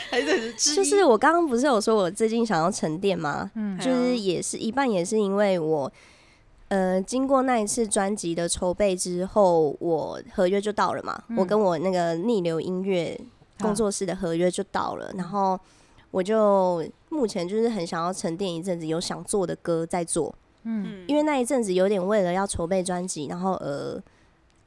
Speaker 1: 还是之一
Speaker 3: 就是我刚刚不是有说我最近想要沉淀吗？
Speaker 2: 嗯
Speaker 1: 哎呀
Speaker 3: 就是也是一半也是因为我，呃，经过那一次专辑的筹备之后，我合约就到了嘛，
Speaker 2: 嗯
Speaker 3: 我跟我那个逆流音乐工作室的合约就到了，
Speaker 1: 嗯
Speaker 3: 然后我就目前就是很想要沉淀一阵子，有想做的歌在做，
Speaker 2: 嗯，
Speaker 1: 嗯
Speaker 3: 因为那一阵子有点为了要筹备专辑，然后呃。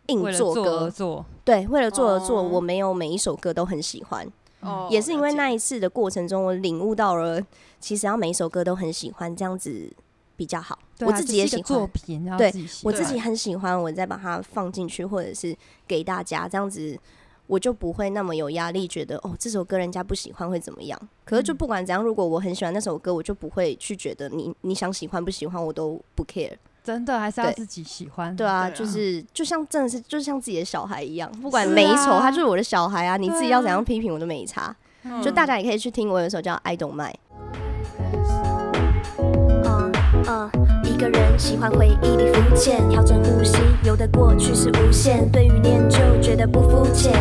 Speaker 3: 硬
Speaker 2: 为了
Speaker 3: 做
Speaker 2: 做
Speaker 3: 歌
Speaker 2: 而，做，
Speaker 3: 对，为了做而做，
Speaker 1: 哦
Speaker 3: 我没有每一首歌都很喜欢，
Speaker 1: 哦
Speaker 3: 也是因为那
Speaker 1: 了解
Speaker 3: 一次的过程中，我领悟到了，其实要每一首歌都很喜欢，这样子比较好。
Speaker 2: 对啊
Speaker 3: 我自己也
Speaker 2: 这是一
Speaker 3: 喜
Speaker 2: 个作
Speaker 3: 欢，
Speaker 2: 品，然后
Speaker 3: 对
Speaker 2: 自己喜
Speaker 3: 我
Speaker 2: 欢
Speaker 3: 自己很喜欢，我再把它放进去，或者是给大家，这样子我就不会那么有压力，觉得哦这首歌人家不喜欢会怎么样。可是就不管怎样，如果我很喜欢那首歌，我就不会去觉得你你想喜欢不喜欢我都不 care。
Speaker 2: 真的还是要
Speaker 3: 对
Speaker 2: 自己喜欢，
Speaker 3: 对啊，
Speaker 1: 对啊
Speaker 3: 就是就像真的是就像自己的小孩一样，不管
Speaker 2: 是
Speaker 3: 每一首
Speaker 2: 啊
Speaker 3: 他就是我的小孩啊，你自己要
Speaker 2: 对啊
Speaker 3: 怎样批评我都没差。
Speaker 1: 嗯
Speaker 3: 就大家也可以去听我有一首叫《I Don't Mind》。
Speaker 4: 啊啊！一个人喜欢回忆里浮潜，调整呼吸，游的过去是无限。对于念旧，觉得不肤浅。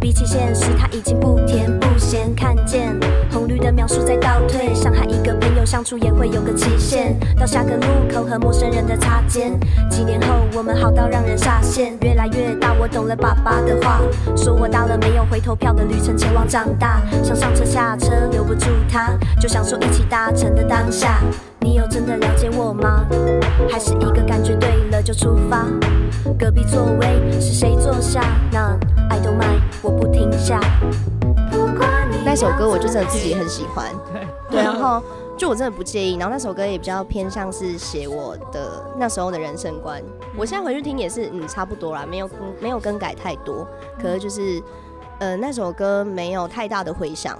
Speaker 4: 比起现实，它已经不甜不咸。看见红绿灯描述在倒退，伤害一个朋友相处也会有个期限。到下个路口和陌生人的擦肩，几年后我们好到让人下线。越来越大，我懂了爸爸的话，说我到了没有回头票的旅程，前往长大。想上车下车留不住他，就想说一起搭乘的当下。你有真的了解我吗？还是一个感觉对了就出发？隔壁座位是谁坐下？那 I don't mind，我不停下。
Speaker 3: 那首歌我就真的自己很喜欢，
Speaker 2: 对
Speaker 3: 对，然后就我真的不介意，然后那首歌也比较偏向是写我的那时候的人生观，
Speaker 1: 嗯
Speaker 3: 我现在回去听也是嗯差不多啦，没有嗯没有更改太多，可是就是呃那首歌没有太大的回响，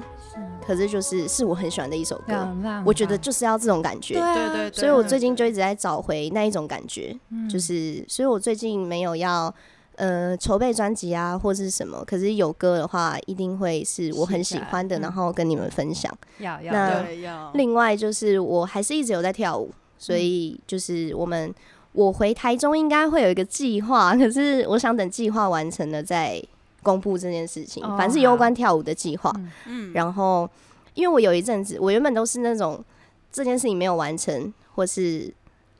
Speaker 3: 可是就是是我很喜欢的一首歌，
Speaker 2: 让让
Speaker 3: 我觉得
Speaker 2: 吧
Speaker 3: 就是要这种感觉，
Speaker 1: 嗯对对对，
Speaker 3: 所以我最近就一直在找回那一种感觉，
Speaker 2: 嗯
Speaker 3: 就是，所以我最近没有要呃筹备专辑啊，或是什么，可是有歌的话，一定会是我很喜欢的，
Speaker 2: 是的嗯
Speaker 3: 然后跟你们分享。
Speaker 2: 要要
Speaker 3: 那
Speaker 2: 要
Speaker 1: 对要
Speaker 3: 另外就是我还是一直有在跳舞，
Speaker 2: 嗯
Speaker 3: 所以就是我们我回台中应该会有一个计划，可是我想等计划完成了再公布这件事情，
Speaker 2: 哦
Speaker 3: 反正是攸关跳舞的计划。
Speaker 2: 嗯
Speaker 1: 嗯
Speaker 3: 然后因为我有一阵子，我原本都是那种这件事情没有完成，或是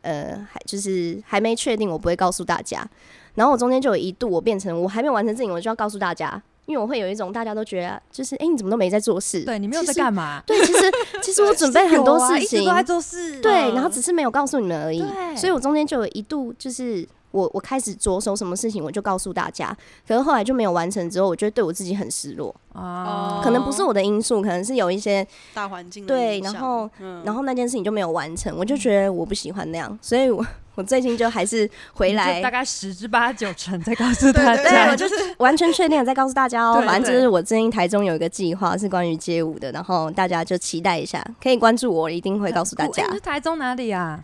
Speaker 3: 呃还就是还没确定，我不会告诉大家。然后我中间就有一度，我变成我还没有完成事情，我就要告诉大家，因为我会有一种大家都觉得就是哎、诶你怎么都没在做事？
Speaker 2: 对你没有在
Speaker 3: 其实
Speaker 2: 干嘛？
Speaker 3: 对，其实其实我准备 很多
Speaker 2: 有啊
Speaker 3: 事
Speaker 2: 一直
Speaker 3: 情，
Speaker 2: 都在做事，
Speaker 3: 对，
Speaker 1: 嗯
Speaker 3: 然后只是没有告诉你们而已。
Speaker 2: 对
Speaker 3: 所以我中间就有一度就是。我我开始着手什么事情，我就告诉大家，可是后来就没有完成，之后我觉得对我自己很失落，
Speaker 2: 啊，
Speaker 3: 可能不是我的因素，可能是有一些
Speaker 1: 大环境的
Speaker 3: 对
Speaker 1: 影响
Speaker 3: 然后
Speaker 1: 嗯
Speaker 3: 然后那件事情就没有完成，我就觉得我不喜欢那样，所以我 我最近就还是
Speaker 2: 嗯
Speaker 3: 回
Speaker 2: 就
Speaker 3: 来
Speaker 2: 大，概十之八九成再告诉
Speaker 1: 对
Speaker 2: 大
Speaker 1: 对
Speaker 3: 对
Speaker 2: 家
Speaker 3: 我。就是完全确定了再告诉大家哦、
Speaker 2: 对
Speaker 3: 反正就
Speaker 2: 对
Speaker 3: 是我最近台中有一个计划是关于街舞的，然后大家就期待一下，可以关注我，一定会告诉大
Speaker 2: 哎
Speaker 3: 家
Speaker 2: 你。是台中哪里啊？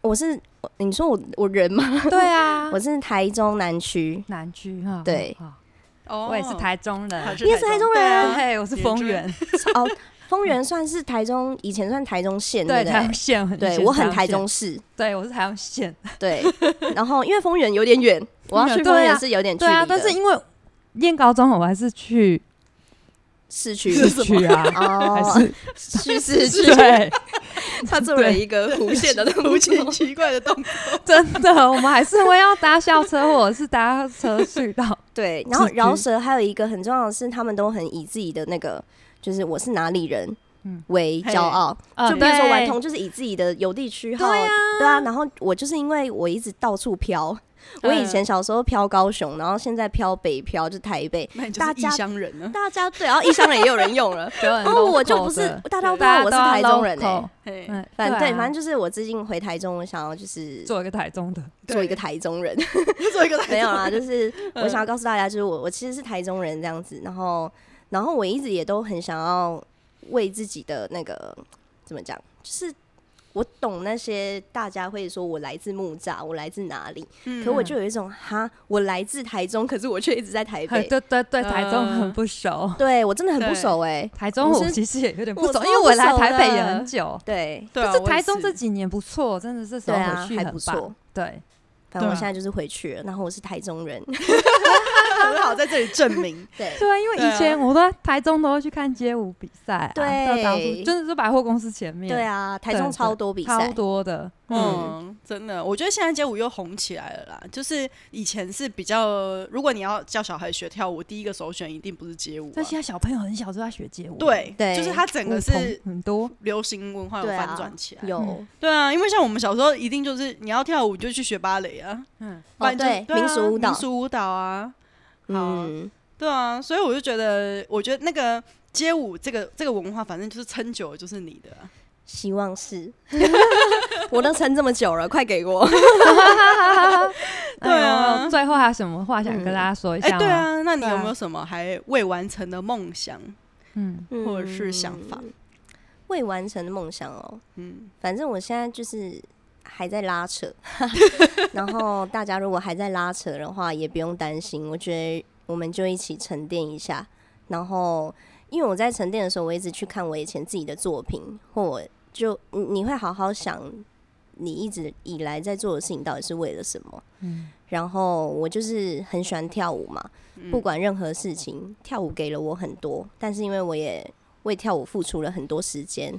Speaker 3: 我是我你说我我人吗？
Speaker 2: 对啊，
Speaker 3: 我是台中南区，
Speaker 2: 南区哈。
Speaker 3: 对
Speaker 2: 哈，
Speaker 1: 哦
Speaker 2: 哈我也是台中
Speaker 1: 他
Speaker 2: 人。
Speaker 1: 是
Speaker 3: 你也是台中人
Speaker 1: 对啊
Speaker 2: 对，我是
Speaker 1: 原
Speaker 2: 丰
Speaker 1: 住
Speaker 2: 原，
Speaker 3: 哦，丰原算是台中，以前算台中县，对
Speaker 2: 对
Speaker 3: 不
Speaker 2: 台
Speaker 3: 对
Speaker 2: 中？县，我
Speaker 3: 对
Speaker 2: 以前
Speaker 3: 我很
Speaker 2: 是
Speaker 3: 台中
Speaker 2: 县，
Speaker 3: 市，
Speaker 2: 对我是台中县，
Speaker 3: 对。然后因为丰原有点 远，我要去
Speaker 2: 对啊
Speaker 3: 丰原是有点距
Speaker 2: 对
Speaker 3: 离
Speaker 2: 啊，
Speaker 3: 的，
Speaker 2: 但是因为念高中，我还是去
Speaker 3: 市区
Speaker 2: 市区啊，还
Speaker 3: 哦，
Speaker 2: 是
Speaker 3: 去市区。
Speaker 2: 对，
Speaker 3: 他做了一个弧线的
Speaker 1: 无
Speaker 3: 动
Speaker 1: 情
Speaker 3: 作。
Speaker 1: 奇怪的动作，
Speaker 2: 真的，我们还是会要搭校车或者是搭车去 到。
Speaker 3: 对，然后
Speaker 2: 自居
Speaker 3: 饶舌还有一个很重要的是，他们都很以自己的那个就是我是哪里人
Speaker 2: 嗯
Speaker 3: 为骄傲，
Speaker 2: 呃
Speaker 3: 就比如说
Speaker 2: 对
Speaker 3: 顽童就是以自己的邮地区号，
Speaker 2: 对啊，
Speaker 3: 对啊，然后我就是因为我一直到处飘， 我以前小时候飘高雄，然后现在飘北漂就台北，
Speaker 1: 那你就
Speaker 3: 大
Speaker 1: 是异
Speaker 3: 家
Speaker 1: 乡人啊呢？
Speaker 3: 大家对，然后异乡人也有人用了
Speaker 2: 就很
Speaker 3: 哦，我就
Speaker 2: local
Speaker 3: 不是
Speaker 2: 的，
Speaker 3: 大家都不知
Speaker 2: 大家
Speaker 3: 道我是
Speaker 2: 都要
Speaker 3: 台中人
Speaker 2: local
Speaker 3: 哎，
Speaker 1: 嘿
Speaker 2: 嗯，
Speaker 3: 反
Speaker 2: 啊
Speaker 3: 对，反正就是我最近回台中，我想要就是
Speaker 2: 做一个台中的，
Speaker 3: 做一个台中人。
Speaker 1: 做一个
Speaker 3: 没有啊啦，就是
Speaker 1: 嗯
Speaker 3: 我想要告诉大家，就是我我其实是台中人这样子，然后然后我一直也都很想要为自己的那个怎么讲，就是我懂那些大家会说我来自木栅，我来自哪里，
Speaker 1: 嗯
Speaker 3: 可我就有一种哈，我来自台中，可是我却一直在台
Speaker 2: 很
Speaker 3: 北。
Speaker 2: 对对对，台中
Speaker 1: 嗯
Speaker 2: 很不熟。
Speaker 3: 对我真的很不
Speaker 1: 对
Speaker 3: 熟哎、
Speaker 2: 台中
Speaker 3: 我
Speaker 2: 我
Speaker 3: 是
Speaker 2: 其实也有点不
Speaker 3: 我
Speaker 2: 熟，
Speaker 3: 超
Speaker 2: 因为我
Speaker 3: 不
Speaker 2: 来
Speaker 3: 熟
Speaker 2: 台北也
Speaker 3: 的
Speaker 2: 很久。
Speaker 3: 对
Speaker 1: 对
Speaker 2: 但
Speaker 1: 啊，
Speaker 2: 是
Speaker 1: 我也
Speaker 2: 台中这
Speaker 1: 是
Speaker 2: 几年不错，真的是时候
Speaker 3: 对啊
Speaker 2: 回去
Speaker 3: 还
Speaker 2: 很
Speaker 3: 不
Speaker 2: 棒
Speaker 3: 错。
Speaker 2: 对，
Speaker 3: 反正
Speaker 1: 对啊
Speaker 3: 我现在就是回去了，然后我是台中人，
Speaker 1: 很好，在这里证 明。
Speaker 3: 对
Speaker 2: 对啊，因为
Speaker 1: 对啊
Speaker 2: 以前我在台中都会去看街舞比赛啊，
Speaker 3: 对
Speaker 2: 到到处真的是百货公司前面，
Speaker 3: 对，啊，台
Speaker 2: 对
Speaker 3: 中
Speaker 2: 对
Speaker 3: 超多比
Speaker 2: 超
Speaker 3: 赛，
Speaker 2: 多的，嗯，
Speaker 1: 嗯，真的，我觉得现在街舞又红起来了啦。就是以前是比较，如果你要教小孩学跳舞，第一个首选一定不是街舞、啊
Speaker 2: 但。现在小朋友很小就在学街舞，，
Speaker 1: 对，
Speaker 3: 对
Speaker 1: 就是它整个是
Speaker 2: 很 多，
Speaker 1: 流行文化有
Speaker 3: 对啊
Speaker 1: 翻转起来。
Speaker 3: 有
Speaker 2: 嗯
Speaker 1: 对啊，因为像我们小时候，一定就是你要跳舞就去学芭蕾啊，
Speaker 2: 嗯，
Speaker 1: 不然就
Speaker 3: 对
Speaker 1: 啊
Speaker 3: 民俗舞蹈
Speaker 1: 民俗舞蹈啊，好
Speaker 3: 嗯，
Speaker 1: 对啊，所以我就觉得，我觉得那个街舞这个这个文化，反正就是撑久了就是你的啊、
Speaker 3: 希望是。我都撑这么久了，快给我！
Speaker 1: 对啊
Speaker 2: 哎呦哎最后还有什么话想跟大家说一
Speaker 1: 哎、
Speaker 2: 下
Speaker 1: 对
Speaker 2: 吗？
Speaker 1: 啊，那你
Speaker 3: 嗯对啊
Speaker 1: 有没有什么还未完成的梦想？
Speaker 2: 嗯，
Speaker 1: 或者是想法
Speaker 3: 嗯未完成的梦想哦。
Speaker 1: 嗯，
Speaker 3: 反正我现在就是还在 拉扯，然后大家如果还在拉扯的话，也不用担心。我觉得我们就一起沉淀一下。然后，因为我在沉淀的时候，我一直去看我以前自己的作品，或我就你你会好好想，你一直以来在做的事情到底是为了什么。
Speaker 2: 嗯
Speaker 3: 然后我就是很喜欢跳舞嘛，不管任何事情，跳舞给了我很多，但是因为我也为跳舞付出了很多时间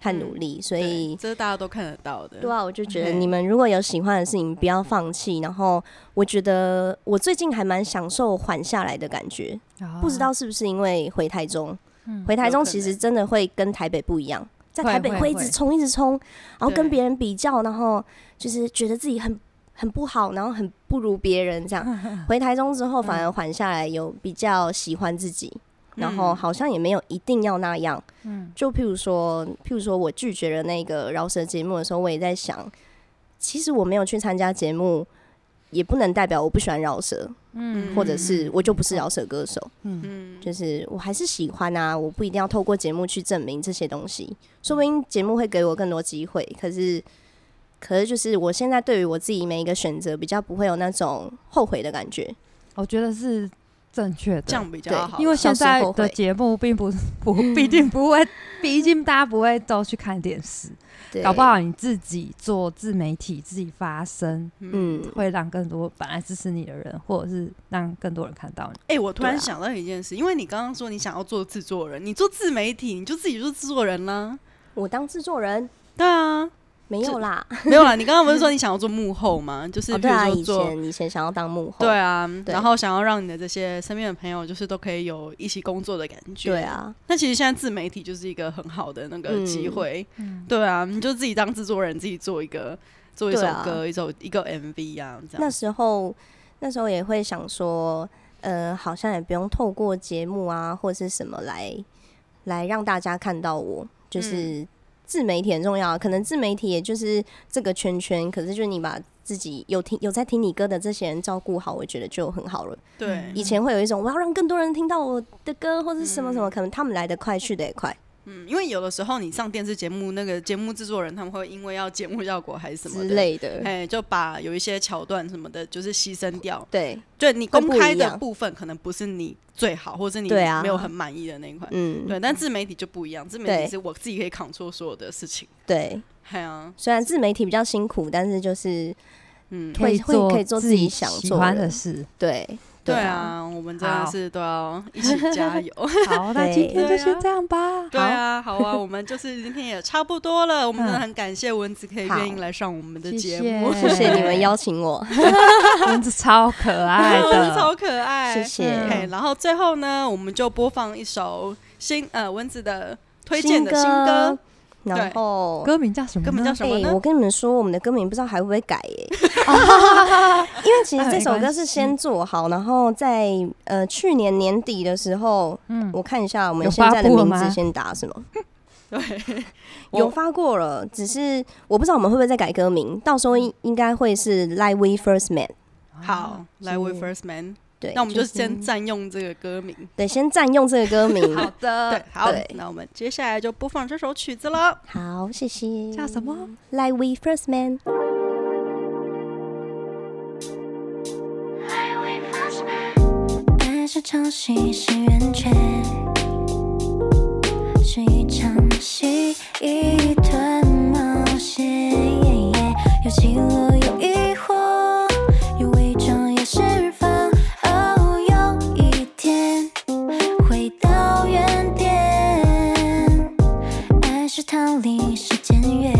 Speaker 3: 和努力，所
Speaker 1: 对
Speaker 3: 以
Speaker 1: 这是大家都看得到的。
Speaker 3: 对啊，我就觉得
Speaker 1: 嘿
Speaker 3: 你们如果有喜欢的事情，不要放弃。然后我觉得我最近还蛮享受缓下来的感觉，不知道是不是因为回台中，
Speaker 2: 啊嗯
Speaker 3: 回台中
Speaker 1: 有可能
Speaker 3: 其实真的会跟台北不一样。在
Speaker 2: 会
Speaker 3: 台北
Speaker 2: 会
Speaker 3: 会一
Speaker 2: 会
Speaker 3: 直冲，一直冲，然后
Speaker 1: 对
Speaker 3: 跟别人比较，然后就是觉得自己很很不好，然后很不如别人 这样。回台中之后，反而缓下来，有比较喜欢自己，然后
Speaker 1: 嗯
Speaker 3: 好像也没有一定要那样。
Speaker 2: 嗯
Speaker 3: 就譬如说，譬如说我拒绝了那个饶舌节目的时候，我也在想，其实我没有去参加节目，也不能代表我不喜欢饶舌，
Speaker 2: 嗯
Speaker 3: 或者是我就不是饶舌歌手，
Speaker 2: 嗯
Speaker 1: 嗯，
Speaker 3: 就是我还是喜欢啊，我不一定要透过节目去证明这些东西，说不定节目会给我更多机会，可是。可是，就是我现在对于我自己每一个选择，比较不会有那种后悔的感觉。
Speaker 2: 我觉得是正确
Speaker 1: 这
Speaker 2: 的。
Speaker 1: 样比较好啦。
Speaker 2: 因为现
Speaker 3: 小时
Speaker 2: 在
Speaker 3: 候
Speaker 2: 的
Speaker 3: 会
Speaker 2: 节目并不是不 必定不会，毕竟大家不会都去看电视，
Speaker 3: 对，
Speaker 2: 搞不，好你自己做自媒体、自己发声，
Speaker 3: 嗯，
Speaker 2: 会让更多本来支持你的人，或者是让更多人看到你。
Speaker 1: 哎、我突
Speaker 3: 对
Speaker 1: 然
Speaker 3: 啊
Speaker 1: 想到一件事，因为你刚刚说你想要做制作人，你做自媒体，你就自己做制作人啦。
Speaker 3: 我当制作人
Speaker 1: 对啊，
Speaker 3: 没有啦，
Speaker 1: 没 有啦，你刚刚不是说你想要做幕后吗？就是
Speaker 3: 哦，
Speaker 1: 比
Speaker 3: 对
Speaker 1: 如
Speaker 3: 啊，
Speaker 1: 说
Speaker 3: 以
Speaker 1: 做、
Speaker 3: 前以前想要当幕后，
Speaker 1: 对啊，
Speaker 3: 对
Speaker 1: 然后想要让你的这些身边的朋友，就是都可以有一起工作的感觉。
Speaker 3: 对，啊，
Speaker 1: 那其实现在自媒体就是一个很好的那个
Speaker 3: 嗯
Speaker 1: 机会。对啊，你就自己当制作人，自己做一个做一首
Speaker 3: 对啊
Speaker 1: 歌，一首一个 MV 啊，这
Speaker 3: 那
Speaker 1: 样。
Speaker 3: 时候那时候也会想说，呃，好像也不用透过节目啊或是什么来来让大家看到我，
Speaker 1: 嗯
Speaker 3: 就是自媒体很重要啊。可能自媒体也就是这个圈圈，可是就是你把自己有听有在听你歌的这些人照顾好，我觉得就很好了。
Speaker 1: 对，
Speaker 3: 以前会有一种我要让更多人听到我的歌或是什么什么，可能他们来得快去得也快
Speaker 1: 嗯，因为有的时候你上电视节目，那个节目制作人他们会因为要节目效果还是什么
Speaker 3: 之
Speaker 1: 的，
Speaker 3: 类的。
Speaker 1: 哎，就把有一些桥段什么的，就是牺牲掉。
Speaker 3: 对，
Speaker 1: 就你
Speaker 3: 会
Speaker 1: 公
Speaker 3: 不
Speaker 1: 开
Speaker 3: 一
Speaker 1: 的
Speaker 3: 样
Speaker 1: 部分，可能不是你最好，或是你
Speaker 3: 对啊
Speaker 1: 没有很满意的那一块。
Speaker 3: 嗯，
Speaker 1: 对，但自媒体就不一样，自媒
Speaker 3: 对
Speaker 1: 体是我自己可以扛住所有的事情。
Speaker 3: 对。
Speaker 1: 系啊，
Speaker 3: 虽然自媒体比较辛苦，但是就是
Speaker 1: 嗯，
Speaker 3: 会
Speaker 2: 以
Speaker 3: 会
Speaker 2: 做
Speaker 3: 可以做自
Speaker 2: 自
Speaker 3: 己想
Speaker 2: 喜
Speaker 3: 做
Speaker 2: 欢
Speaker 3: 的
Speaker 2: 的 事。
Speaker 3: 对
Speaker 1: 对，啊，我们真的
Speaker 2: 好
Speaker 1: 是都要一起加油。
Speaker 2: 好，那今天就
Speaker 1: 对
Speaker 2: 先
Speaker 1: 啊
Speaker 2: 这样 吧。
Speaker 1: 对
Speaker 2: 好，
Speaker 1: 啊，好啊，我们就是今天也差不多了，我们真的很感谢蚊子可以
Speaker 3: 好
Speaker 1: 愿意来上我们的
Speaker 2: 谢
Speaker 1: 节目，
Speaker 2: 谢
Speaker 3: 谢谢你们邀请我，
Speaker 2: 蚊子超可 爱
Speaker 1: 蚊子
Speaker 2: 的，
Speaker 1: 超可爱，
Speaker 3: 谢谢
Speaker 1: 嘿，然后最后呢，我们就播放一首新呃蚊子的推荐的新
Speaker 3: 歌
Speaker 1: 歌，，
Speaker 3: 然后。
Speaker 2: 歌名叫什么呢？
Speaker 1: 歌名叫什么
Speaker 3: 哎、
Speaker 1: 呢
Speaker 3: 我？跟你们说，我们的歌名不知道还会不会改耶、 因为其实这首歌是先做好，然后在呃去年年底的时候，
Speaker 2: 嗯
Speaker 3: 我看一下我们
Speaker 2: 有
Speaker 3: 现
Speaker 2: 发
Speaker 3: 在的
Speaker 2: 布了
Speaker 3: 名字
Speaker 2: 吗
Speaker 3: 先打什么，
Speaker 1: 对，
Speaker 3: 有
Speaker 1: 我
Speaker 3: 发过了，只是我不知道我们会不会再改歌名，到时候应应该会是 Like We First Met，
Speaker 1: 好，来
Speaker 3: 是
Speaker 1: We First Man，
Speaker 3: 对，
Speaker 1: 那我们就先
Speaker 3: 是
Speaker 1: 占用这个歌名。
Speaker 3: 对先占用这个歌名。
Speaker 2: 好的
Speaker 1: 对，， 好
Speaker 3: 对，
Speaker 1: 那我们接下来就播放这首曲子了。
Speaker 3: 好，谢谢。
Speaker 2: 叫什么？
Speaker 3: Like we first man。
Speaker 4: 爱是场戏，是圆缺，是一场戏，一段冒险。有起落，有疑惑，有伪装，也释放。哦，有一天回到原点。爱是逃离，是僭越。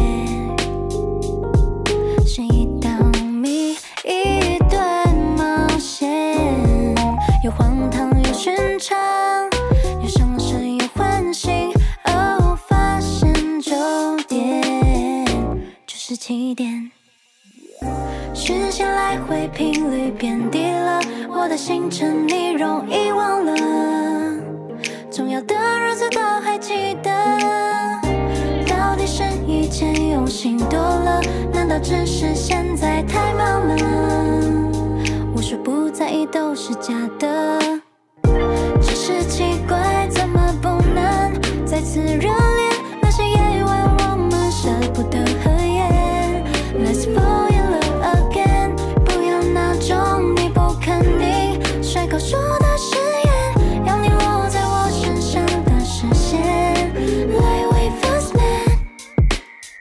Speaker 4: 是一道谜，一段冒险，有荒唐，有寻常，有伤神，有唤醒。哦，发现终点就是起点。视线来回频率变低了，我的行程你容易忘了，重要的日子都还记得。到底是以前用心多了，难道只是现在太忙了？我说不在意都是假的，只是奇怪怎么不能再次热恋？那些夜晚我们舍不得合眼，Let's fall in love again，不要那种你不肯定甩口说的誓言，要你落在我身上的视线。Like we first met。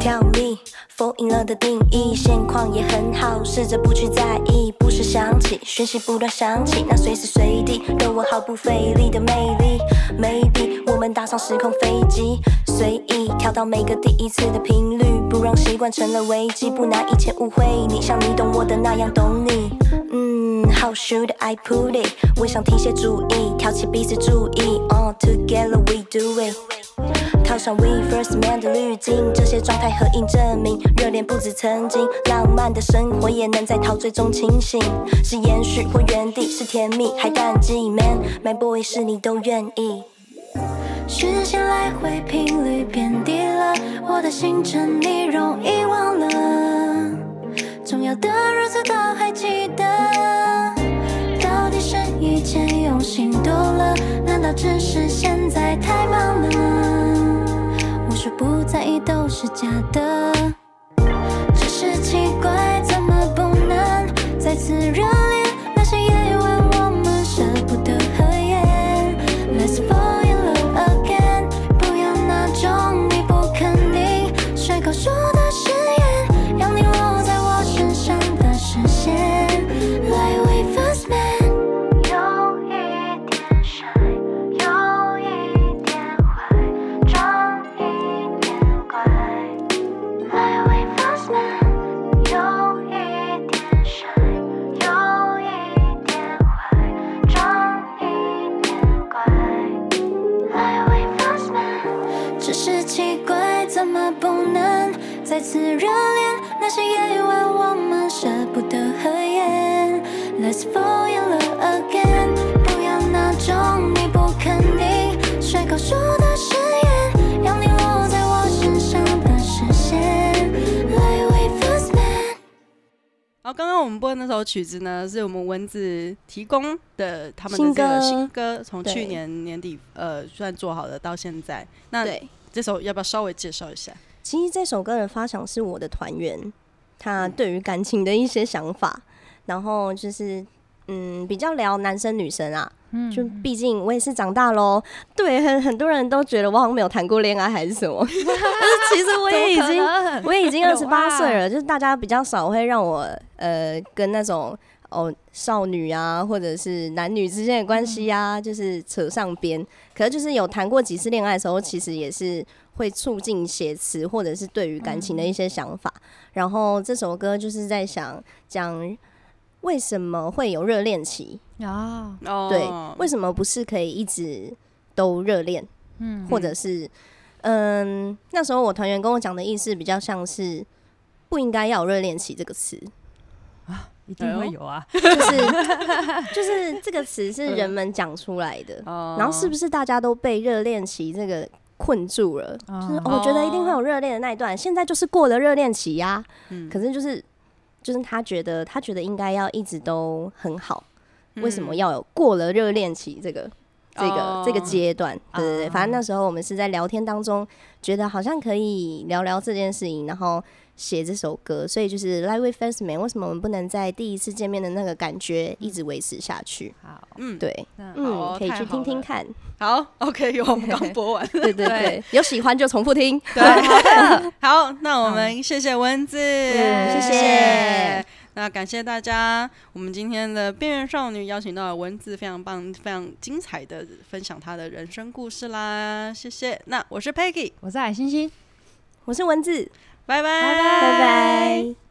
Speaker 3: Tell me，否赢了的定义，现况也很好，试着不去在意。不时想起，讯息不断响起，那随时随地都我毫不费力的魅力。Maybe 我们搭上时空飞机，随意调到每个第一次的频率，不让习惯成了危机，不拿以前误会你，像你懂我的那样懂你。嗯，How should I put it？我想停歇注意，挑起彼此注意。On together we do it。套上 We First Man 的滤镜，这些状态合影证明，热恋不止曾经，浪漫的生活也能在陶醉中清醒。是延续或原地，是甜蜜还淡季，Man，My Boy 是你都愿意。
Speaker 4: 视线来回频率变低了，我的行程你容易忘了，重要的日子都还记得。到底是以前用心多了，难道只是现在太忙了？我说不在意都是假的，只是奇怪怎么不能再次热恋？那些夜晚我们舍不得合眼，Let's fall in love again。不要那种你不肯定随口说的誓言，要你落在我身上的视线。Like we first met。有一点帅，有一点坏，装一点乖。Like we first met。有一点帅，有一点坏，装一点乖。来为 first man，只是奇怪怎么不能再次热恋？那些夜晚我们舍不得合眼，Let's fall in love again。不要那种你不肯定随口说的誓言，要你落在我身上的视线。来为 first man。
Speaker 1: 然后刚刚我们播的那首曲子呢，是我们蚊子提供的他们的
Speaker 3: 新
Speaker 1: 这个
Speaker 3: 歌
Speaker 1: 新歌，从
Speaker 3: 对
Speaker 1: 去年年底呃算做好的到现在。那
Speaker 3: 对，
Speaker 1: 这首要不要稍微介绍一下？
Speaker 3: 其实这首歌的发想是我的团员，他
Speaker 2: 嗯
Speaker 3: 对于感情的一些想法，然后就是嗯，比较聊男生女生啊，
Speaker 2: 嗯
Speaker 3: 就毕竟我也是长大喽，对，很很多人都觉得我好像没有谈过恋爱还 是什么，但是其实我也已经 我也已经
Speaker 2: 有啊
Speaker 3: 二十八岁了，就是大家比较少会让我呃跟那种哦少女啊，或者是男女之间的关系啊，就是扯上边。可是就是有谈过几次恋爱的时候，其实也是会促进写词或者是对于感情的一些想法。然后这首歌就是在想讲为什么会有热恋期，
Speaker 2: 啊，
Speaker 1: 哦
Speaker 3: 对，为什么不是可以一直都热恋？
Speaker 2: 嗯
Speaker 3: 或者是嗯，那时候我团员跟我讲的意思比较像是不应该要有热恋期这个词，
Speaker 2: 一定会有啊，
Speaker 3: 就是 就是这个词是
Speaker 2: 嗯
Speaker 3: 人们讲出来的，
Speaker 1: 哦
Speaker 3: 然后是不是大家都被热恋期这个困住了？就是、
Speaker 2: 哦
Speaker 3: 哦我觉得一定会有热恋的那一段，现在就是过了热恋期呀、
Speaker 1: 嗯
Speaker 3: 可是就是就是他觉得他觉得应该要一直都很好，为
Speaker 2: 嗯
Speaker 3: 什么要有过了热恋期这个这个、
Speaker 1: 哦
Speaker 3: 这个阶段？对对对，
Speaker 2: 啊
Speaker 3: 反正那时候我们是在聊天当中，觉得好像可以聊聊这件事情，然后写这首歌，所以就是《Live with First Man》，为什么我们不能在第一次见面的那个感觉一直维持下去？
Speaker 2: 好，
Speaker 1: 嗯，
Speaker 3: 对，
Speaker 2: 那
Speaker 3: 嗯，
Speaker 1: 好哦
Speaker 3: 可以
Speaker 1: 太
Speaker 3: 去
Speaker 1: 好
Speaker 3: 听听
Speaker 1: 了
Speaker 3: 看，
Speaker 1: 好，OK，我 们刚播完，
Speaker 3: 对对对，有喜欢就重复听。
Speaker 1: 对，好，那我们谢谢蚊子，
Speaker 2: 嗯
Speaker 3: 谢谢。
Speaker 1: 那感谢大家，我们今天的边缘少女邀请到了蚊子，非常棒、非常精彩的分享她的人生故事啦，谢谢。那我是 Peggy，
Speaker 2: 我是海星星。
Speaker 3: 我是文字，
Speaker 1: 拜拜，
Speaker 3: 拜拜。